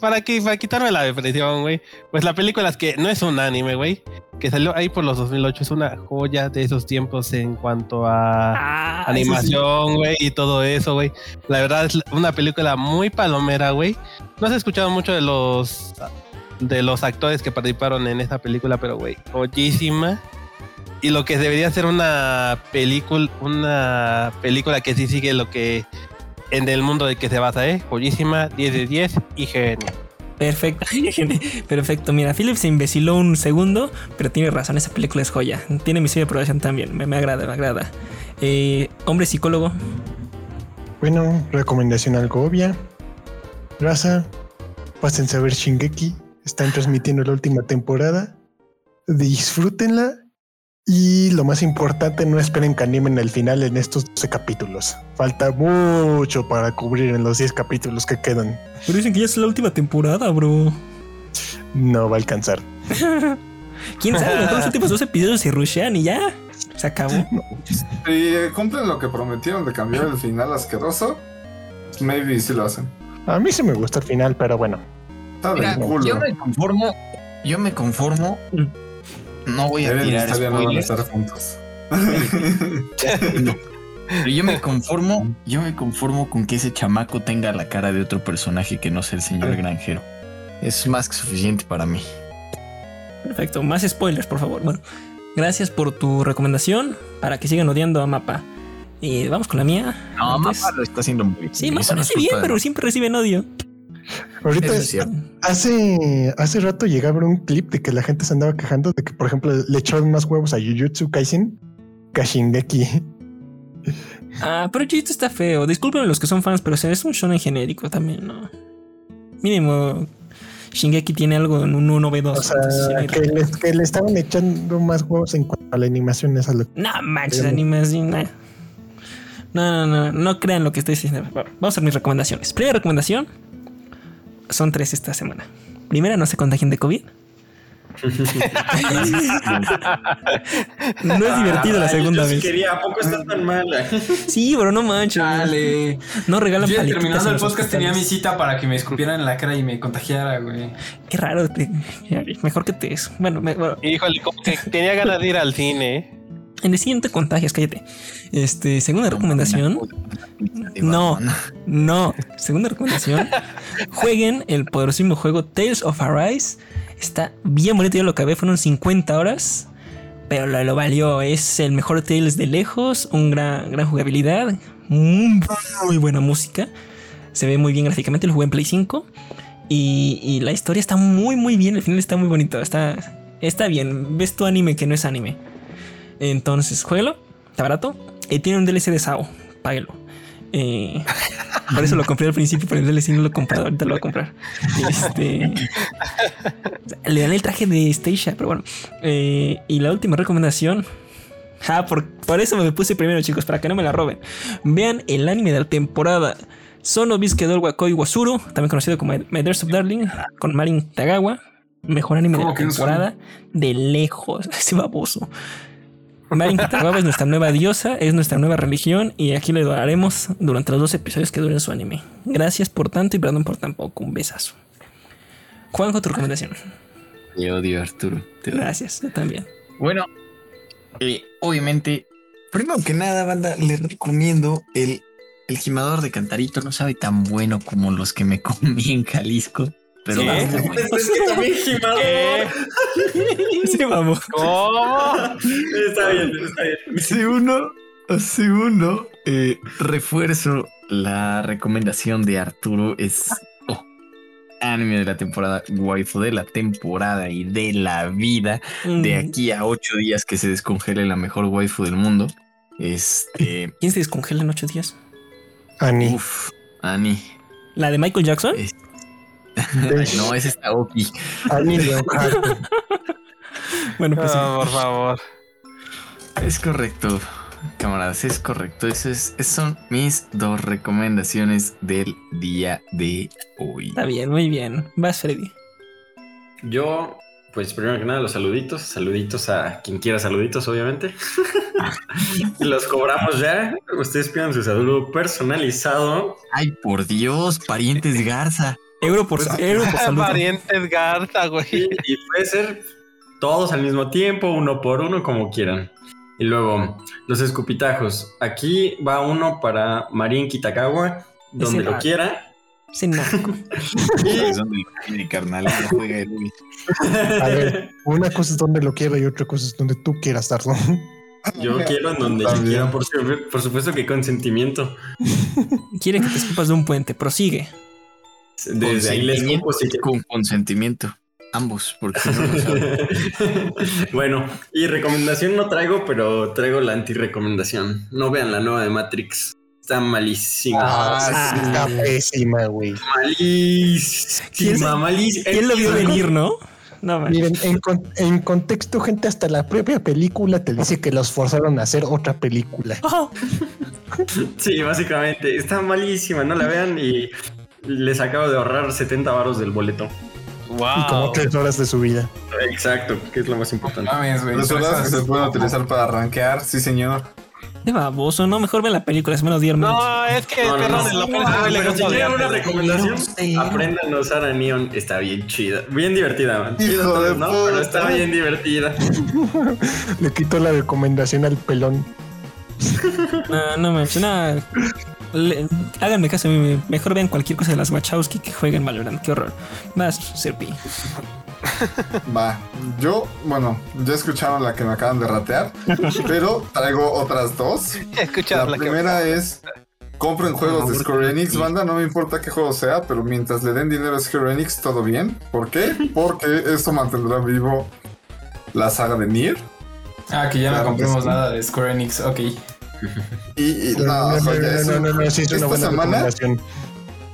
C: para, que, para quitarme la depresión, güey. Pues la película es que no es un anime, güey. Que salió ahí por los 2008. Es una joya de esos tiempos en cuanto a...
D: Ah,
C: animación, güey, y todo eso, güey. La verdad es una película muy palomera, güey. No has escuchado mucho de los de los actores que participaron en esta película, pero güey, joyísima. Y lo que debería ser una película, una película que sí sigue lo que en el mundo de que se basa, eh, joyísima, 10 de 10 y genio.
D: Perfecto. Perfecto. Mira, Philip se imbeciló un segundo, pero tiene razón. Esa película es joya. Tiene mi sello de aprobación también. Me, me agrada, me agrada. Eh, hombre psicólogo.
F: Bueno, recomendación algo obvia. Raza, pásense a ver Shingeki. Están transmitiendo la última temporada. Disfrútenla. Y lo más importante, no esperen que animen el final en estos 12 capítulos. Falta mucho para cubrir en los 10 capítulos que quedan.
D: Pero dicen que ya es la última temporada, bro.
F: No va a alcanzar.
D: ¿Quién sabe? A lo mejor los últimos dos episodios se rushean y ya. Se acabó.
J: Y eh, cumplen lo que prometieron de cambiar el final asqueroso. pues Maybe sí lo hacen.
F: A mí sí me gustó el final, pero bueno.
J: Está del
I: Mira,
J: culo.
I: yo me conformo. Yo me conformo. No voy a
J: Eren y
I: tirar
J: Stavia no van a
I: spoilers.
J: estar juntos.
I: Pero yo me conformo, yo me conformo con que ese chamaco tenga la cara de otro personaje que no sea el señor granjero. Es más que suficiente para mí.
D: Perfecto, más spoilers, por favor. Bueno, gracias por tu recomendación para que sigan odiando a Mapa. Y vamos con la mía.
L: No,
D: Antes-
L: Mapa lo está haciendo muy bien.
D: Sí, Mapa
L: Eso
D: lo
L: no es
D: hace bien,
L: culpa de-
D: pero siempre reciben odio.
F: Ahorita
L: Eso es cierto.
F: hace, hace rato llegaba un clip de que la gente se andaba quejando de que, por ejemplo, le echaron más huevos a Jujutsu Kaisen que a Shingeki.
D: Ah, pero Chito está feo. Disculpen los que son fans, pero o sea, es un shonen genérico también, ¿no? Mínimo, Shingeki tiene algo en un 1v2.
F: O sea,
D: entonces, sí, no hay
F: que
D: razón.
F: le, que le estaban echando más huevos en cuanto a la animación esa. lo-
D: No manches, anime así, nah. No, no, no, no crean lo que estoy diciendo. Vamos a ver mis recomendaciones. Primera recomendación: son tres esta semana. Primera, no se contagien de COVID. no es divertido la segunda
G: Yo sí
D: vez.
G: quería, ¿a poco está tan mala?
D: Sí, pero no manches.
E: Dale.
D: No regalan
E: Yo
D: paletitas en
E: terminando el
D: los
E: podcast tenía mi
D: hospitales.
E: cita para que me escupieran en la cara y me contagiara, güey.
D: Qué raro. te- Mejor que te eso. Bueno, me- bueno,
C: Híjole, como que tenía ganas de ir al cine. ¿eh?
D: en el siguiente contagias, cállate. Este, segunda recomendación. No, no. Segunda recomendación. jueguen el poderosísimo juego Tales of Arise. Está bien bonito, yo lo acabé, fueron 50 horas. Pero lo, lo valió, es el mejor Tales de lejos, un gran, gran jugabilidad, muy, muy buena música. Se ve muy bien gráficamente, lo jugué en Play 5. Y, y la historia está muy, muy bien, el final está muy bonito, está, está bien. Ves tu anime que no es anime. Entonces, juégalo, está barato. Y tiene un DLC de Sao, páguelo. Eh, por eso lo compré al principio, pero el DLC no lo he comprado, ahorita lo voy a comprar. Este, le dan el traje de Stacia, pero bueno. Eh, y la última recomendación. Ah, por, por eso me puse primero, chicos, para que no me la roben. Vean el anime de la temporada. Sono Bisquedor Wakoi Wasuru, también conocido como My Dearest of Darling, con Marin Tagawa. Mejor anime de
E: ¿Cómo
D: la
E: que no suena?
D: temporada. De lejos. Ese baboso. Marin Tagawa es nuestra nueva diosa, es nuestra nueva religión y aquí le daremos durante los dos episodios que duren su anime. Gracias por tanto y perdón por tampoco. Un besazo. Juanjo, tu recomendación.
B: Te odio, Arturo. Te odio.
D: Gracias, yo también.
B: Bueno, eh, obviamente, primero que nada, banda, les recomiendo el, el gimador de cantarito. No sabe tan bueno como los que me comí en Jalisco, pero
D: ¿Sí?
B: bastante bueno.
G: Es que también
C: ¿Qué?
G: Jimador.
D: Sí, vamos.
C: ¿eh? ¿Cómo?
G: Está bien, está bien.
B: Segundo, segundo, eh, refuerzo la recomendación de Arturo es oh, anime de la temporada, waifu de la temporada y de la vida.
D: Mm,
B: De aquí a ocho días que se descongele la mejor waifu del mundo. Este,
D: ¿Quién se descongela en ocho días?
F: Ani.
B: uff, Ani.
D: ¿La de Michael Jackson?
B: es- no, es esta Oki.
F: Ani de Oaxaca.
D: Bueno, pues sí.
C: No, por favor.
B: Es correcto, camaradas, es correcto. Eso es, esas son mis dos recomendaciones del día de hoy.
D: Está bien, muy bien. Vas, Freddy.
G: Yo, pues primero que nada, los saluditos. Saluditos a quien quiera saluditos, obviamente. los cobramos ya. Ustedes pidan su saludo personalizado.
B: Ay, por Dios, parientes de Garza.
D: Euro por, euro por saludo.
C: Parientes Garza, güey.
G: Y, y puede ser todos al mismo tiempo, uno por uno, como quieran. Y luego, los escupitajos. Aquí va uno para Marín Kitakawa, donde
D: Ese
G: lo
D: va.
G: quiera.
D: Sin nada.
G: Y
B: Es donde lo tiene, carnal. no juega el Luis.
F: A ver, una cosa es donde lo quiero y otra cosa es donde tú quieras darlo.
G: yo quiero en donde yo
J: También.
G: quiera, por, su- por supuesto que consentimiento.
D: Quiere que te escupas de un puente. Prosigue.
G: Desde ahí les
B: Consentimiento
G: cupo si
B: y Con consentimiento. Ambos, porque no lo saben.
G: bueno, y recomendación no traigo, pero traigo la antirecomendación. No vean la nueva de Matrix. Está malísima.
F: Ah, sí, está pésima, güey.
D: ¿Quién se-
G: malísima, malísima.
D: ¿Quién lo vio venir, no? No, man.
F: Miren, en, con- en contexto, gente, hasta la propia película te dice que los forzaron a hacer otra película.
D: Oh,
G: Sí, básicamente. Está malísima, no la vean y les acabo de ahorrar 70 varos del boleto.
F: Y como
C: Wow.
F: tres horas de su vida.
G: Exacto, que es lo más importante.
E: Mames, güey.
J: Los
E: tres
J: soldados que
E: horas.
J: se pueden utilizar para rankear, sí, señor.
D: qué baboso. No, mejor ve la película. Es menos 10 minutos.
C: No, es que
G: No, no,
C: perdón,
G: no.
C: la prensa
G: Ah,
C: güey, le
G: pero si
C: gusta
G: quieren
C: odiar.
G: una recomendación,
B: Sí.
G: aprendan a usar a Neon. Está bien chida, bien divertida.
J: Hijo
G: Chida todas,
J: de
G: ¿no? Pero
J: puta.
G: está bien divertida.
F: Le quito la recomendación al pelón.
D: No, no, man. No. Le- háganme caso. a mí, Mejor vean cualquier cosa de las Wachowski que jueguen Valorant. Qué horror. Vas, Serpi.
J: Va, yo, bueno, ya escucharon la que me acaban de ratear, pero traigo otras dos.
C: Escucha
J: La
C: la que-
J: primera es, compren juegos de Square Enix, banda, no me importa qué juego sea, pero mientras le den dinero a Square Enix, todo bien. ¿Por qué? Porque esto mantendrá vivo la saga de Nier.
E: Ah, que ya
J: Claro
E: no
J: que
E: compremos
J: sí.
E: nada de Square Enix, ok.
J: Y, y-
F: No,
J: no,
F: no, no,
J: joya, es
F: no,
J: un-
F: no, no, sí es una
J: esta
F: buena
J: semana
F: recomendación.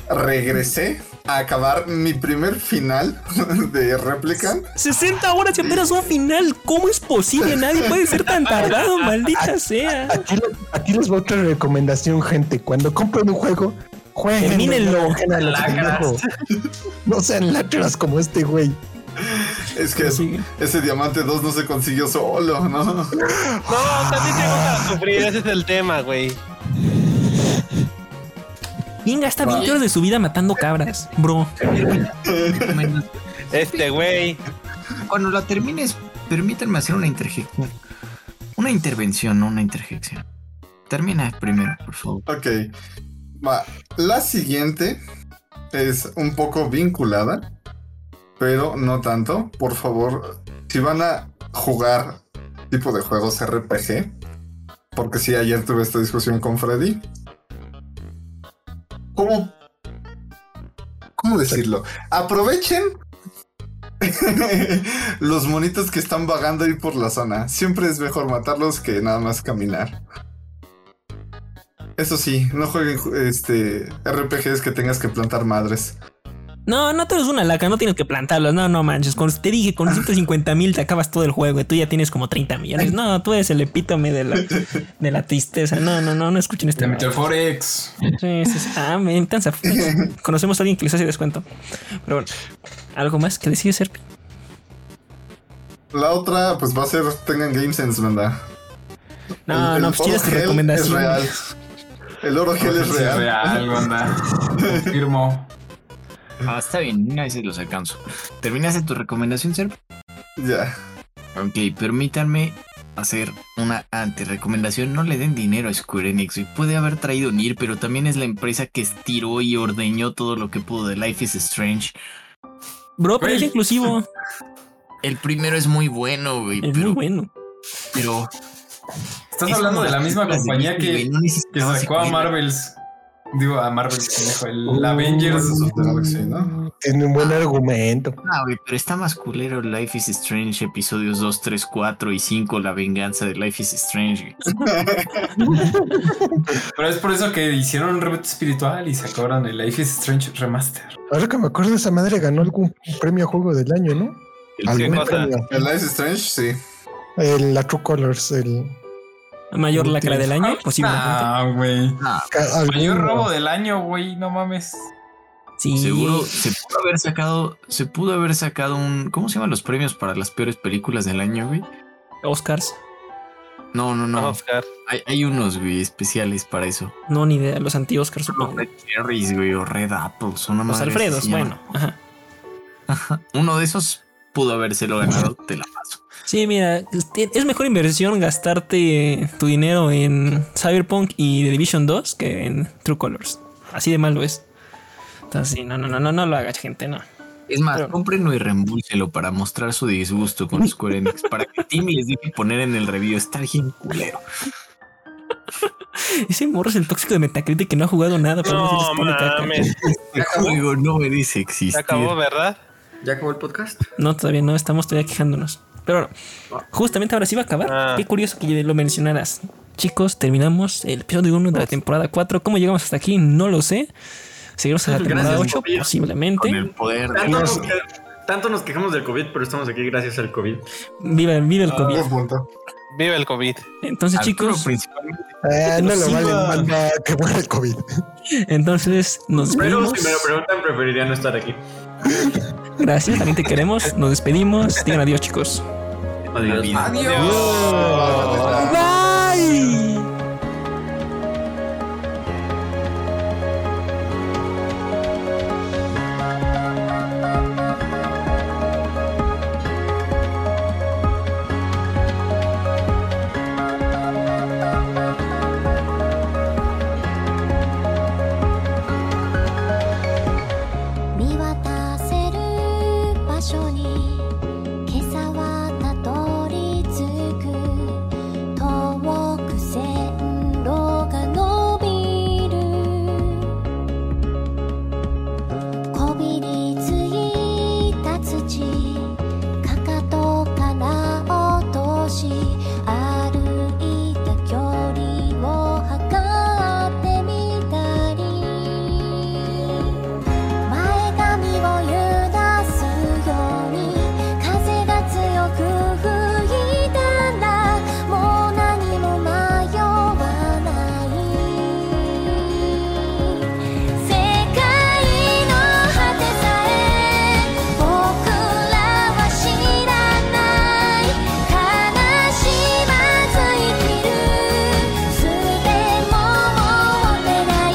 J: regresé a acabar mi primer final de Replicant.
D: 60 horas y apenas un final. ¿Cómo es posible? Nadie puede ser tan tardado, maldita sea.
F: Aquí, le- aquí les va otra recomendación, gente. Cuando compren un juego, jueguen.
D: Termínenlo.
F: No sean lacras como este güey.
J: Es que
D: Sí.
J: ese diamante 2 no se consiguió solo, ¿no?
C: No, también tengo para sufrir, ese es el tema, güey.
D: Bien gasta 20 horas de su vida matando cabras, bro.
C: Este güey.
B: Cuando la termines, permítanme hacer una interjección. Una intervención, no una interjección. Termina primero, por favor.
J: Ok. Va. La siguiente es un poco vinculada, pero no tanto. Por favor, si van a jugar tipo de juegos RPG, porque sí, ayer tuve esta discusión con Freddy. ¿Cómo? ¿Cómo decirlo? Aprovechen los monitos que están vagando ahí por la zona. Siempre es mejor matarlos que nada más caminar. Eso sí, no jueguen ju- este RPGs que tengas que plantar madres.
D: No, no te eres una laca, no tienes que plantarlas. No, no manches. Con, te dije, con 150 mil te acabas todo el juego y tú ya tienes como 30 millones. No, tú eres el epítome de la, de la tristeza. No, no, no, no escuchen este.
E: Te metió el Forex.
D: Sí, sí, sí. Ah, me encanta. Conocemos a alguien que les hace descuento. Pero bueno, ¿algo más que decir, Serpi?
J: La otra, pues va a ser tengan Game Sense, banda.
D: No, no, pues quieres tu
J: Oro Gel
D: recomendación.
J: Es real. El oro gel es
E: Sí,
J: real.
E: real, banda. Confirmo.
B: Ah, está bien, una vez los alcanzo. ¿Terminaste tu recomendación, Serp?
J: Ya.
B: Ok, permítanme hacer una antirecomendación. No le den dinero a Square Enix. Y puede haber traído Nier, pero también es la empresa que estiró y ordeñó todo lo que pudo de Life is Strange.
D: Bro, pero es
E: Güey.
D: inclusivo.
B: El primero es muy bueno, güey,
D: Es muy
B: pero,
D: bueno.
B: pero...
E: Estás
B: es
E: hablando
B: como
E: de la
B: las
E: misma
B: películas de
E: compañía
B: Disney,
E: que,
B: güey, no
E: que
B: necesitaba
E: sacó a
B: secuela.
E: Marvels. Digo, a Marvels, pendejo, el
B: Uh,
E: Avengers.
J: Guardians of the Galaxy, ¿no?
F: Tiene un buen argumento.
B: Ah, güey, pero está más culero Life is Strange, episodios 2, 3, 4 y 5, la venganza de Life is Strange. güey.
E: Pero es por eso que hicieron un reboot espiritual y sacaron el Life is Strange Remaster.
F: Ahora que me acuerdo, esa madre ganó algún premio a juego del año, ¿no? Algún
C: cosa?
F: premio.
J: El Life is Strange, sí.
F: El, la True Colors, el.
D: Mayor lacra del año, posiblemente.
E: Ah, güey.
F: ca- algún-
E: Mayor robo del año, güey. No mames.
D: Sí.
B: Seguro se pudo haber sacado, se pudo haber sacado un, ¿cómo se llaman los premios para las peores películas del año, güey?
D: Oscars.
B: No, no, no.
C: Oscar.
B: Hay, hay unos, güey, especiales para eso.
D: No, ni idea. Los anti-Oscars,
B: Los
D: supongo.
B: Red Cherries, güey, o Red Apples, una
D: Los
B: madre así
D: Alfredos,
B: se llama.
D: bueno. Ajá.
B: Uno de esos pudo habérselo ganado, te la paso.
D: Sí, mira, este, es mejor inversión gastarte tu dinero en Cyberpunk y The Division 2 que en True Colors. Así de malo es. Entonces, sí, no, no, no, no, no lo hagas, gente, no.
B: Es más,
D: Pero-
B: cómprenlo y reembúlselo para mostrar su disgusto con Square Enix, para que Tim les deje poner en el review. Está bien culero.
D: Ese morro es el tóxico de Metacritic que no ha jugado nada. pero aún
C: No
D: así les pone caca.
C: mames.
B: El juego no merece
C: Se
B: existir.
C: acabó, ¿verdad?
G: ¿Ya acabó el podcast?
D: No, todavía no, estamos todavía quejándonos. Pero bueno, justamente ahora sí va a acabar.
C: Ah.
D: Qué curioso que lo mencionaras. Chicos, terminamos el episodio 1 de la temporada 4. ¿Cómo llegamos hasta aquí? No lo sé. Seguimos a la
G: Gracias,
D: temporada 8,
G: Sofía.
D: posiblemente.
B: Con el poder de
G: Tanto nos,
B: los-
G: tanto nos quejamos del COVID, pero estamos aquí gracias al COVID.
D: Viva, viva el COVID.
J: Buen punto.
C: Vive el COVID.
D: Entonces,
B: Arturo
D: chicos,
B: principalmente.
F: Ah, no lo
D: Sí,
F: valen,
D: va.
F: manda que muera el COVID.
D: entonces nos
G: Pero
D: vemos.
G: si me lo preguntan, preferiría no estar aquí.
D: Gracias, también te queremos. Nos despedimos. Digan adiós, chicos.
G: Adiós.
J: Oh.
D: Bye.
M: 見渡せる場所所に今朝はたどり着く遠く線路が伸びるこびりついた土かかとから落とし歩いた距離を測ってみたり前髪を揺らすように風が強く吹いたらもう何も迷わない世界の果てさえ僕らは知らない悲しまず生きるすべも持てない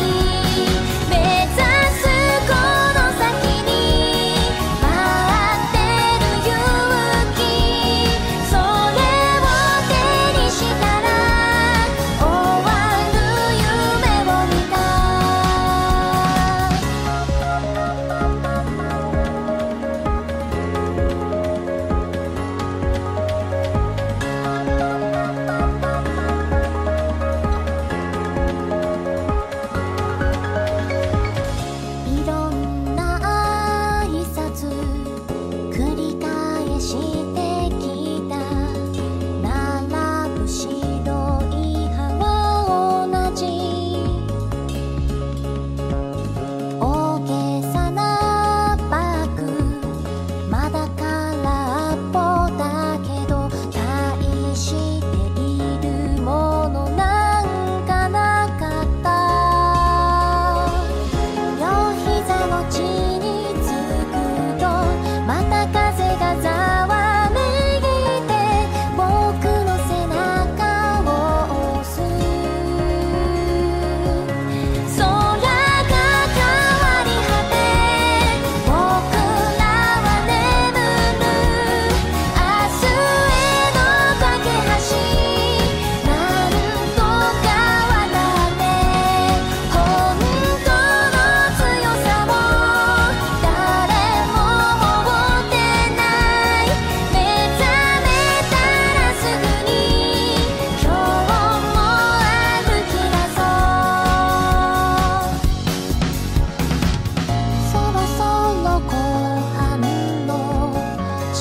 M: 目指すこの先に回ってる勇気それを手にしたら終わる夢を見たいろんな挨拶繰り返してきた並ぶ白い歯は同じ大げさなバッグまだ空っぽだけど大しているものなんかなかった両膝を地につくとまた風がざわめいて僕の背中を押す空が変わり果て僕らは眠る明日への架け橋なんとか渡って本当の強さを誰も持ってない目覚めたらすぐに今日も歩き出そうそろそろ後半の下